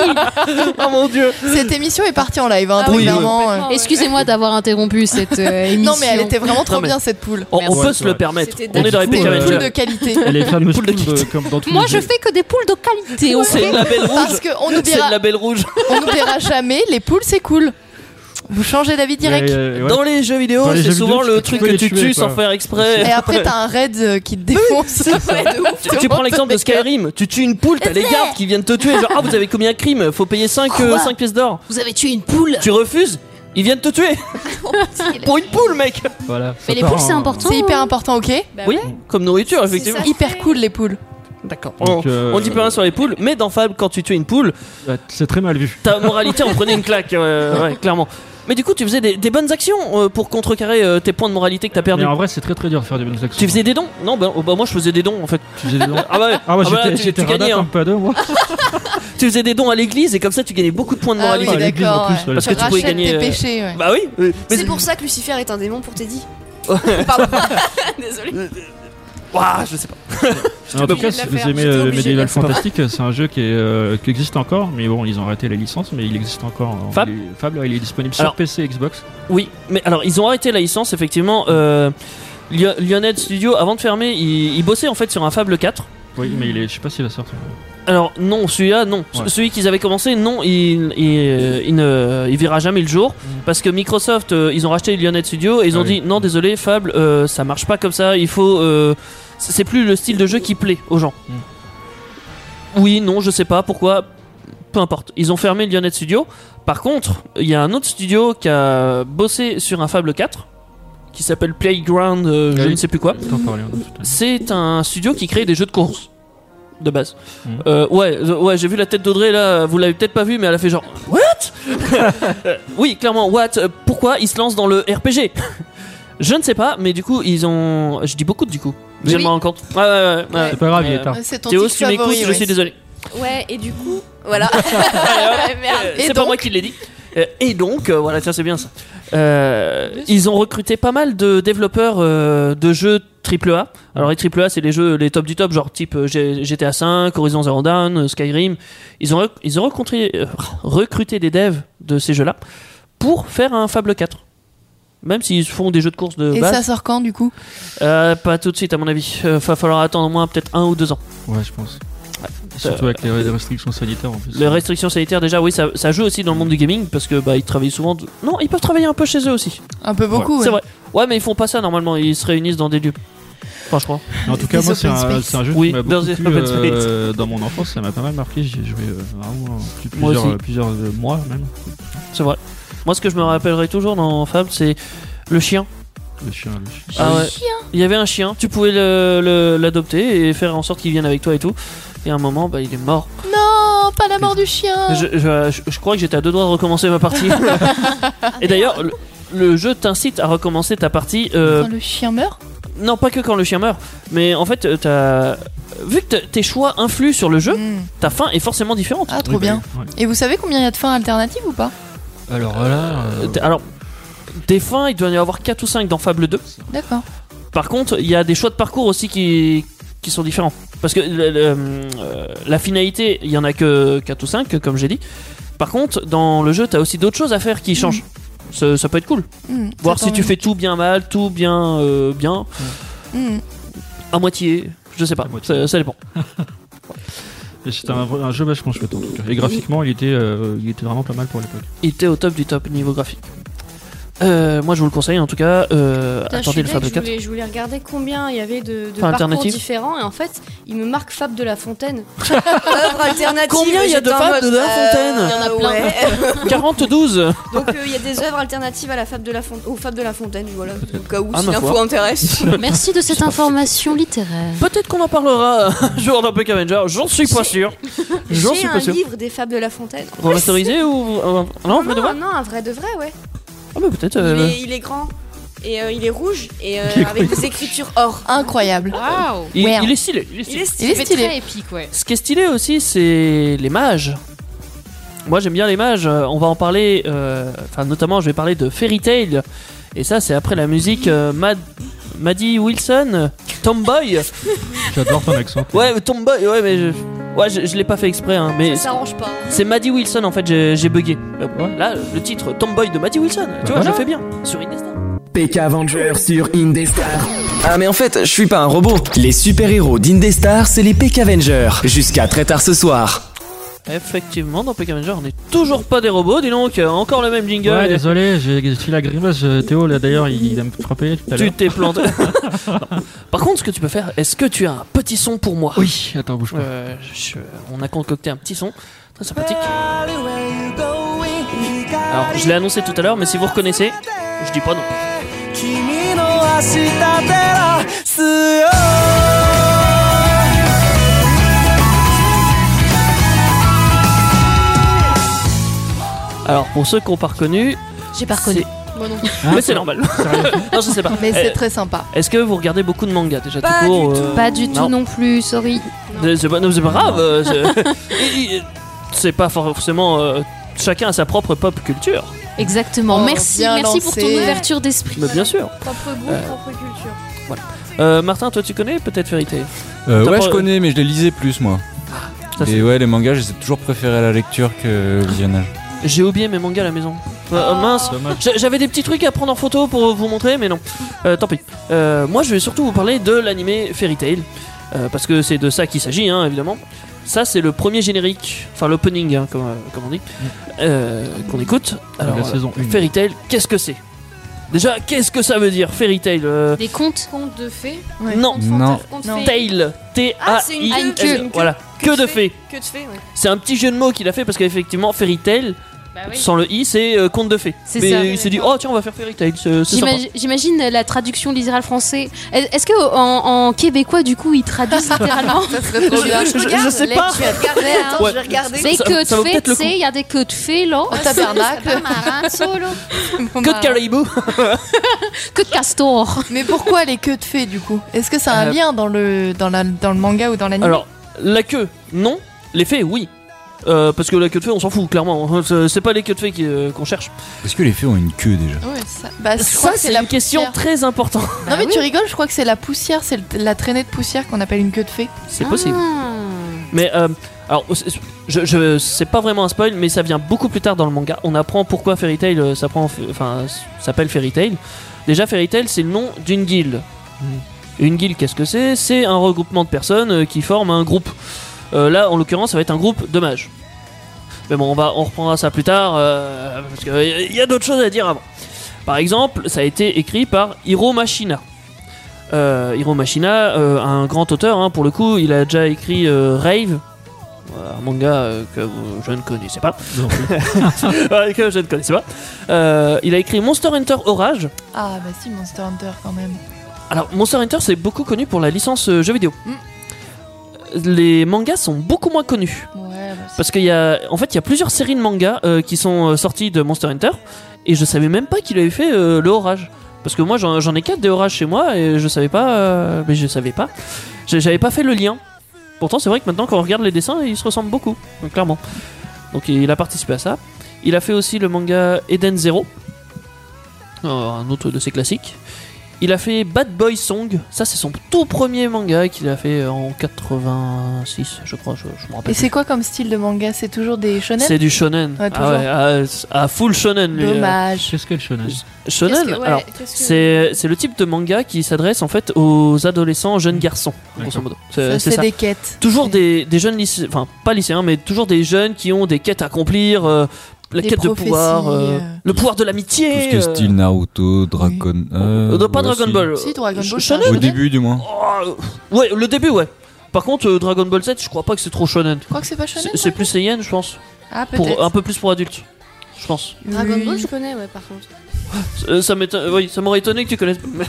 E: Oh mon dieu
G: Cette émission est partie en live, hein,
H: Ah
G: très
H: oui,
G: clairement. euh.
H: Excusez-moi d'avoir interrompu cette euh, émission.
G: [LAUGHS] Non, mais elle était vraiment trop
H: Non, mais-
G: bien cette poule.
E: On, on
F: Merci.
E: peut se le permettre.
H: C'était
E: On est dans les
F: Des
E: PK
F: poules,
E: Avengers.
F: euh,
G: De qualité.
F: Les fameuses poules de- euh, comme dans tous
H: Moi,
F: les
H: je
F: jeux.
H: fais que des poules de qualité. ok
E: C'est de la belle rouge.
G: Parce qu'on
E: C'est
G: n'oubliera
E: de la belle rouge.
G: on n'oubliera jamais, les poules c'est cool. Vous changez d'avis direct.
F: Et, euh, ouais.
E: Dans les jeux vidéo,
F: Dans les
E: c'est
F: jeux
E: souvent
F: vidéo,
E: le
F: tu
E: truc
F: peux
E: que
F: les
E: tu
F: tuer,
E: tues
F: quoi.
E: sans faire exprès.
G: Et après, t'as un raid euh, qui te défonce.
E: Tu, tu prends l'exemple de Skyrim, tu tues une poule, t'as les gardes qui viennent te tuer. Genre, ah, vous avez commis un crime, faut payer 5,
H: Quoi
E: pièces d'or.
H: Vous avez tué une poule.
E: Tu refuses, ils viennent te tuer. Pour une poule, mec
F: Voilà, ça
H: Mais les
F: part
H: poules,
F: en-
H: c'est important.
G: C'est hyper important, ok
E: Oui, comme nourriture,
J: C'est
E: effectivement.
J: ça.
G: Hyper cool les poules.
E: Ah, D'accord. On,
F: Donc, euh,
E: on dit plus rien sur les poules, mais dans Fable, quand tu tues une poule,
F: ouais, C'est très mal vu.
E: ta moralité en prenait une claque, euh, ouais, clairement. Mais du coup, tu faisais des, des bonnes actions euh, pour contrecarrer euh, tes points de moralité que t'as perdu.
F: Mais en vrai, c'est très très dur de faire des bonnes actions.
E: Tu faisais des dons Non, bah, oh, bah, moi je faisais des dons en fait.
F: Tu faisais des dons.
E: Ah bah, ouais.
F: Ah, moi
E: Ah bah,
F: j'étais
E: tu-
F: j'étais
E: tu gagnais,
F: radin
E: hein.
F: comme pas deux, moi.
E: Tu faisais des dons à l'église et comme ça tu gagnais beaucoup de points de
G: Ah oui,
E: moralité.
F: à l'église, en
G: d'accord.
F: plus,
G: ouais.
F: voilà. Parce
E: que tu pouvais
G: Rachète
E: gagner,
G: tes
E: euh,
G: péchés, ouais.
E: Bah oui, euh, mais
J: C'est pour ça que Lucifer est un démon pour Teddy. [LAUGHS] Oh,
E: [LAUGHS]
J: Pardon. Désolé.
E: Ouah, je sais pas.
F: En tout
G: obligé
F: cas,
G: de la
F: si vous
G: faire,
F: aimez
G: j'étais
F: euh,
G: obligée de
F: Medieval
G: la faire.
F: Fantastic, c'est un jeu qui, est, euh, qui existe encore, mais bon, ils ont arrêté la licence, mais il existe encore. euh,
E: Fab
F: il est- Fab, ouais, il est disponible
E: Alors-
F: sur PC et Xbox.
E: Oui, mais alors ils ont arrêté la licence effectivement. Euh, Lio- Lionhead Studio, avant de fermer, ils, ils bossaient en fait sur un Fable 4.
F: Oui, mais il est, je sais pas s'il va sortir.
E: Alors non, celui-là non.
F: Ouais.
E: Ce- Celui qu'ils avaient commencé, non, il, il, euh, il ne il verra jamais le jour. Parce que Microsoft, euh, ils ont racheté Lionhead Studio et ils
F: Mm. Ah
E: ont
F: oui.
E: dit non désolé Fable, euh, ça marche pas comme ça, il faut... euh, c- c'est plus le style de jeu qui plaît aux gens.
F: Mm.
E: Oui, non, je sais pas pourquoi, peu importe. Ils ont fermé Lionhead Studio. Par contre, il y a un autre studio qui a bossé sur un Fable 4 qui s'appelle Playground, euh,
F: Ah
E: je
F: oui.
E: ne sais plus quoi.
F: T'en parlais, hein, tout à l'heure.
E: C'est un studio qui crée des jeux de course. De base.
F: Mm.
E: Euh, ouais, euh, ouais j'ai vu la tête d'Audrey là, vous l'avez peut-être pas vu, mais elle a fait genre What Euh, Oui, clairement, what Euh, Pourquoi ils se lancent dans le RPG Je ne sais pas, mais du coup, ils ont. Je dis beaucoup de du coup.
F: Oui.
E: Je me rends compte. Ouais, ouais, ouais, ouais.
F: C'est pas grave, il
E: Euh,
F: est tard.
G: C'est ton
E: Théo,
G: tic
E: si tu m'écoutes,
G: favori.
E: je
G: ouais.
E: suis désolé.
J: Ouais, et du coup, [LAUGHS] voilà. Merde.
E: Euh, c'est pas
G: Ah, donc
E: moi qui l'ai dit. Euh, Et donc, euh, voilà, tiens, c'est bien ça. Euh, ils ont recruté pas mal de développeurs euh, de jeux AAA. Alors, les AAA, c'est les jeux, les top du top, genre type euh, G- GTA V, Horizon Zero Dawn, euh, Skyrim. Ils ont, rec- ils ont rencontré, euh, recruté des devs de ces jeux-là pour faire un Fable 4. Même s'ils font des jeux de course de
G: Et ça
E: base,
G: sort quand du coup
E: Euh, pas tout de suite à mon avis. Il va falloir attendre au moins peut-être un ou deux ans.
F: Ouais, je pense. Surtout avec les les restrictions sanitaires en plus.
E: Les restrictions sanitaires, déjà, oui, ça, ça joue aussi dans le monde du gaming parce que bah ils travaillent souvent. de- Non, ils peuvent travailler un peu chez eux aussi.
G: Un peu beaucoup.
E: C'est vrai.
G: ouais.
E: Ouais, mais ils font pas ça normalement. Ils se réunissent dans des lieux. Enfin, je crois.
F: Mais En tout cas,
G: Des
F: moi, c'est
G: open
F: un,
G: space.
F: c'est un jeu
E: Oui,
F: qui m'a
E: dans
F: beaucoup
E: des
F: plu,
E: open
F: euh, dans mon enfance, ça m'a pas mal marqué. J'y ai joué euh, vraiment plus-
E: Moi
F: plusieurs,
E: aussi.
F: euh, plusieurs euh, mois même.
E: C'est vrai. Moi, ce que je me rappellerai toujours dans Fable, c'est le chien.
F: Le chien, le chien.
E: Ah ouais. Il y avait un chien. Tu pouvais le- le- l'adopter et faire en sorte qu'il vienne avec toi et tout. Et à un moment, bah, il est mort.
G: Non, pas la mort du
F: Oh.
G: chien.
E: Je, je- je crois que j'étais à deux doigts de recommencer ma
F: [LAUGHS]
E: partie. [LAUGHS] et d'ailleurs, le, le jeu t'incite à recommencer ta partie. euh,
G: Quand le chien meurt
E: non, pas que quand le chien meurt, mais en fait, euh, t'as. Vu que t- tes choix influent sur le jeu,
G: Hmm.
E: ta fin est forcément différente.
G: Ah,
F: Oui,
G: trop
F: bah
G: bien.
F: oui, ouais.
G: Et vous savez combien il y a de fins alternatives ou pas
F: Alors voilà. euh,
E: Euh, t- Alors, des fins, il doit y en avoir 4 ou 5 dans Fable 2.
G: D'accord.
E: Par contre, il y a des choix de parcours aussi qui, qui sont différents. Parce que le- le, euh, la finalité, il y en a que 4 ou 5, comme j'ai dit. Par contre, dans le jeu, t'as aussi d'autres choses à faire
J: Mm.
E: qui changent. Ça, ça peut être cool.
G: Hmm,
E: Voir
G: ça
E: si
G: tombe
E: tu fais tout bien mal, tout bien, euh, bien,
G: bien. Hmm.
E: à moitié, je sais pas,
F: À moitié.
E: ça, ça dépend.
F: Et C'était un, un jeu vachement chouette en tout cas. Et graphiquement, il était, euh, il était vraiment pas mal pour l'époque.
E: Il était au top du top niveau graphique. Euh, moi, je vous le conseille en tout cas. euh,
J: Putain, je
E: attendez
J: suis
E: le
J: dingue,
E: Fable
J: je
E: 4.
J: voulais, je voulais regarder combien il y avait de, de
E: Enfin,
J: parcours
E: alternatif.
J: différents et en fait il me marque Fab de la Fontaine. Œuvre alternative.
E: Combien il y a de
J: J'étais en
E: Fab de
J: mode,
E: La Fontaine
J: euh,
E: Il y
H: en a
J: ouais. [LAUGHS]
E: 42
J: Donc euh, il y a des œuvres alternatives à la Fab de la Fontaine, au Fab de la Fontaine, voilà. Au cas où
E: Ah,
J: si
E: ma
J: l'info
E: foi. [LAUGHS]
J: intéresse.
H: [LAUGHS] Merci de cette information littéraire.
E: Peut-être qu'on en parlera [LAUGHS] un jour dans Peck Avenger, j'en suis pas sûr.
J: [LAUGHS]
E: J'en
J: J'ai
E: suis
J: un
E: pas sûr.
J: livre des Fab de la Fontaine.
E: Remasterisé ou. euh, non,
J: Ah
E: on peut
J: non,
E: devoir
J: non, un vrai de vrai, ouais.
E: Ah, bah peut-être.
J: Il
E: euh,
J: est- il est grand.
M: et euh, il est rouge et euh,
E: Il est
M: avec
E: rouge.
M: des écritures or.
G: Incroyable.
M: Waouh.
E: Il, il est stylé. Il est
M: Il
E: stylé.
M: est stylé.
G: Il est stylé. très
M: épique, ouais.
E: Ce qui est stylé aussi, c'est les mages. Moi, j'aime bien les mages. Euh, On va en parler. euh, Enfin, notamment, je vais parler de Fairy Tail. Et ça, c'est après la musique euh, Mad- Maddie Wilson, Tomboy.
F: J'adore ton accent.
E: Ouais, Tomboy. Ouais, mais je, ouais, je, je l'ai pas fait exprès. hein, mais
M: Ça s'arrange pas.
E: c'est Maddie Wilson en fait. J'ai j'ai bugué. Euh, Là, le titre Tomboy de Maddie Wilson. Tu
F: Bah
E: vois,
D: voilà.
E: je fais bien sur Indestar.
D: PK Avenger sur Indestar. Ah mais en fait, je suis pas un robot. Les super-héros d'Indestar, c'est les PK Avengers. Jusqu'à très tard ce soir.
E: Effectivement, dans PK Avenger, on n'est toujours pas des robots. Dis donc, euh, encore le même jingle.
F: Ouais, désolé, j'ai j'ai la grimace. euh, Théo, là d'ailleurs, il, il a me frappé tout à l'heure.
E: Tu t'es planté. [LAUGHS] Non. Par contre, ce que tu peux faire, est-ce que tu as un petit son pour moi
F: Oui, attends, bouge pas.
E: Euh, je- on a concocté un petit son très sympathique. Alors, je l'ai annoncé tout à l'heure, mais si vous reconnaissez, je dis pas non.
A: 君の明日照らすよ
E: Alors, pour ceux qui n'ont pas reconnu,
H: J'ai pas reconnu.
G: Moi non
E: [LAUGHS] mais c'est normal. [LAUGHS] non, je sais pas.
G: Mais c'est
E: Euh,
G: très sympa.
E: Est-ce que vous regardez beaucoup de mangas déjà tout court euh,
H: Pas du tout non, plus, sorry.
E: C'est- C'est pas, non, c'est pas grave. euh,
M: [LAUGHS]
E: c'est- Et- et- C'est pas forcément. euh, chacun a sa propre pop culture.
H: Exactement.
G: Oh,
H: merci,
G: bien
H: merci pour ton
G: lancé.
H: ouverture d'esprit.
E: Mais bien sûr.
M: Propre goût,
E: Euh.
M: propre culture.
E: Voilà. Euh, Martin, toi tu connais peut-être Vérité
I: Euh,
E: T'as
I: ouais,
E: pas-
I: je connais, mais je les lisais plus moi.
E: Ah, Ça, c'est-
I: Et ouais, les mangas, j'ai toujours préféré la lecture que le visionnage.
E: J'ai oublié mes mangas à la maison. Euh,
M: Ah,
E: oh, mince, J'a- j'avais des petits trucs à prendre en photo pour vous montrer, mais non. Euh, tant pis. Euh, moi, je vais surtout vous parler de l'animé Fairy Tail, euh, parce que c'est de ça qu'il s'agit, hein, évidemment. Ça, c'est le premier générique, enfin l'opening, hein, comme, euh, comme on dit,
M: Mm.
E: euh, qu'on écoute.
F: De la
E: Alors, euh,
F: saison une.
E: Fairy Tail, qu'est-ce que c'est Déjà, qu'est-ce que ça veut dire Fairy Tail euh,
H: Des contes
M: Conte de fées.
E: Non.
I: Non.
M: Conte
H: Non.
M: fées.
E: Tail,
M: Ah, c'est une
E: T-A-I,
M: queue. Ah, une queue.
E: voilà,
M: Que
E: que de fées.
M: Que de fées, ouais.
E: C'est un petit jeu de mots qu'il a fait parce qu'effectivement, Fairy Tail,
H: Bah oui.
E: sans le i, c'est euh, conte de fées.
H: C'est
E: Mais
H: ça.
E: il s'est dit, oh tiens, on va faire Fairy Tail, c'est c'est sympa.
H: J'imagine- J'imagine la traduction littérale français. Est- Est-ce que en, en québécois du coup ils
E: [LAUGHS]
H: traduisent littéralement
G: serait
E: Oh,
G: trop bien.
M: Je- je
H: regarde,
M: sais
H: là,
M: pas.
H: tu vas regarder, hein.
M: Ouais. Je vais regarder.
H: Des
M: Ça-
H: queues de
M: ça vaut
H: fées,
M: peut-être
H: tu
M: le
H: sais, il y a des queues de fées là.
G: Au
J: [LAUGHS]
G: tabernacle.
H: C'est pas marin, solo.
E: Que de caribou
H: Que de castor.
G: Mais pourquoi les queues de fées du coup Est-ce que ça a un
E: Euh,
G: lien dans le, dans, la, dans le manga ou dans l'anime
E: Alors, la queue, non. Les fées, oui. Euh, parce que la queue de fée, on s'en fout, clairement. [LAUGHS] C'est c'est pas les queues de fées qui, euh, qu'on cherche.
I: Est-ce que les fées ont une queue déjà
G: Ouais, ça, bah, je crois
E: Ça,
G: que
E: c'est
G: la
E: une question Bah
G: poussière.
E: très importante.
G: Non mais tu rigoles, je crois que c'est la poussière, c'est le- la traînée de poussière qu'on appelle une queue de fée.
H: Ah.
E: C'est possible. Mais, euh, alors, c'est- je, je- c'est pas vraiment un spoil, mais ça vient beaucoup plus tard dans le manga. On apprend pourquoi Fairy Tail euh, s'apprend- enfin, s'appelle Fairy Tail. Déjà, Fairy Tail, c'est le nom d'une guilde. Une guilde, qu'est-ce que c'est C'est un regroupement de personnes euh, qui forment un groupe. Euh, là, en l'occurrence, ça va être un groupe de mages. Mais bon, on, va, on reprendra ça plus tard, euh, parce qu'il y a d'autres choses à dire avant. Par exemple, ça a été écrit par Hiro Machina. Euh, Hiro Machina, euh, un grand auteur, hein, pour le coup, il a déjà écrit euh, Rave, euh, un manga euh, que euh, je ne connaissais pas.
F: Non.
E: [LAUGHS] Ouais, que je ne connaissais pas. Euh, il a écrit Monster Hunter Orage.
G: Ah bah si, Monster Hunter quand même.
E: Alors, Monster Hunter, c'est beaucoup connu pour la licence euh, jeux vidéo. Les mangas sont beaucoup moins connus.
G: Ouais, bah,
E: Parce qu'il y a, en fait, il y a plusieurs séries de mangas euh, qui sont euh, sorties de Monster Hunter, et je savais même pas qu'il avait fait euh, le orage. Parce que moi, j'en j'en ai quatre des orages chez moi, et je savais pas, euh, mais je savais pas, J'ai- j'avais pas fait le lien. Pourtant, c'est vrai que maintenant, quand on regarde les dessins, ils se ressemblent beaucoup, donc clairement. Donc, il a participé à ça. Il a fait aussi le manga Eden Zero, euh, un autre de ses classiques. Il a fait Bad Boy Song, ça c'est son tout premier manga qu'il a fait en 86, je crois, je, je me rappelle.
G: Et c'est quoi comme style de manga C'est toujours des shonen
E: C'est du shonen.
G: Ouais, bah,
E: ah ouais, ah, c'est- ah, full shonen lui.
G: Dommage.
F: Qu'est-ce que le shonen
E: Shonen,
M: Qu'est-ce que- ouais,
E: alors
M: qu'est-ce que-
E: c'est c'est le type de manga qui s'adresse en fait aux adolescents,
I: Mmh.
E: jeunes garçons, grosso modo.
G: Ça,
E: C'est euh, c'est
G: C'est
E: ça.
G: des quêtes.
E: Toujours des, des jeunes lycéens, enfin pas lycéens, mais toujours des jeunes qui ont des quêtes à accomplir, euh, la
G: Des
E: quête de
G: prophéties,
E: pouvoir, euh,
G: euh.
E: le pouvoir de l'amitié.
I: Tout ce qui est
E: euh,
I: style Naruto, Dragon.
E: euh,
I: Euh,
E: non, pas
I: ouais,
E: Dragon
I: si.
E: Ball.
G: Si, Dragon
E: Sh-
G: Ball, c'est un
E: euh, shonen
I: Au début, du moins.
E: Oh, euh, Ouais, le début, ouais. Par contre, euh, Dragon Ball Z, je crois pas que c'est trop shonen.
G: Je crois que c'est pas shonen
E: C'est c'est plus Seinen, je pense.
G: Ah
E: Pour, un
G: peut-être.
E: peu plus pour adultes, je pense.
M: Dragon
G: Oui.
M: Ball, je connais, ouais, par contre.
E: Euh, ça m'étonne- oui, ça m'aurait étonné que tu connaisses. mais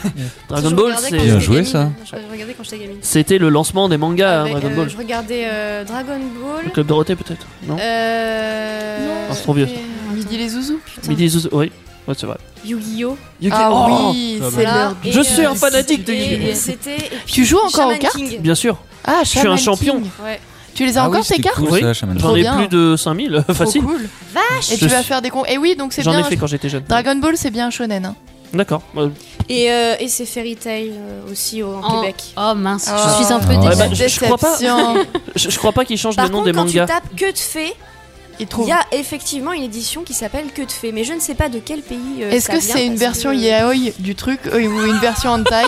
E: Dragon
M: Je
E: Ball,
M: regardais
E: c'est-
M: quand j'étais
I: joué,
M: gamine.
I: ça.
M: Je regardais quand j'étais gamine.
E: c'était le lancement des
J: Ah,
E: mangas, hein,
M: Avec,
E: Dragon
M: euh,
E: Ball.
M: Je regardais euh, Dragon Ball.
E: Le Club Dorothée, peut-être Non
M: Euh...
E: Ah, c'est trop vieux.
M: et-
G: Midi les zouzous.
E: Midi Zouzou, oui. Ouais, c'est vrai.
J: Ah Yu-Gi-Oh!
E: Yu-Gi-Oh! Ah oui, Oh, c'est
J: Voilà.
E: le- Je
J: Et,
E: suis un
J: euh,
E: fanatique de
J: et-
E: Yu-Gi-Oh!
J: et c'était- et puis
G: Tu joues encore
J: Shaman
G: aux cartes
J: King.
E: Oh, Bien sûr.
G: Ah,
E: Je suis un
G: Shaman
E: champion.
G: King. Tu les as
E: Ah
G: encore
E: oui,
G: tes
E: c'était
G: cartes
E: cool, ça, Shaman King. J'en ai
G: Trop
E: plus
G: bien.
E: de [LAUGHS] 5000,
G: Trop
E: facile.
G: cool. Vache. Et
E: Je
G: tu vas
E: suis-
G: faire des cons. Et oui, donc c'est
E: J'en
G: bien.
E: ai fait quand j'étais jeune.
G: Dragon Ball, c'est bien un shonen. Hein.
E: D'accord. Euh,
J: Et, euh, et c'est Fairy Tail euh, aussi au, en
H: Oh.
J: Québec.
H: Oh mince,
J: Ah.
H: je suis un peu
E: ouais,
H: déçue.
E: bah, je, je crois pas. [LAUGHS] je, je crois pas qu'ils changent
J: Par
E: le nom
J: contre,
E: des
J: quand
E: mangas.
J: tu tapes que de fées,
G: il
J: y a effectivement une édition qui s'appelle que de fées, mais je ne sais pas de quel pays. euh,
G: Est-ce
J: ça
G: que
J: vient,
G: c'est une
J: parce
G: version
J: que-
G: yaoi du truc euh, ou une version
E: [LAUGHS]
G: hentai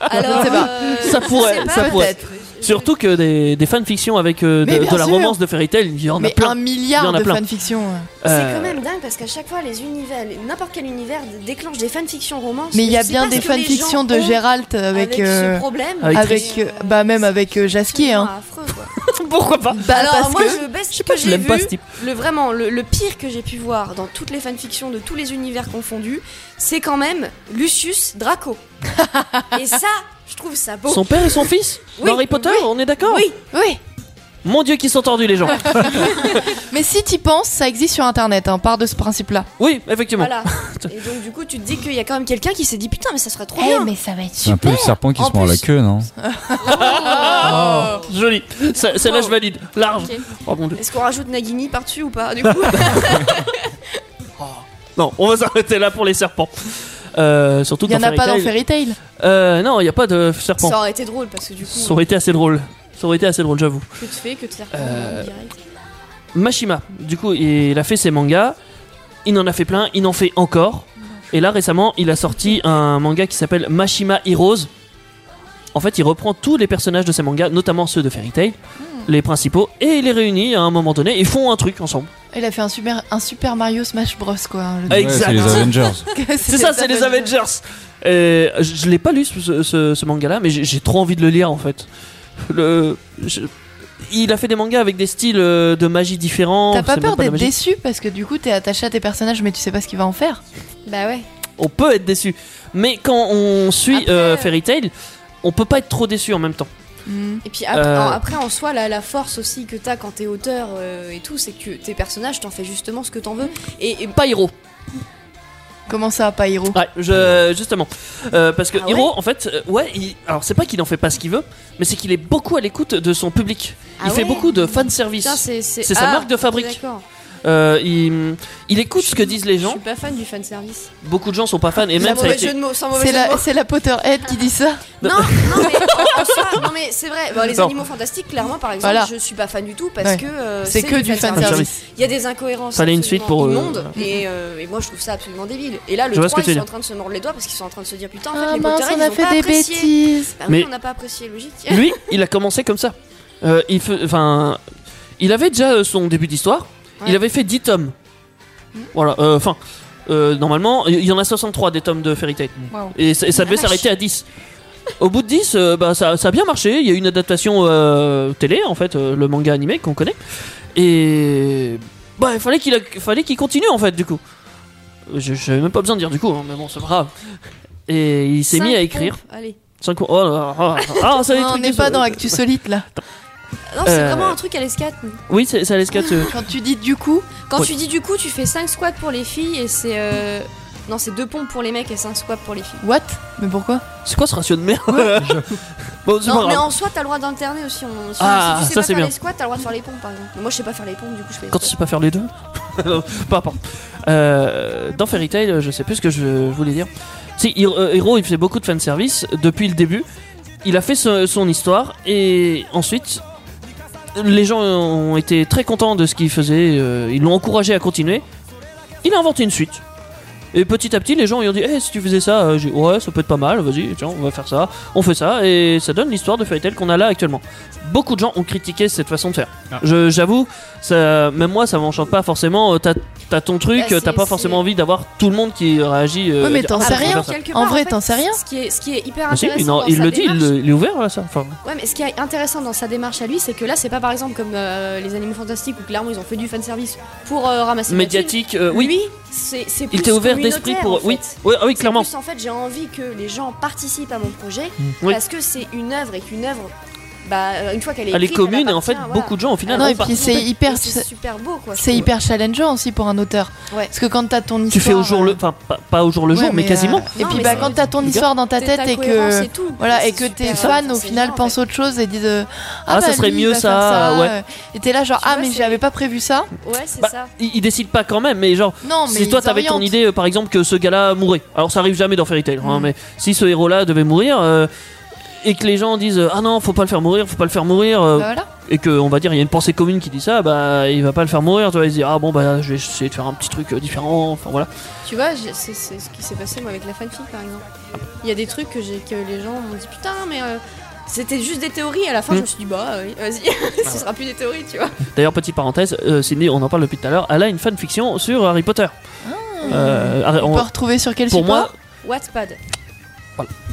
J: Alors,
G: Je sais pas.
J: euh,
E: Ça pourrait, ça pourrait.
G: Peut-être.
E: Surtout que des, des fanfictions avec euh, de,
G: Mais bien
E: de la
G: sûr.
E: romance de Fairy Tail, il y en a
G: Mais
E: plein.
G: un
E: Il y en
G: milliard
E: a
G: de
E: plein.
G: fanfictions. hein.
E: Euh,
J: C'est quand même dingue parce qu'à chaque fois, les univers, les- n'importe quel univers d- déclenche des fanfictions romances.
G: Mais il y
J: je
G: a
J: sais
G: bien
J: pas
G: des
J: ce que les gens
G: fanfictions de
J: ont
G: Gérald avec,
J: ce
G: euh,
J: problème.
G: avec,
J: Avec,
G: euh, bah même avec euh, Jaski hein.
J: affreux, quoi.
E: Pourquoi pas
G: Bah,
J: Alors
G: parce
J: moi
G: que-
J: je baisse
G: pas,
J: que
G: je
J: j'ai
G: l'aime
J: vu,
G: pas, ce type.
J: le vraiment le, le pire que j'ai pu voir dans toutes les fanfictions de tous les univers confondus, c'est quand même Lucius
G: [LAUGHS]
J: Draco. et ça, je trouve ça beau.
E: Son père et son fils
J: Oui,
E: Dans Harry Potter, on est d'accord
J: Oui,
G: oui.
E: Mon dieu, qu'ils sont tordus les gens.
G: Mais si t'y penses, ça existe sur internet, hein, part de ce principe-là.
E: oui, effectivement.
G: [LAUGHS]
J: Voilà. Et donc du coup, tu te dis qu'il y a quand même quelqu'un qui s'est dit putain, mais ça serait trop
G: Eh,
J: bien.
G: mais ça va être
I: C'est un peu le serpent qui se mord la queue, non
E: Oh, Joli. Ça- Celle-là, je valide. Large.
J: Ok.
E: Oh mon dieu.
J: Est-ce qu'on rajoute Nagini par-dessus ou pas du
G: [LAUGHS]
J: coup
E: Non, on va [LAUGHS] s'arrêter là pour les serpents. Euh, surtout
G: Il y en a pas dans Fairy Tail.
E: Euh, non, il n'y a pas de serpent.
J: Ça aurait été drôle parce que du coup,
E: Ça aurait été assez drôle. Ça aurait été assez drôle, j'avoue.
J: que te fais, que te serpent
E: Euh,
J: direct.
E: Mashima, du coup, il a fait ses mangas. Il en a fait plein, il en fait encore. Et là, récemment, il a sorti un manga qui s'appelle Mashima Heroes. En fait, il reprend tous les personnages de ses mangas, notamment ceux de Fairy Tail,
G: Hmm.
E: les principaux, et il les réunit à un moment donné et font un truc ensemble.
G: Il a fait un super, un super Mario Smash Bros quoi. hein, le
E: Ah, exact. Ouais, c'est les Avengers.
G: Que [LAUGHS]
E: C'est ça, c'est les Avengers. Et je je l'ai pas lu ce, ce- ce manga-là, mais j'ai- j'ai trop envie de le lire en fait. Le, je- il a fait des mangas avec des styles euh, de magie différents.
G: T'as pas
E: c'est même
G: peur
E: de la
G: d'être
E: magie.
G: déçu parce que du coup t'es attaché à tes personnages mais tu sais pas ce qu'il va en faire.
J: Bah ouais.
E: On peut être déçu, mais quand on suit euh, Fairy Tail, on peut pas être trop déçu en même temps.
J: Et puis après,
E: Euh.
J: en, après, en soi, la, la force aussi que t'as quand t'es auteur euh, et tout, c'est que tes personnages, t'en fais justement ce que t'en veux. Et, pas
E: héros.
G: Comment ça, pas héros
E: Ouais, je- justement. Euh, parce que
J: Ah ouais
E: Hiro, en fait, euh, ouais, il- alors c'est pas qu'il en fait pas ce qu'il veut, mais c'est qu'il est beaucoup à l'écoute de son public. Il
J: Ah
E: fait
J: ouais
E: beaucoup de fanservice.
J: Putain, c'est- c'est-
E: sa
J: Ah,
E: marque de fabrique.
J: d'accord.
E: Euh, il, il écoute ce que disent les
J: Je
E: gens.
J: suis pas fan du fanservice.
E: Beaucoup de gens sont pas fans et
J: Sans
E: même ça a
J: mauvais
E: été-
J: jeu de mots, sans mauvais
G: C'est
J: jeu de
G: la,
E: [LAUGHS]
J: mots.
G: c'est la Potterhead qui dit ça.
J: Non, non, mais en- en soi, non, mais c'est vrai. Bon, les
G: Non.
J: animaux fantastiques, clairement, par exemple,
G: Voilà.
J: je suis pas fan du tout parce
G: Ouais.
J: que euh,
G: C'est que du
J: fanservice.
G: fanservice.
J: Il y a des incohérences.
E: Fallait une suite
J: absolument
E: pour, euh,
J: immondes, et, euh, et moi, je trouve ça absolument débile. Et là, le
E: Je vois
J: 3,
E: ce que tu
J: ils
E: veux
J: sont en
E: dire.
J: train de se mordre les doigts parce qu'ils sont en train de se dire putain, en
G: Ah
J: fait, les
G: mince,
J: Potterheads,
G: on a
J: ils ont
G: fait
J: pas
G: des
J: apprécié.
G: bêtises.
J: Bah oui,
E: Mais-
J: on n'a pas apprécié, logique.
E: Lui, il a commencé comme ça. Euh, il, fe- enfin, il avait déjà euh, son début d'histoire.
J: Ouais.
E: Il avait fait 10 tomes. Voilà, euh, enfin, euh, normalement, il y en a 63 des tomes de Fairy Tail.
J: Wow.
E: Et, ça- et ça
J: La
E: devait
J: vache.
E: s'arrêter à 10. Au bout de 10, euh, bah, ça, ça a bien marché. Il y a eu une adaptation euh, télé, en fait, euh, le manga animé qu'on connaît. Et. Bah, il fallait qu'il a- fallait qu'il continue, en fait, du coup. Je J'avais même pas besoin de dire du coup, hein, mais bon, c'est pas grave. Et il s'est
J: Cinq
E: mis à écrire.
J: pompes, allez.
E: Cinq- oh là là, ah, ah, ça, les
G: [LAUGHS] Non, on
E: trucs
G: n'est
E: des-
J: euh,
G: pas dans Actu Solide là.
J: Non, c'est
E: Euh,
J: vraiment un truc à l'escate.
E: Oui, c'est c'est à l'escate. euh.
G: Quand tu dis du coup.
J: Quand
E: Ouais.
J: tu dis du coup, tu fais 5 squats pour les filles et c'est. euh, Non, c'est 2 pompes pour les mecs et 5 squats pour les filles.
G: What Mais pourquoi
E: C'est quoi ce ratio de merde [LAUGHS] Bon, c'est pas
J: Non, mais
E: grave.
J: en soi, t'as le droit d'interner aussi. on- Si,
E: Ah,
J: si tu sais
E: ça,
J: pas
E: c'est
J: faire
E: bien.
J: les squats, t'as le droit de faire les pompes par exemple. Mais moi, je sais pas faire les pompes, du coup, je fais. les
E: Quand tu sais pas faire les deux [LAUGHS] Non, Peu importe. Euh, dans Fairy Tail, je sais plus ce que je, je voulais dire. Si, Hiro, euh, Hiro, il fait beaucoup de fanservice depuis le début. Il a fait ce- son histoire et ensuite, les gens ont été très contents de ce qu'il faisait. euh, ils l'ont encouragé à continuer. Il a inventé une suite. Et petit à petit, les gens ils ont dit Eh, si tu faisais ça, euh, j'ai- ouais, ça peut être pas mal, vas-y, tiens, on va faire ça. On fait ça, et ça donne l'histoire de Fairy Tail qu'on a là actuellement. Beaucoup de gens ont critiqué cette façon de faire. Je- J'avoue, ça- même moi, ça m'enchante pas forcément. euh, T'as t'as ton truc,
J: Bah,
E: t'as
J: c'est-
E: pas forcément
J: c'est-
E: envie d'avoir tout le monde qui réagit. euh,
G: Ouais, mais
E: dire,
G: t'en
E: Ah,
G: sais
E: faut
G: rien.
E: faire ça.
J: Quelque
G: En
J: part,
G: vrai,
J: fait,
G: t'en sais rien.
J: Ce qui est, ce qui est hyper
E: Ah, si,
J: intéressant.
E: il, en-
J: dans
E: il
J: sa
E: le dit, il,
J: démarche-
E: le- il est ouvert là, ça. Enfin,
J: Ouais, mais ce qui est intéressant dans sa démarche à lui, c'est que là, c'est pas par exemple comme euh, les animaux fantastiques où clairement ils ont fait du fanservice pour euh, ramasser. de la thune.
E: médiatique, euh, oui.
J: Lui, c'est c'est
E: il
J: plus
E: était ouvert d'esprit
J: communautaire,
E: pour.
J: en fait.
E: Oui, oui, ah oui,
J: C'est
E: clairement. Mm.
J: plus, en fait, j'ai envie que les gens participent à mon projet
E: Oui.
J: parce que c'est une œuvre et qu'une œuvre bah, euh, une fois qu'elle est
E: Elle est
J: écrite,
E: commune et en
J: appartient,
E: fait
J: voilà. Ah
E: beaucoup de gens au final.
G: Non,
E: ont
G: et puis
E: parti.
G: c'est hyper,
J: c'est super beau, quoi, je
G: C'est
J: trouve.
G: hyper challengeant aussi pour un auteur. Parce que quand t'as ton histoire.
E: Tu fais au jour le, enfin pas, pas au jour le jour,
G: euh, Ouais,
E: mais,
G: euh,
E: quasiment.
G: Et puis bah, quand t'as ton histoire dans ta
J: T'as
G: tête et
J: ta cohérence
G: que
J: et tout.
G: voilà
J: C'est
G: et que tes
J: super,
G: fans au final pensent autre chose et disent euh,
E: Ah, ça
G: bah,
E: serait
G: lui, il
E: mieux,
G: va
E: ça,
G: faire
E: ouais.
G: euh, Et t'es là genre ah mais j'avais pas prévu ça.
J: Ouais c'est
E: Bah, Ils, ils décident pas quand même, mais genre,
G: Non, mais
E: si toi
G: ils
E: t'avais ton
G: orientent.
E: idée, euh, par exemple, que ce gars-là mourait, alors ça arrive jamais dans Fairy Tail, hein, mais si ce héros-là devait mourir, euh, et que les gens disent euh, Ah non, faut pas le faire mourir, faut pas le faire mourir, euh,
G: Bah voilà.
E: et que on va dire, il y a une pensée commune qui dit ça, bah il va pas le faire mourir, tu vois, ils disent Ah bon, bah je vais essayer de faire un petit truc euh, différent, enfin voilà.
J: Tu vois, j'ai- c'est c'est ce qui s'est passé moi avec la fanfic par exemple. Il y a des trucs que, j'ai- que les gens m'ont dit putain, mais euh, c'était juste des théories. À la fin,
E: Mm. Ah
J: je me suis dit bah euh, vas-y, [LAUGHS] ce sera plus des théories, tu vois.
E: D'ailleurs, petite parenthèse, euh, Cindy, on en parle depuis tout à l'heure, elle a une fanfiction sur Harry Potter. Euh, arrête, on-
G: peut retrouver sur quel
E: Pour
G: support
E: moi,
J: Wattpad.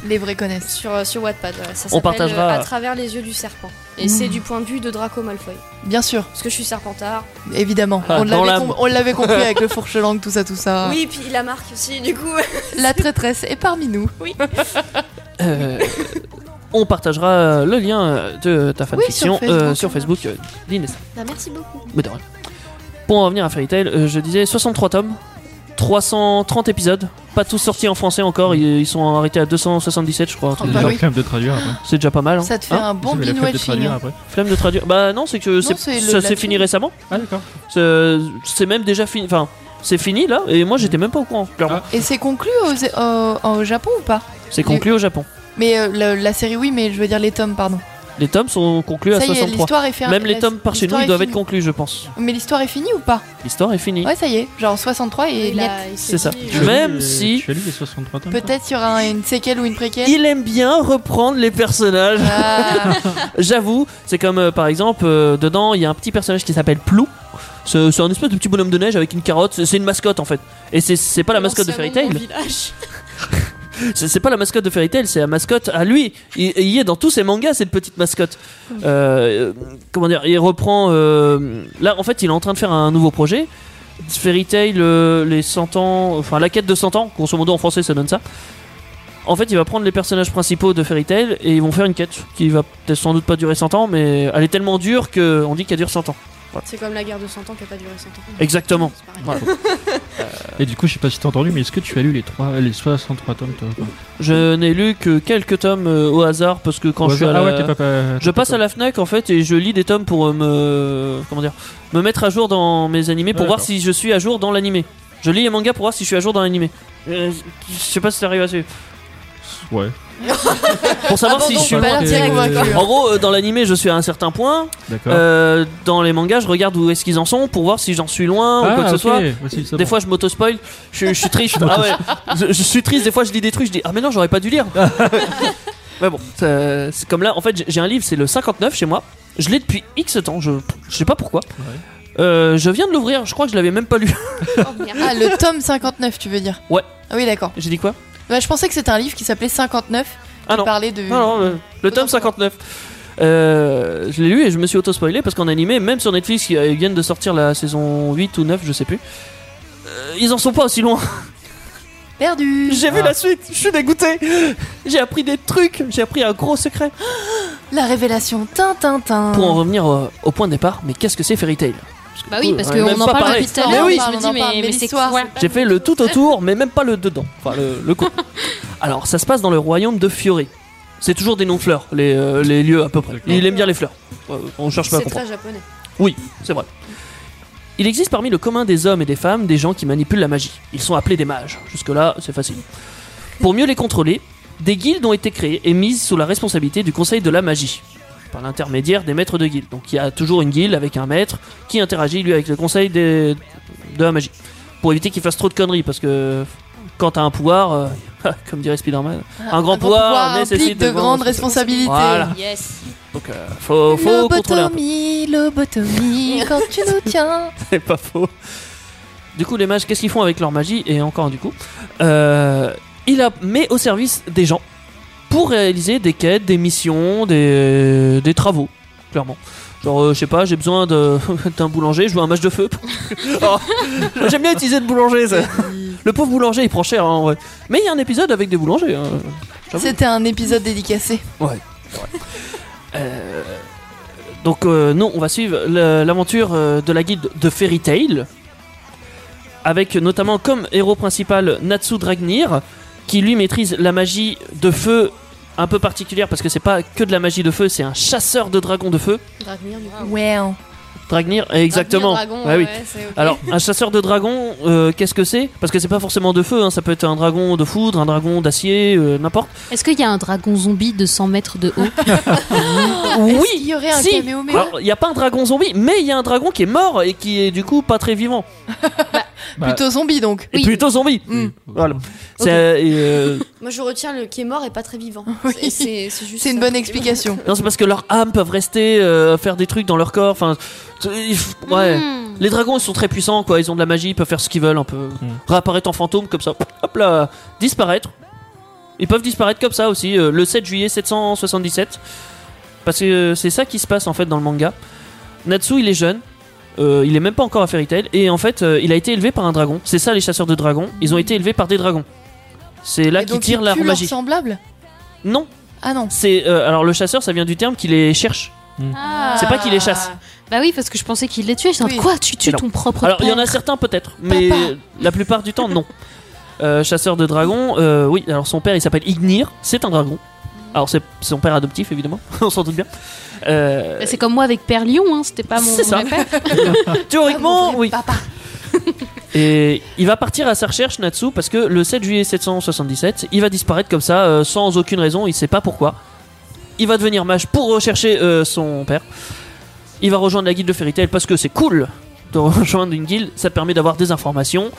G: Les vrais connaissent.
J: Sur, sur Wattpad, ouais. ça
E: On
J: s'appelle
E: partagera-
J: euh, À travers les yeux du serpent. Et
G: Mm.
J: c'est du point de vue de Draco Malfoy.
G: Bien sûr.
J: Parce que je suis serpentard.
G: Évidemment,
E: Ah,
G: on
E: dans
G: l'avait
E: l'âme.
G: com- on l'avait compris avec
E: [LAUGHS]
G: le fourche-langue, tout ça, tout
E: Ah.
G: ça.
J: Oui, puis la marque aussi, du coup. [LAUGHS]
G: La traîtresse est parmi nous.
J: Oui.
E: Euh, [LAUGHS] on partagera euh, le lien euh, de ta
J: Oui, sur
E: fanfiction
J: Facebook,
E: euh,
J: ça
E: sur Facebook, euh, d'Inès.
J: Bah, merci beaucoup.
E: Mais de rien. Pour en revenir à Fairy Tail, euh, je disais 63 tomes, 330 épisodes, pas tous sortis en français encore, ils, ils sont arrêtés à 277 je crois. un truc du
F: C'est déjà
E: genre.
F: flemme de traduire après.
E: C'est déjà pas mal. hein.
G: Ça te fait un bon
F: Ça fait la flemme de
G: binge-watching.
F: traduire après.
E: Flemme de traduire. Bah non, c'est que c'est-
G: c'est le-
E: ça
G: la
E: s'est fini
G: fille.
E: récemment.
F: Ah d'accord.
E: C'est c'est même déjà fini. Enfin, c'est fini là, et moi j'étais même pas au courant, clairement.
G: Et c'est conclu aux- au, au Japon ou pas
E: C'est conclu au Japon.
G: Mais euh, la, la série, oui, mais je veux dire les tomes, pardon.
E: Les tomes sont conclus à
G: Ça y est,
E: 63.
G: l'histoire est fermée.
E: Même les
G: La-
E: tomes par chez nous,
G: l'histoire
E: ils
G: est
E: doivent être
G: finie.
E: conclus, je pense.
G: Mais l'histoire est finie ou pas
E: L'histoire est finie.
G: Ouais, ça y est, genre 63 et miette.
E: C'est ça.
F: Tu as lu
E: Même
F: les-
E: si
F: Tu as lu les 63 tomes
G: Peut-être qu'il y aura un- une séquelle ou une préquelle. Ah.
E: il aime bien reprendre les personnages. J'avoue, c'est comme euh, par exemple, euh, dedans, il y a un petit personnage qui s'appelle Plou. C'est c'est un espèce de petit bonhomme de neige avec une carotte. C'est c'est une mascotte en fait. Et c'est- c'est pas Oh, la mascotte de Fairy Tail. C'est c'est pas la mascotte de Fairy Tail, c'est la mascotte à lui. Il, il y est dans tous ses mangas, cette petite mascotte. Euh, euh, comment dire Il reprend. euh, là, en fait, il est en train de faire un nouveau projet. Fairy Tail, euh, les 100 ans. Enfin, la quête de 100 ans, grosso modo en français, ça donne ça. En fait, il va prendre les personnages principaux de Fairy Tail et ils vont faire une quête qui va peut-être sans doute pas durer 100 ans, mais elle est tellement dure qu'on dit qu'elle dure 100 ans. Voilà.
J: C'est comme la guerre de 100 ans qui a pas duré 100 ans.
E: Exactement. Voilà.
F: Et du coup, je sais pas si t'as entendu, mais est-ce que tu as lu les, trois, les 63 tomes toi ou pas
E: Je n'ai lu que quelques tomes euh, au hasard parce que quand
F: Au
E: je suis à
F: hasard
E: la-
F: Ah ouais, t'es pas- pas-
E: je passe à la Fnac en fait et je lis des tomes pour euh, me comment dire me mettre à jour dans mes animés pour
F: Ouais,
E: voir
F: Ah, d'accord.
E: si je suis à jour dans l'animé. Je lis les mangas pour voir si je suis à jour dans l'animé. Euh, je sais pas si t'arrives à suivre.
F: Ouais.
E: Pour
G: Ah
E: savoir si je suis loin. [LAUGHS] En gros, euh, dans l'animé, je suis à un certain point.
F: D'accord.
E: Euh, dans les mangas, je regarde où est-ce qu'ils en sont pour voir si j'en suis loin ou
F: Ah,
E: quoi que ce
F: ok.
E: soit.
F: Voici le
E: Des
F: sabre.
E: fois, je m'auto-spoil. Je, je suis triste. ah ouais. je, je suis triste. Des fois, je lis des trucs. Je dis ah mais non, j'aurais pas dû lire. mais bon, c'est c'est comme là. En fait, j'ai- j'ai un livre. C'est le 59 chez moi. Je l'ai depuis X temps. Je, je sais pas pourquoi. Euh, je viens de l'ouvrir. Je crois que je l'avais même pas lu. [LAUGHS]
G: Ah, le tome 59, tu veux dire
E: ouais.
G: Ah oui, d'accord.
E: J'ai dit quoi
G: Bah, je pensais que c'était un livre qui s'appelait 59.
E: Ah non.
G: parlait de.
E: Non, non, le, le tome 59. Euh, je l'ai lu et je me suis auto-spoilé parce qu'en animé, même sur Netflix, ils ils viennent de sortir la saison 8 ou 9, je sais plus. Euh, ils en sont pas aussi loin.
G: Perdu.
E: J'ai vu la suite, je suis dégoûté. J'ai appris des trucs, j'ai appris un gros secret.
G: La révélation Tintintin.
E: Pour en revenir euh, au point de départ, mais qu'est-ce que c'est Fairy Tail Parce
H: Bah oui,
E: euh,
H: parce
E: on
H: qu'on
E: a même
H: en
E: pas
H: parle
E: parlé.
H: depuis tout à
E: Mais
H: l'heure.
E: oui.
H: on parle, on en parle, mais c'est quoi
E: J'ai fait le tout autour, mais même pas le dedans. Enfin, le, le
H: [LAUGHS]
E: coup. Alors, ça se passe dans le royaume de Fiori. C'est toujours des noms-fleurs, les, euh, les lieux à peu près. Il aime bien les fleurs. Euh, on cherche pas à
J: C'est
E: comprendre.
J: très japonais.
E: Oui, c'est vrai. Il existe parmi le commun des hommes et des femmes des gens qui manipulent la magie. Ils sont appelés des mages. Jusque-là, c'est facile. Pour mieux les contrôler, des guildes ont été créées et mises sous la responsabilité du Conseil de la magie, par l'intermédiaire des maîtres de guildes. Donc il y a toujours une guilde avec un maître qui interagit lui avec le Conseil des- de la magie, pour éviter qu'il fasse trop de conneries, parce que quand t'as un pouvoir, euh, [LAUGHS] comme dirait Spider-Man,
G: Ah,
E: un grand pouvoir, nécessite
G: implique de grandes responsabilités.
E: Voilà.
J: Yes.
E: Donc euh, faut, faut contrôler un peu.
G: Lobotomie, lobotomie, quand tu nous tiens.
E: [LAUGHS] C'est pas faux. Du coup, les mages, qu'est-ce qu'ils font avec leur magie Et encore du coup, euh, il la met au service des gens pour réaliser des quêtes, des missions, des, des travaux, clairement. Genre, euh, je sais pas, j'ai besoin de- [LAUGHS] d'un boulanger, je veux un match de feu. [LAUGHS] Oh, J'aime bien utiliser le boulanger, ça. Le pauvre boulanger, il prend cher, hein, en vrai. Mais il y a un épisode avec des boulangers. hein. J'avoue.
G: C'était un épisode dédicacé.
E: Ouais. c'est vrai. Euh, donc, euh, non, on va suivre le- l'aventure euh, de la guide de Fairy Tail, avec notamment comme héros principal Natsu Dragnir, qui lui maîtrise la magie de feu un peu particulière, parce que c'est pas que de la magie de feu, c'est un chasseur de dragons de feu.
J: Dragnir, du coup.
G: Ouais.
E: Dragnir, eh, exactement.
J: dragon,
E: Ouais, oui.
J: ouais, c'est ok.
E: Alors, un chasseur de dragons, euh, qu'est-ce que c'est Parce que c'est pas forcément de feu, hein, ça peut être un dragon de foudre, un dragon d'acier, euh, n'importe.
H: Est-ce qu'il y a un dragon zombie de 100 mètres de haut
J: Ah,
E: Oui,
G: Il y aurait un
E: si. Ah.
G: Kamehameha
E: Alors, il n'y a pas un dragon zombie, mais il y a un dragon qui est mort et qui est du coup pas très vivant.
G: Plutôt zombie donc.
E: Et plutôt zombie.
G: Mm.
E: Voilà. C'est, euh, et, euh,
J: Moi, je retiens le qui est mort et pas très vivant. C'est- C'est c'est juste.
G: C'est une
J: ça.
G: bonne explication.
E: non, c'est parce que leurs âmes peuvent rester, euh, faire des trucs dans leur corps. Enfin, t- il- [LAUGHS]
G: Mm.
E: ouais.
H: Hmm.
E: Les dragons, ils sont très puissants, quoi. Ils ont de la magie, ils peuvent faire ce qu'ils veulent, un peu. Réapparaître en fantôme, comme ça. Hop là, disparaître. Ils peuvent disparaître comme ça aussi, euh, le 7 juillet 777. Parce que euh, c'est ça qui se passe en fait dans le manga. Natsu, il est jeune. euh, il est même pas encore à Fairy Tail. Et en fait, euh, il a été élevé par un dragon. C'est ça les chasseurs de dragons. Ils ont été élevés par des dragons. C'est là
G: Mm. Et
E: qu'ils
G: donc
E: tirent
G: ils
E: leur
G: tuent
E: magie.
G: semblable
E: Non.
G: Ah non.
E: C'est euh, alors le chasseur, ça vient du terme qu'il les cherche. C'est pas qu'il les chasse.
H: Ah. Bah oui, parce que je pensais qu'il les tuait. J'étais en mode, quoi Tu tues
E: Mais non.
H: ton propre
E: Alors il y en a
H: père
E: certains peut-être, mais la plupart du temps non. Euh, chasseur de dragons, euh, oui. Alors son père, il s'appelle Ignir. C'est un dragon. Alors c'est c'est son père adoptif évidemment. [LAUGHS] On s'en doute bien. Euh,
H: Bah, C'est comme moi avec Père Lion, hein, c'était pas mon
E: C'est ça.
H: mon vrai père.
E: Théoriquement, oui. [LAUGHS] Et il va partir à sa recherche, Natsu, parce que le 7 juillet 777, il va disparaître comme ça, euh, sans aucune raison, il sait pas pourquoi. Il va devenir mage pour rechercher euh, son père. Il va rejoindre la guilde de Fairy Tail parce que c'est cool de [LAUGHS] rejoindre une guilde, ça te permet d'avoir des informations,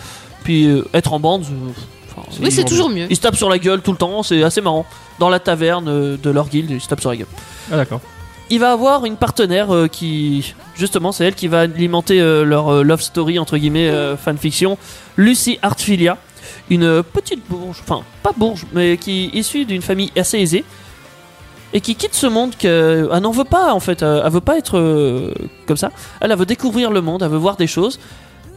E: puis euh, être en bande. euh, enfin,
H: Oui, c'est toujours mieux.
E: Ils se tapent sur la gueule tout le temps, c'est assez marrant. Dans la taverne euh, de leur guilde, ils se tapent sur la gueule
F: Ah d'accord.
E: il va avoir une partenaire euh, qui, justement, c'est elle qui va alimenter euh, leur euh, love story, entre guillemets, euh, fanfiction, Lucy Artfilia, une euh, petite bourge, enfin, pas bourge, mais qui est issue d'une famille assez aisée, et qui quitte ce monde qu'elle n'en veut pas, en fait, euh, elle veut pas être euh, comme ça, elle, elle veut découvrir le monde, elle veut voir des choses,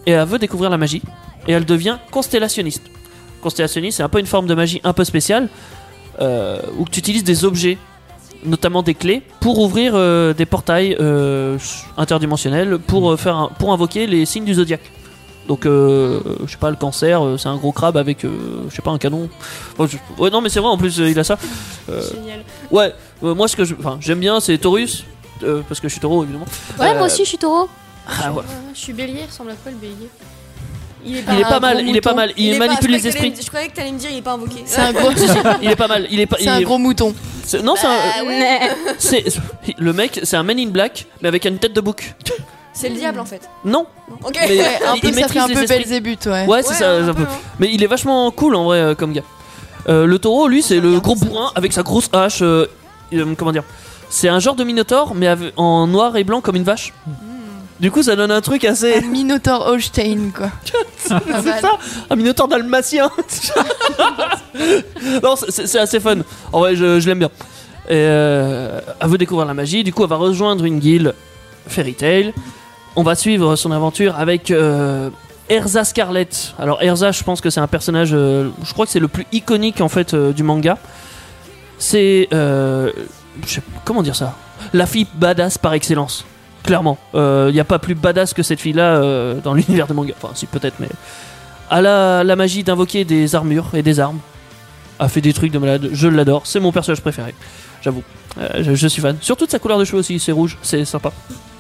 E: et elle veut découvrir la magie, et elle devient constellationniste. Constellationniste, c'est un peu une forme de magie un peu spéciale, euh, où tu utilises des objets notamment des clés, pour ouvrir euh, des portails euh, interdimensionnels, pour, euh, faire un- pour invoquer les signes du zodiaque. Donc, euh, euh, je sais pas, le cancer, euh, c'est un gros crabe avec, euh, je sais pas, un canon. Bon, je- ouais, non, mais c'est vrai, en plus, euh, il a ça. Euh,
J: Génial.
E: ouais, euh, moi, ce que je- enfin, j'aime bien, c'est Taurus, euh, parce que je suis taureau, évidemment.
H: Ouais,
E: Euh,
H: moi aussi, je suis taureau.
E: Ah, ouais.
J: Je suis bélier, il ressemble à quoi le bélier
E: Il est pas mal, il est pas mal, il manipule
J: je croyais que
E: les
J: t'allais
E: esprits.
J: me- Je croyais que t'allais me dire, il est pas invoqué.
E: [LAUGHS]
G: C'est un gros-
E: il est pas mal, il est pas.
G: C'est un
E: il-
G: gros mouton.
E: c'est- Non, c'est
H: Bah, euh,
E: un.
J: ouais.
H: Ah
E: c'est- [LAUGHS] Le mec, c'est un man in black, mais avec une tête de bouc.
J: C'est le diable en fait.
E: Non.
J: Ok.
E: Mais
G: Ouais, un
E: il-
G: peu,
E: il
G: ça fait
E: maîtrise
G: un
E: les
G: peu
E: esprits.
G: Belzébuth, ouais.
E: Ouais, c'est ça, un peu.
J: hein.
E: Mais il est vachement cool en vrai euh, comme gars. Euh, le taureau, lui, c'est le gros bourrin avec sa grosse hache. euh, euh, comment dire C'est un genre de minotaure, mais ave- en noir et blanc comme une vache. Du coup, ça donne un truc assez.
G: Un Minotaur Holstein, quoi. Pas
E: [LAUGHS] c'est
G: mal.
E: ça Un minotaure dalmatien [LAUGHS] Non, c'est- c'est c'est assez fun. En vrai, je, je l'aime bien. Et, euh, elle veut découvrir la magie, du coup, elle va rejoindre une guilde Fairy Tail. On va suivre son aventure avec euh, Erza Scarlet. Alors, Erza, je pense que c'est un personnage, euh, je crois que c'est le plus iconique en fait euh, du manga. C'est. euh, je sais- comment dire ça La fille badass par excellence. Clairement. Il n'y a pas plus badass que cette fille-là euh, dans l'univers de manga. Enfin, si, peut-être, mais. Elle a la magie d'invoquer des armures et des armes. A fait des trucs de malade. Je l'adore. C'est mon personnage préféré. J'avoue. Euh, je, je suis fan. Surtout de sa couleur de cheveux aussi. C'est rouge. C'est sympa.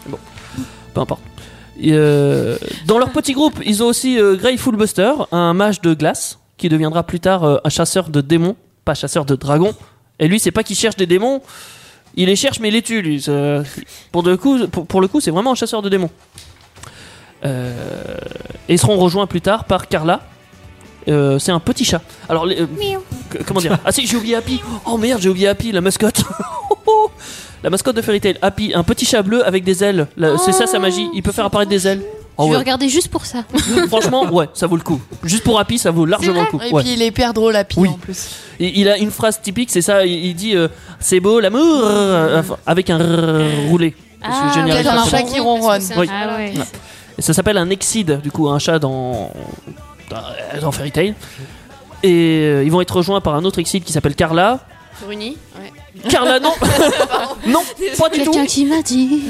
E: Bon. Peu importe. Et, euh, dans leur petit groupe, ils ont aussi euh, Grey Fullbuster, un mage de glace, qui deviendra plus tard euh, un chasseur de démons, pas chasseur de dragons. Et lui, c'est pas qu'il cherche des démons, il les cherche mais il les tue, lui. Ça- Pour, de coup, pour, pour le coup, c'est vraiment un chasseur de démons. Euh, et ils seront rejoints plus tard par Carla. Euh, c'est un petit chat. Alors, les- euh, que- comment dire Ah si, j'ai oublié Happy. Oh merde, j'ai oublié Happy, la mascotte. [LAUGHS] la mascotte de Fairy Tail, Happy, un petit chat bleu avec des ailes. Là, C'est ça sa magie. Il peut faire apparaître des ailes. Oh,
H: Je vais
E: ouais.
H: regarder juste pour ça.
E: Franchement, ouais, ça vaut le coup. Juste pour Happy, ça vaut largement le coup.
G: Et
E: Ouais.
G: puis il est hyper drôle à pied en plus.
E: Il, il a une phrase typique, c'est ça. Il, il dit euh, c'est beau l'amour euh, avec un rrrr roulé. Parce que je n'y arrive
G: comme
E: pas
G: un chat
E: souvent.
G: qui ronronne.
H: Ah
E: Oui. Ouais. Et ça s'appelle un exide, du coup, un chat dans, dans, dans Fairy Tail. Et euh, ils vont être rejoints par un autre exide qui s'appelle Carla.
J: Bruni Ouais.
E: Carla, non. [LAUGHS]
J: Pardon.
E: Non, pas du tout.
J: Quelqu'un
K: qui m'a dit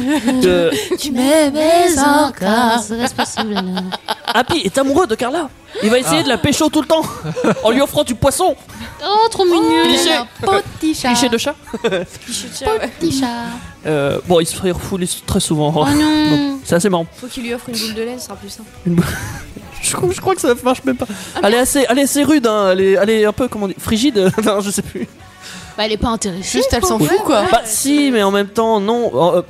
E: Euh,
K: Tu m'aimais encore, serait-ce possible
E: Happy est amoureux de Carla. Il va essayer de la pécho tout le temps en lui offrant du poisson.
H: Oh, trop mignon
E: Cliché.
H: Petit chat
E: Cliché de chat.
H: Petit chat
E: Euh, bon, il se fait refouler très souvent.
J: Oh non.
E: Donc, [LAUGHS] C'est assez marrant.
J: Faut qu'il lui offre une boule de laine, ce sera plus simple.
E: Je, crois- je crois que ça marche même pas.
H: Ah,
E: Elle est assez, elle est assez rude, hein. elle, est, elle est un peu, comment dire, frigide. [LAUGHS] non, je sais plus.
H: Bah, elle est pas intéressée.
G: Juste, elle s'en
E: Oui.
G: fout,
H: Ah,
G: quoi.
E: Bah, si, mais en même temps, non. Euh,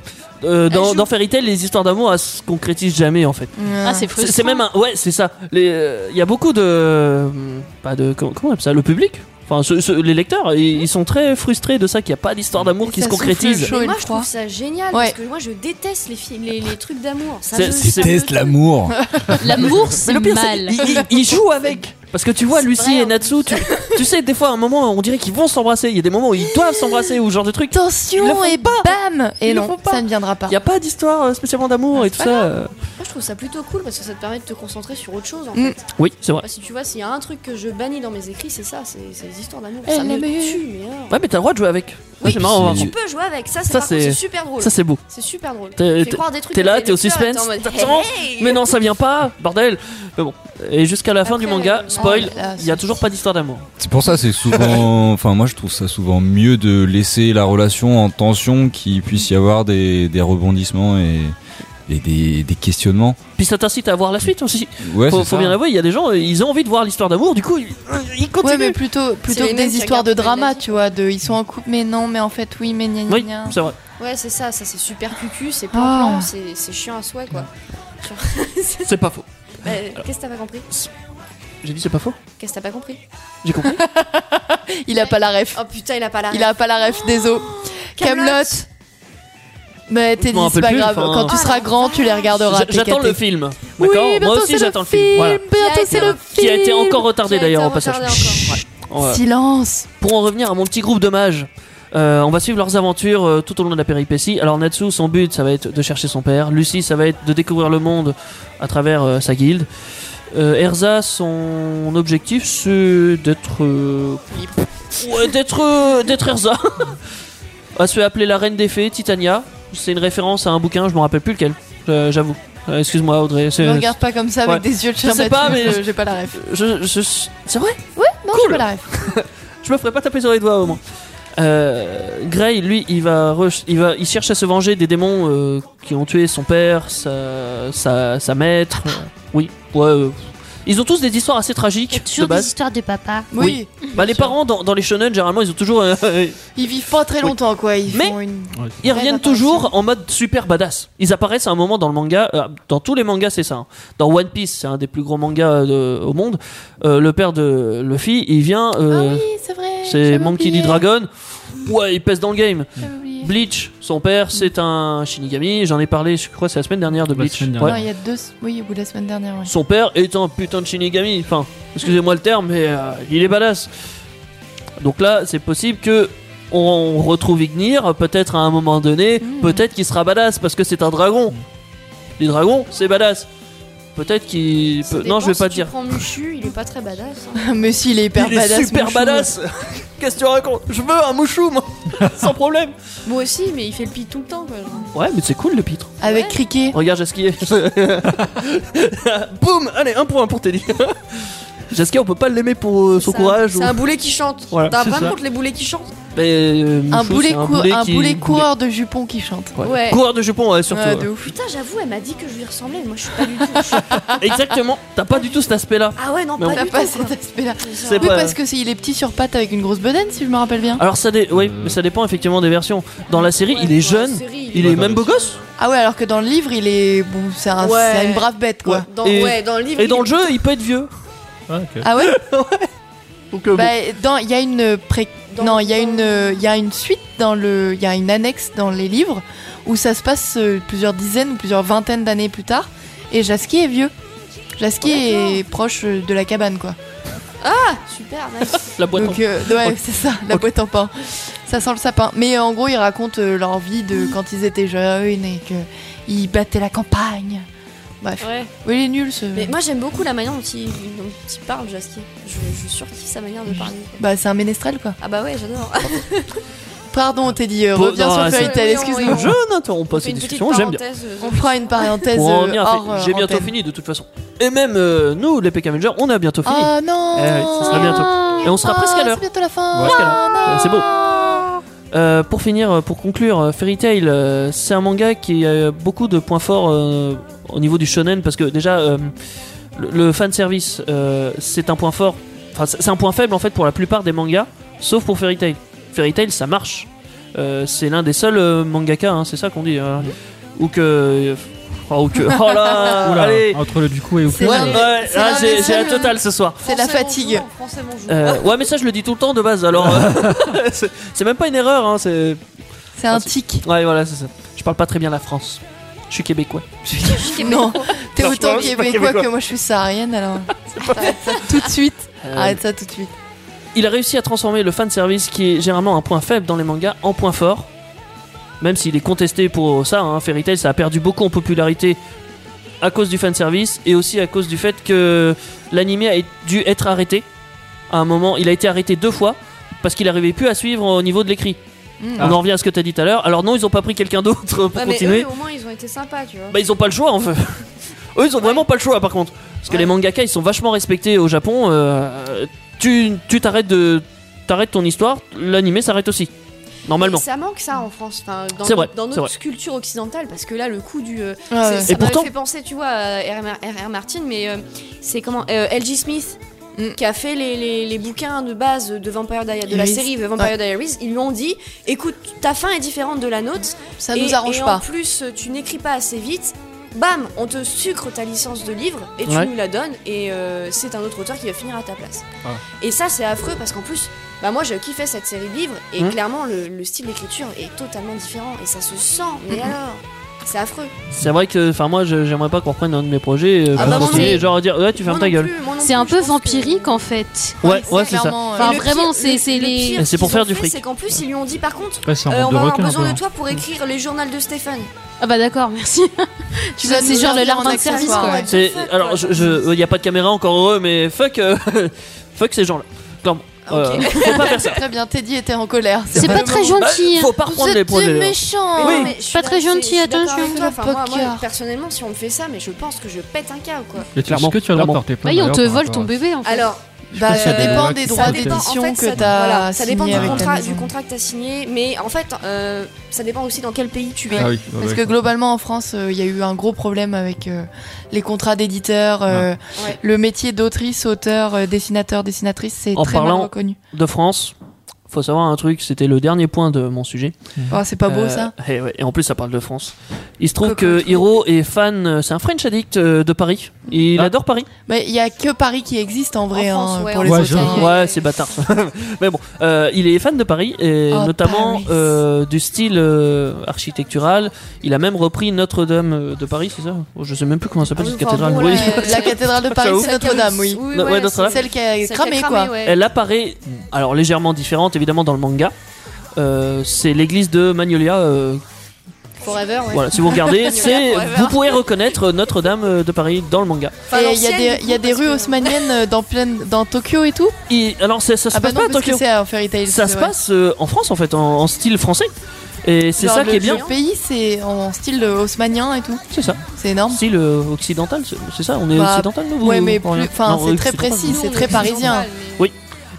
E: euh, dans,
G: joue.
E: dans Fairy Tail, les histoires d'amour, elles se concrétisent jamais en fait.
H: Ah,
G: Euh.
H: c'est frustrant.
E: C'est même un. Ouais, c'est ça. Les, euh, Il y a beaucoup de. hum, Pas de. Comment, comment on appelle ça Le public Enfin, ce- ce- les lecteurs, ils, ils sont très frustrés de ça, qu'il n'y a pas d'histoire d'amour qui se concrétise.
J: Mais moi, je trouve ça génial parce que moi, je déteste les, fi- les, les trucs d'amour. Ça
E: C'est-
J: me-
E: [LAUGHS] c'est-
J: ça me-
E: Déteste
I: l'amour.
H: L'amour, c'est
E: Mais le pire, c'est-
H: mal.
E: il- il- il joue avec. Parce que tu vois, Lucie et Natsu, tu, tu sais, des fois, à un moment, on dirait qu'ils vont s'embrasser. Il y a des moments où ils doivent s'embrasser ou ce genre de truc.
G: Attention et bam Et
E: Ils le
G: non,
E: font pas.
G: ça ne viendra pas.
E: Il n'y a pas d'histoire euh, spécialement d'amour et tout
J: pas
E: ça.
J: grave.
E: euh.
J: Moi, je trouve ça plutôt cool parce que ça te permet de te concentrer sur autre chose en
E: Mm.
J: fait.
E: Oui, c'est vrai.
J: Bah, si tu vois, s'il y a un truc que je bannis dans mes écrits, c'est ça, c'est c'est les histoires d'amour.
E: Eh,
M: Elle
J: Ça me
M: l'aimait.
J: tue, mais alors.
E: Ouais, mais t'as le droit de jouer avec. Oui,
J: tu peux jouer avec ça, c'est
E: Ça,
J: par contre,
E: c'est-
J: c'est super drôle.
E: ça, c'est beau.
J: C'est super drôle.
E: T'es
J: Tu fais croire des trucs
E: t'es
J: à
E: là,
J: tes
E: t'es au
J: lecteurs et
E: suspense,
J: t'es en mode,
E: t'attends,
J: hey
E: [LAUGHS] mais non, ça vient pas, bordel. Mais bon, et jusqu'à la fin du
J: euh,
E: manga, spoil,
G: oh là là,
E: il y a toujours pas d'histoire d'amour.
I: [LAUGHS] C'est pour ça, c'est souvent. Enfin, moi, je trouve ça souvent mieux de laisser la relation en tension, qu'il puisse y avoir des, des rebondissements et, et des, des questionnements.
E: Puis ça t'incite à voir la suite aussi.
I: Ouais,
E: faut,
I: c'est
E: faut
I: ça.
E: bien l'avouer, il y a des gens, euh, ils ont envie de voir l'histoire d'amour, du coup, ils- ils continuent.
G: Ouais, mais plutôt, plutôt
J: les
G: que
J: mêmes
G: des
J: qui
G: histoires de
J: regardent pas les
G: drama, tu vois, de ils sont en couple, mais non, mais en fait, oui, mais gna gna
E: Oui,
G: gna.
E: c'est vrai.
J: Ouais, c'est ça, ça c'est super cucu, c'est
G: Ah.
J: plan plan, c'est c'est chiant à souhait quoi. Genre,
E: C'est pas faux.
J: bah, Qu'est-ce que t'as pas compris
E: J'ai dit c'est pas faux
J: Qu'est-ce que t'as pas compris
E: J'ai compris.
G: Il a pas la ref.
J: Oh putain, il a pas la
G: Il a pas la ref, désolé. Camelot. Mais
E: Je
G: t'es dit,
E: m'en
G: c'est
E: rappelle
G: pas
E: plus,
G: grave.
E: enfin.
G: Quand tu
J: Ah,
E: Oh
G: seras grand, tu les regarderas.
E: J- J'attends
G: t'es
E: le
G: capé.
E: film.
G: Oui,
E: D'accord Moi
G: bientôt,
E: aussi
G: c'est
E: j'attends le
G: le
E: film. Voilà.
G: Bientôt, c'est le film.
E: Qui a été encore
J: Qui
E: retardé
J: a
E: d'ailleurs
J: été
E: au passage.
J: retardé encore.
E: Ouais. Ouais.
G: Silence.
E: Pour en revenir à mon petit groupe de mages, euh, on va suivre leurs aventures euh, tout au long de la péripétie. Alors Natsu, son but, ça va être de chercher son père. Lucie, ça va être de découvrir le monde à travers euh, sa guilde. Euh, Erza, son objectif, c'est d'être... euh, Ouais, d'être... euh, d'être Erza. [LAUGHS] Elle se fait appeler la reine des fées, Titania. C'est une référence à un bouquin, je me rappelle plus lequel, euh, j'avoue. Euh, Excuse-moi Audrey. c'est-
G: Ne regarde pas comme ça
E: Ouais.
G: avec des yeux de
E: Je
G: chat.
E: sais pas,
G: battu, [LAUGHS]
E: mais-
G: je- j'ai pas la ref.
E: Je- je- C'est vrai
G: Ouais, non, j'ai
E: Cool.
G: pas la ref.
E: Je me ferai pas taper sur les doigts au moins. Euh, Gray, lui, il va, re- il va, il cherche à se venger des démons euh, qui ont tué son père, sa, sa, sa maître. euh, oui, ouais. euh, ils ont tous des histoires assez tragiques de
K: Toujours des
E: base.
K: histoires de papa.
G: Oui.
E: Bah, les parents dans, dans les shonen généralement ils ont toujours, euh,
G: Ils vivent pas très longtemps, quoi. Ils font une.
E: ils
G: Ouais,
E: reviennent
G: d'accord,
E: toujours en mode super badass. Ils apparaissent à un moment dans le manga, euh, dans tous les mangas c'est ça. hein. Dans One Piece, c'est un des plus gros mangas euh, de- au monde. euh, le père de Luffy, il vient. euh,
G: Ah Oui, c'est vrai.
E: c'est
G: j'avais
E: Monkey D.
G: oublié.
E: Dragon. Ouais, il pèse dans le game. Bleach, son père, c'est un Shinigami. J'en ai parlé, je crois, c'est la semaine dernière de Bleach.
F: semaine
G: Non,
E: Ouais.
G: il y a deux. Oui, au bout de la semaine dernière, ouais.
E: Son père est un putain de Shinigami. Enfin, excusez-moi le terme, mais euh, il est badass. Donc là, c'est possible que on retrouve Ignir, peut-être à un moment donné, peut-être qu'il sera badass parce que c'est un dragon. Les dragons, c'est badass. Peut-être qu'il. peut- Non, je vais pas
J: si
E: dire.
J: Tu prends Mushu, il est pas très badass. hein.
G: Mais si, il est hyper
E: Il
G: badass.
E: est super
G: Mouchou.
E: badass. Qu'est-ce que tu racontes Je veux un mouchou, moi, [LAUGHS] sans problème.
J: Moi aussi, mais il fait le pit tout le temps. Quoi, genre.
E: Ouais, mais c'est cool le pitre.
G: Avec Criquet.
E: Regarde Jaskier. [LAUGHS] Boum Allez, un point pour Teddy. [LAUGHS] Jaskier, on peut pas l'aimer pour euh, son
J: C'est un-
E: courage.
J: C'est
E: ou-
J: un boulet qui chante.
E: Voilà,
J: T'as
E: c'est
J: pas
E: ça.
J: contre les boulets qui chantent
E: Mais, euh,
G: Un
E: Mouchou,
G: boulet,
E: c'est un
G: cou- un
E: qui-
G: boulet coureur de jupons qui chante.
E: Ouais.
J: Ouais.
E: Coureur de jupons, ouais, surtout.
G: Ouais,
E: ouais.
G: de ouf.
J: Putain, j'avoue, elle m'a dit que je lui ressemblais. Moi, je suis pas du tout. [LAUGHS]
E: Ah, Exactement, t'as pas du tout cet aspect-là.
J: Ah ouais, non,
E: Mais
J: pas
E: on-
J: du
G: T'as
J: tout.
G: pas
J: quoi.
G: cet aspect-là.
E: C'est
G: Oui,
E: pas-
G: parce que c'est il est petit sur pattes avec une grosse bedaine, si je me rappelle bien.
E: Alors ça, dé- oui, mais ça dépend effectivement des versions. Dans la série, il est jeune,
J: série,
E: il est même beau gosse.
G: Ah ouais, alors que dans le livre, il est bon, c'est un-
J: Ouais.
G: c'est une brave bête quoi.
J: Dans,
E: Et-
J: ouais, dans le livre.
E: Et dans
J: il-
E: le jeu, il peut être vieux.
G: Ah [LAUGHS] ouais.
E: Donc, euh, bon.
G: Bah, dans il y a une pré-
J: Dans-
G: non, il y a
J: dans-
G: une euh, il y a une suite dans le il y a une annexe dans les livres où ça se passe euh, plusieurs dizaines ou plusieurs vingtaines d'années plus tard et Jaski est vieux. Jaski est proche euh, de la cabane quoi.
J: Super, nice.
E: La boîte en-
G: Donc euh, ouais, c'est ça, la boîte en pain. Ça sent le sapin. Mais euh, en gros, ils racontent euh, leur vie de quand ils étaient jeunes et que ils battaient la campagne Bref. Oui, il est nul ce.
M: Mais moi j'aime beaucoup la manière dont il, dont il parle, Jaski. Je, je surkiffe sa manière de parler.
G: Bah, c'est un ménestrel quoi.
M: Ah bah ouais, j'adore.
G: Pardon, on t'a dit, euh, reviens
E: Bon,
G: sur
E: non,
G: Fairy Tail,
E: c'est-
G: excuse-moi.
E: Je n'interromps pas cette discussion, j'aime bien.
M: euh,
G: On fera une parenthèse.
E: Pour en revenir à
G: euh,
E: Fairy-
G: hors, euh,
E: J'ai bientôt
G: antenne.
E: fini de toute façon. Et même euh, nous, les PK Avengers, on a bientôt fini.
G: Ah non Ah,
E: Eh oui, ça sera bientôt. Et on sera presque à l'heure.
G: C'est bientôt la fin. Ah,
E: Presque à l'heure. Euh, C'est beau. Euh, pour finir, euh, pour conclure, euh, Fairy Tail, euh, c'est un manga qui a beaucoup de points forts euh, au niveau du shonen parce que déjà euh, le, le fan service, euh, c'est un point fort. Enfin, c'est c'est un point faible en fait pour la plupart des mangas, sauf pour Fairy Tail. Fairy Tail, ça marche. Euh, c'est l'un des seuls euh, mangaka, hein, c'est ça qu'on dit. euh, ou que, oh, ou que, oh là,
F: [LAUGHS] Oula,
E: allez.
F: entre le du coup et au
E: Ouais,
F: plus.
E: ouais, là, j'ai j'ai la totale ce soir.
G: C'est la fatigue.
E: Euh, ouais, mais ça, je le dis tout le temps de base, alors. euh, [LAUGHS] c'est c'est même pas une erreur, hein, c'est.
G: C'est
E: Ah,
G: un tic.
E: Ouais, voilà, c'est ça. Je parle pas très bien la France. Je suis québécois.
G: Non, t'es
E: Non, je
G: autant
E: suis pas
G: québécois
E: québécois.
G: que moi je suis
E: [LAUGHS]
G: saharienne alors. Arrête ça tout de suite.
E: Euh,
G: Arrête ça tout de suite.
E: Il a réussi à transformer le fan service, qui est généralement un point faible dans les mangas, en point fort. Même s'il est contesté pour ça, hein, Fairy Tail, ça a perdu beaucoup en popularité à cause du fan service et aussi à cause du fait que l'anime a dû être arrêté. À un moment, il a été arrêté deux fois parce qu'il n'arrivait plus à suivre au niveau de l'écrit.
M: Mm.
E: On en revient à ce que t'as dit tout à l'heure. Alors non, ils ont pas pris quelqu'un d'autre pour
M: Ouais, mais
E: continuer.
M: eux, au moins ils ont été sympas, tu vois.
E: Bah ils ont pas le choix en fait. [LAUGHS] Eux ils ont vraiment pas le choix par contre. Parce que les mangaka ils sont vachement respectés au Japon. euh, tu tu t'arrêtes de t'arrêtes ton histoire, l'animé s'arrête aussi. Normalement.
J: Et ça manque ça en France, enfin, dans,
E: C'est vrai,
J: dans
E: c'est
J: notre
E: vrai.
J: culture occidentale, parce que là le coup du. euh,
E: Ah
J: c'est-
E: ouais.
J: Ça
E: Et
J: m'avait
E: pourtant-
J: fait penser, tu vois, à R.R. Martin, mais euh, c'est comment euh, L.G. Smith
E: Mm.
J: qui a fait les, les- les bouquins de base de Vampire Diaries, de la
G: Diaries.
J: série Vampire
G: Ouais.
J: Diaries, ils lui ont dit écoute, ta fin est différente de la nôtre.
G: Ça
J: et-
G: nous arrange
J: et
G: pas.
J: En plus, tu n'écris pas assez vite. Bam, on te sucre ta licence de livre et tu
F: Ouais.
J: nous la donnes et euh, c'est un autre auteur qui va finir à ta place.
F: Ah.
J: Et ça, c'est affreux parce qu'en plus, bah moi, je kiffais cette série de livres et
G: Mm.
E: Mhm.
J: clairement, le, le style d'écriture est totalement différent et ça se sent. Mais
G: Mhm.
J: alors, c'est affreux.
E: C'est vrai que enfin moi je- j'aimerais pas qu'on reprenne un de mes projets euh,
J: Ah
E: pour
J: bah, moi
E: continuer
J: non.
E: genre à dire ouais tu fermes ta gueule.
H: C'est un peu vampirique en fait.
E: Ouais, ouais, c'est ça.
G: euh,
H: Enfin, vraiment, c'est c'est les.
E: Et c'est pour
J: qu'ils
E: faire
J: ont
E: du
J: fait,
E: fric.
J: C'est qu'en plus, ils lui ont dit par contre,
E: Ouais, c'est un
J: euh,
E: manque
J: on
E: de
J: va avoir
E: recul, un
J: besoin
F: hein.
E: peu.
J: de toi pour écrire les journaux de Stéphane.
H: Ah bah d'accord, [LAUGHS] merci. tu vois,
J: Ça
H: c'est
J: nous
H: genre le
J: revient en
H: larbin de service
J: accessoire,
H: quoi.
J: ouais.
E: C'est alors je, je y a pas de caméra encore heureux mais fuck euh, [LAUGHS] fuck ces gens-là. Clairement. Euh, faut pas faire ça.
G: Très bien, Teddy était en colère.
E: C'est pas
G: le
E: très
G: moment.
E: gentil, Bah, faut pas hein. reprendre
G: Vous
E: les
G: êtes
E: projets,
G: des
E: là.
G: méchants.
J: Mais non, mais je suis
H: pas très
J: d'ac-
H: gentil,
J: je suis d'accord
H: attention,
J: avec toi. Enfin, moi, moi,
H: poker.
J: personnellement, si on me fait ça, mais je pense que je pète un câble quoi.
F: Et tu- Est-ce que tu as le droit de porter plainte
H: Voyons, Bah,
F: d'ailleurs,
H: on te
F: par
H: vole
F: rapport
H: ton
F: à-
H: bébé en fait.
J: Alors, euh,
G: Bah, ça
F: Est-ce que c'est
G: dépend
F: des
G: des
F: actes
G: droits
F: sexuels
G: d'édition
J: en fait,
G: que
J: ça,
G: t'as
J: voilà, ça dépend
G: signé
J: du
G: avec ta
J: contrat,
G: maison.
J: du contrat que t'as signé, mais en fait, euh, ça dépend aussi dans quel pays tu es.
E: Ah,
F: Ah
G: Ouais. Parce que globalement en France, euh, il y a eu un gros problème avec euh, les contrats d'éditeurs, euh,
J: Ouais.
G: le métier d'autrice, auteur, euh, dessinateur, dessinatrice, c'est
E: en
G: très mal
E: parlant
G: reconnu.
E: de France, faut savoir un truc, c'était le dernier point de mon sujet.
G: Oh, c'est pas
E: Euh,
G: beau, ça
E: et, ouais, et en plus, ça parle de France. Il se trouve que Hiro est fan, euh, c'est un French addict euh, de Paris. Il
G: Ah.
E: adore Paris.
G: Mais il y a que Paris qui existe en vrai hein, pour les autres.
E: Ouais, c'est bâtard. [LAUGHS] Mais bon, euh, il est fan de Paris et
G: Oh,
E: notamment
G: Paris.
E: euh, du style euh, architectural. Il a même repris Notre-Dame euh, de Paris, c'est ça Oh, Je sais même plus comment ça s'appelle cette cathédrale.
G: Ah, bon,
E: Oui.
G: la- [LAUGHS] la cathédrale de Paris,
E: J'avoue.
G: c'est Notre-Dame, oui.
E: Oui, No- Bah, ouais, ouais, Notre-Dame.
G: Celle qui a cramé, quoi.
E: [LAUGHS] Elle apparaît, alors légèrement différente évidemment dans le manga. Euh, c'est l'église de Magnolia. euh,
J: Forever, ouais.
E: Voilà, si vous
G: [LAUGHS]
E: regardez,
J: Magnolia
E: c'est
J: Forever.
E: vous pourrez reconnaître Notre-Dame euh, de Paris dans le manga.
G: Et il y a des, il y a des rues haussmanniennes euh, dans, pleine, dans Tokyo et tout
E: Et alors ça, ça se
G: Ah bah
E: passe
G: non,
E: pas à
G: parce que
E: Tokyo.
G: c'est en Fairy Tail.
E: Ça
G: c'est
E: se
G: vrai.
E: passe euh, en France en fait, en, en style français. Et c'est
G: Genre,
E: ça qui
G: le-
E: est bien.
G: Le pays, c'est en style euh, haussmannien et tout.
E: C'est ça.
G: C'est énorme.
E: Style euh, occidental, c'est- c'est ça On est
G: Ah. Bah,
E: occidental nous vous-
G: ouais, mais
E: vous-
G: plus-
E: rien
G: enfin,
E: Non, euh,
G: c'est très
E: occidental,
G: précis,
E: non.
G: c'est très parisien.
E: Oui.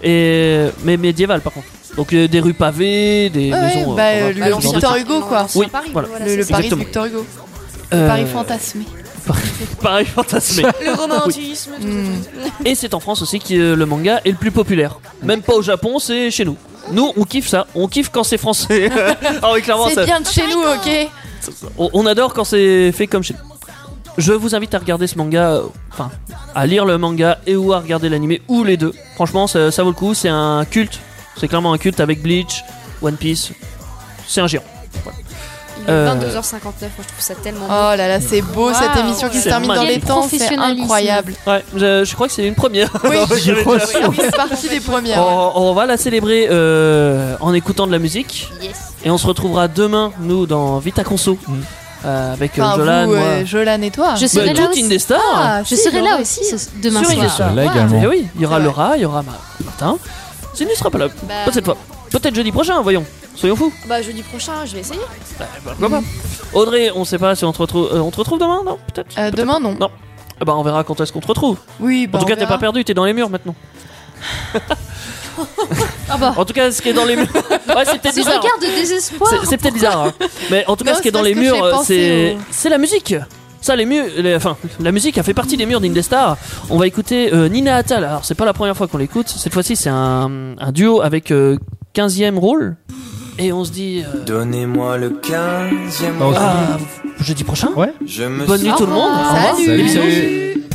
E: Et euh, mais médiéval par contre. Donc euh, des rues pavées, des
G: Ouais,
E: maisons. euh, on
G: bah,
E: va
G: euh,
E: pas
G: le
E: dire
G: Victor
E: de-
G: Hugo, quoi.
E: Oui, voilà.
G: Le, le Paris de
E: Exactement.
G: Victor Hugo.
E: Euh,
G: Le Paris fantasmé.
E: Pareil
G: [LAUGHS]
E: fantasmé.
J: Le
E: Oui.
J: romantisme, tout ça.
G: Mmh.
E: Et c'est en France aussi que euh, le manga est le plus populaire. Même pas au Japon, c'est chez nous. Nous, on kiffe ça. On kiffe quand c'est français. [LAUGHS] ah oui, clairement, ça-
G: C'est bien de chez nous, ok
E: on- on adore quand c'est fait comme chez nous. Je vous invite à regarder ce manga, euh, enfin, à lire le manga et ou à regarder l'anime, ou les deux. Franchement, ça, ça vaut le coup. C'est un culte. C'est clairement un culte avec Bleach, One Piece. C'est un géant. Voilà.
J: Il est
E: Euh,
J: 22h59, moi je trouve ça tellement beau.
G: Oh là là, c'est beau cette
J: Waouh.
G: émission qui se
E: C'est
G: termine dans les
E: magnifique.
G: temps, c'est
E: [LAUGHS]
G: incroyable.
E: Ouais, je, je crois que c'est une première.
G: Oui,
E: J'avais
G: crois
E: déjà-
G: aussi. Oui, c'est parti des premières.
E: On, on va la célébrer euh, en écoutant de la musique.
G: Yes. Mm.
E: Et on se retrouvera demain, nous, dans Vita Conso. euh, avec euh,
G: Enfin,
E: Jolan.
G: vous,
E: moi.
G: euh, Jolan et toi.
H: Je serai
E: Bah,
H: là
E: toute
H: aussi.
E: Indestar.
G: Ah,
H: je
G: si,
H: serai là
G: Laurent.
H: aussi ce- demain
E: Sur
H: soir.
E: Indestar.
D: Là également.
E: Eh oui, il y aura Laura, il y aura ma- Martin. Zinus sera pas là.
J: Oh,
E: Pas cette fois. Peut-être jeudi prochain, voyons. Soyons fous.
J: Bah jeudi prochain, je vais essayer.
G: Bah,
E: Pourquoi pas
G: hmm.
E: Audrey, on sait pas si on te retrouve, euh, on te retrouve demain, non Peut-être
G: Euh, Demain, non.
E: Non. Eh ben, on verra quand est-ce qu'on te retrouve.
G: Oui, bah,
E: en tout
G: on
E: cas, t'es
G: verra.
E: pas perdu, t'es dans les murs
G: [LAUGHS]
E: maintenant. En tout cas, ce qui est dans les murs.
G: Ah bah.
E: ouais, c'est peut-être
H: Ce
E: bizarre.
H: regard de désespoir.
E: C'est- C'est peut-être bizarre. hein. Mais en tout cas,
H: Non,
E: ce qui est
H: c'est
E: dans
H: parce
E: les
H: que j'ai
E: murs,
H: pensé
E: c'est
H: au-
E: c'est la musique. Ça, les murs, les- enfin, la musique a fait partie des murs d'Indestar. On va écouter euh, Nina Attal. Alors, c'est pas la première fois qu'on l'écoute. Cette fois-ci, c'est un, un duo avec euh, 15e rôle. Et on se dit. euh,
P: Donnez-moi le 15e
E: Ah,
P: round.
E: jeudi prochain
Q: Ouais.
P: Je me
E: Bonne nuit
P: suis-
E: tout le monde. Au revoir. Salut. Salut.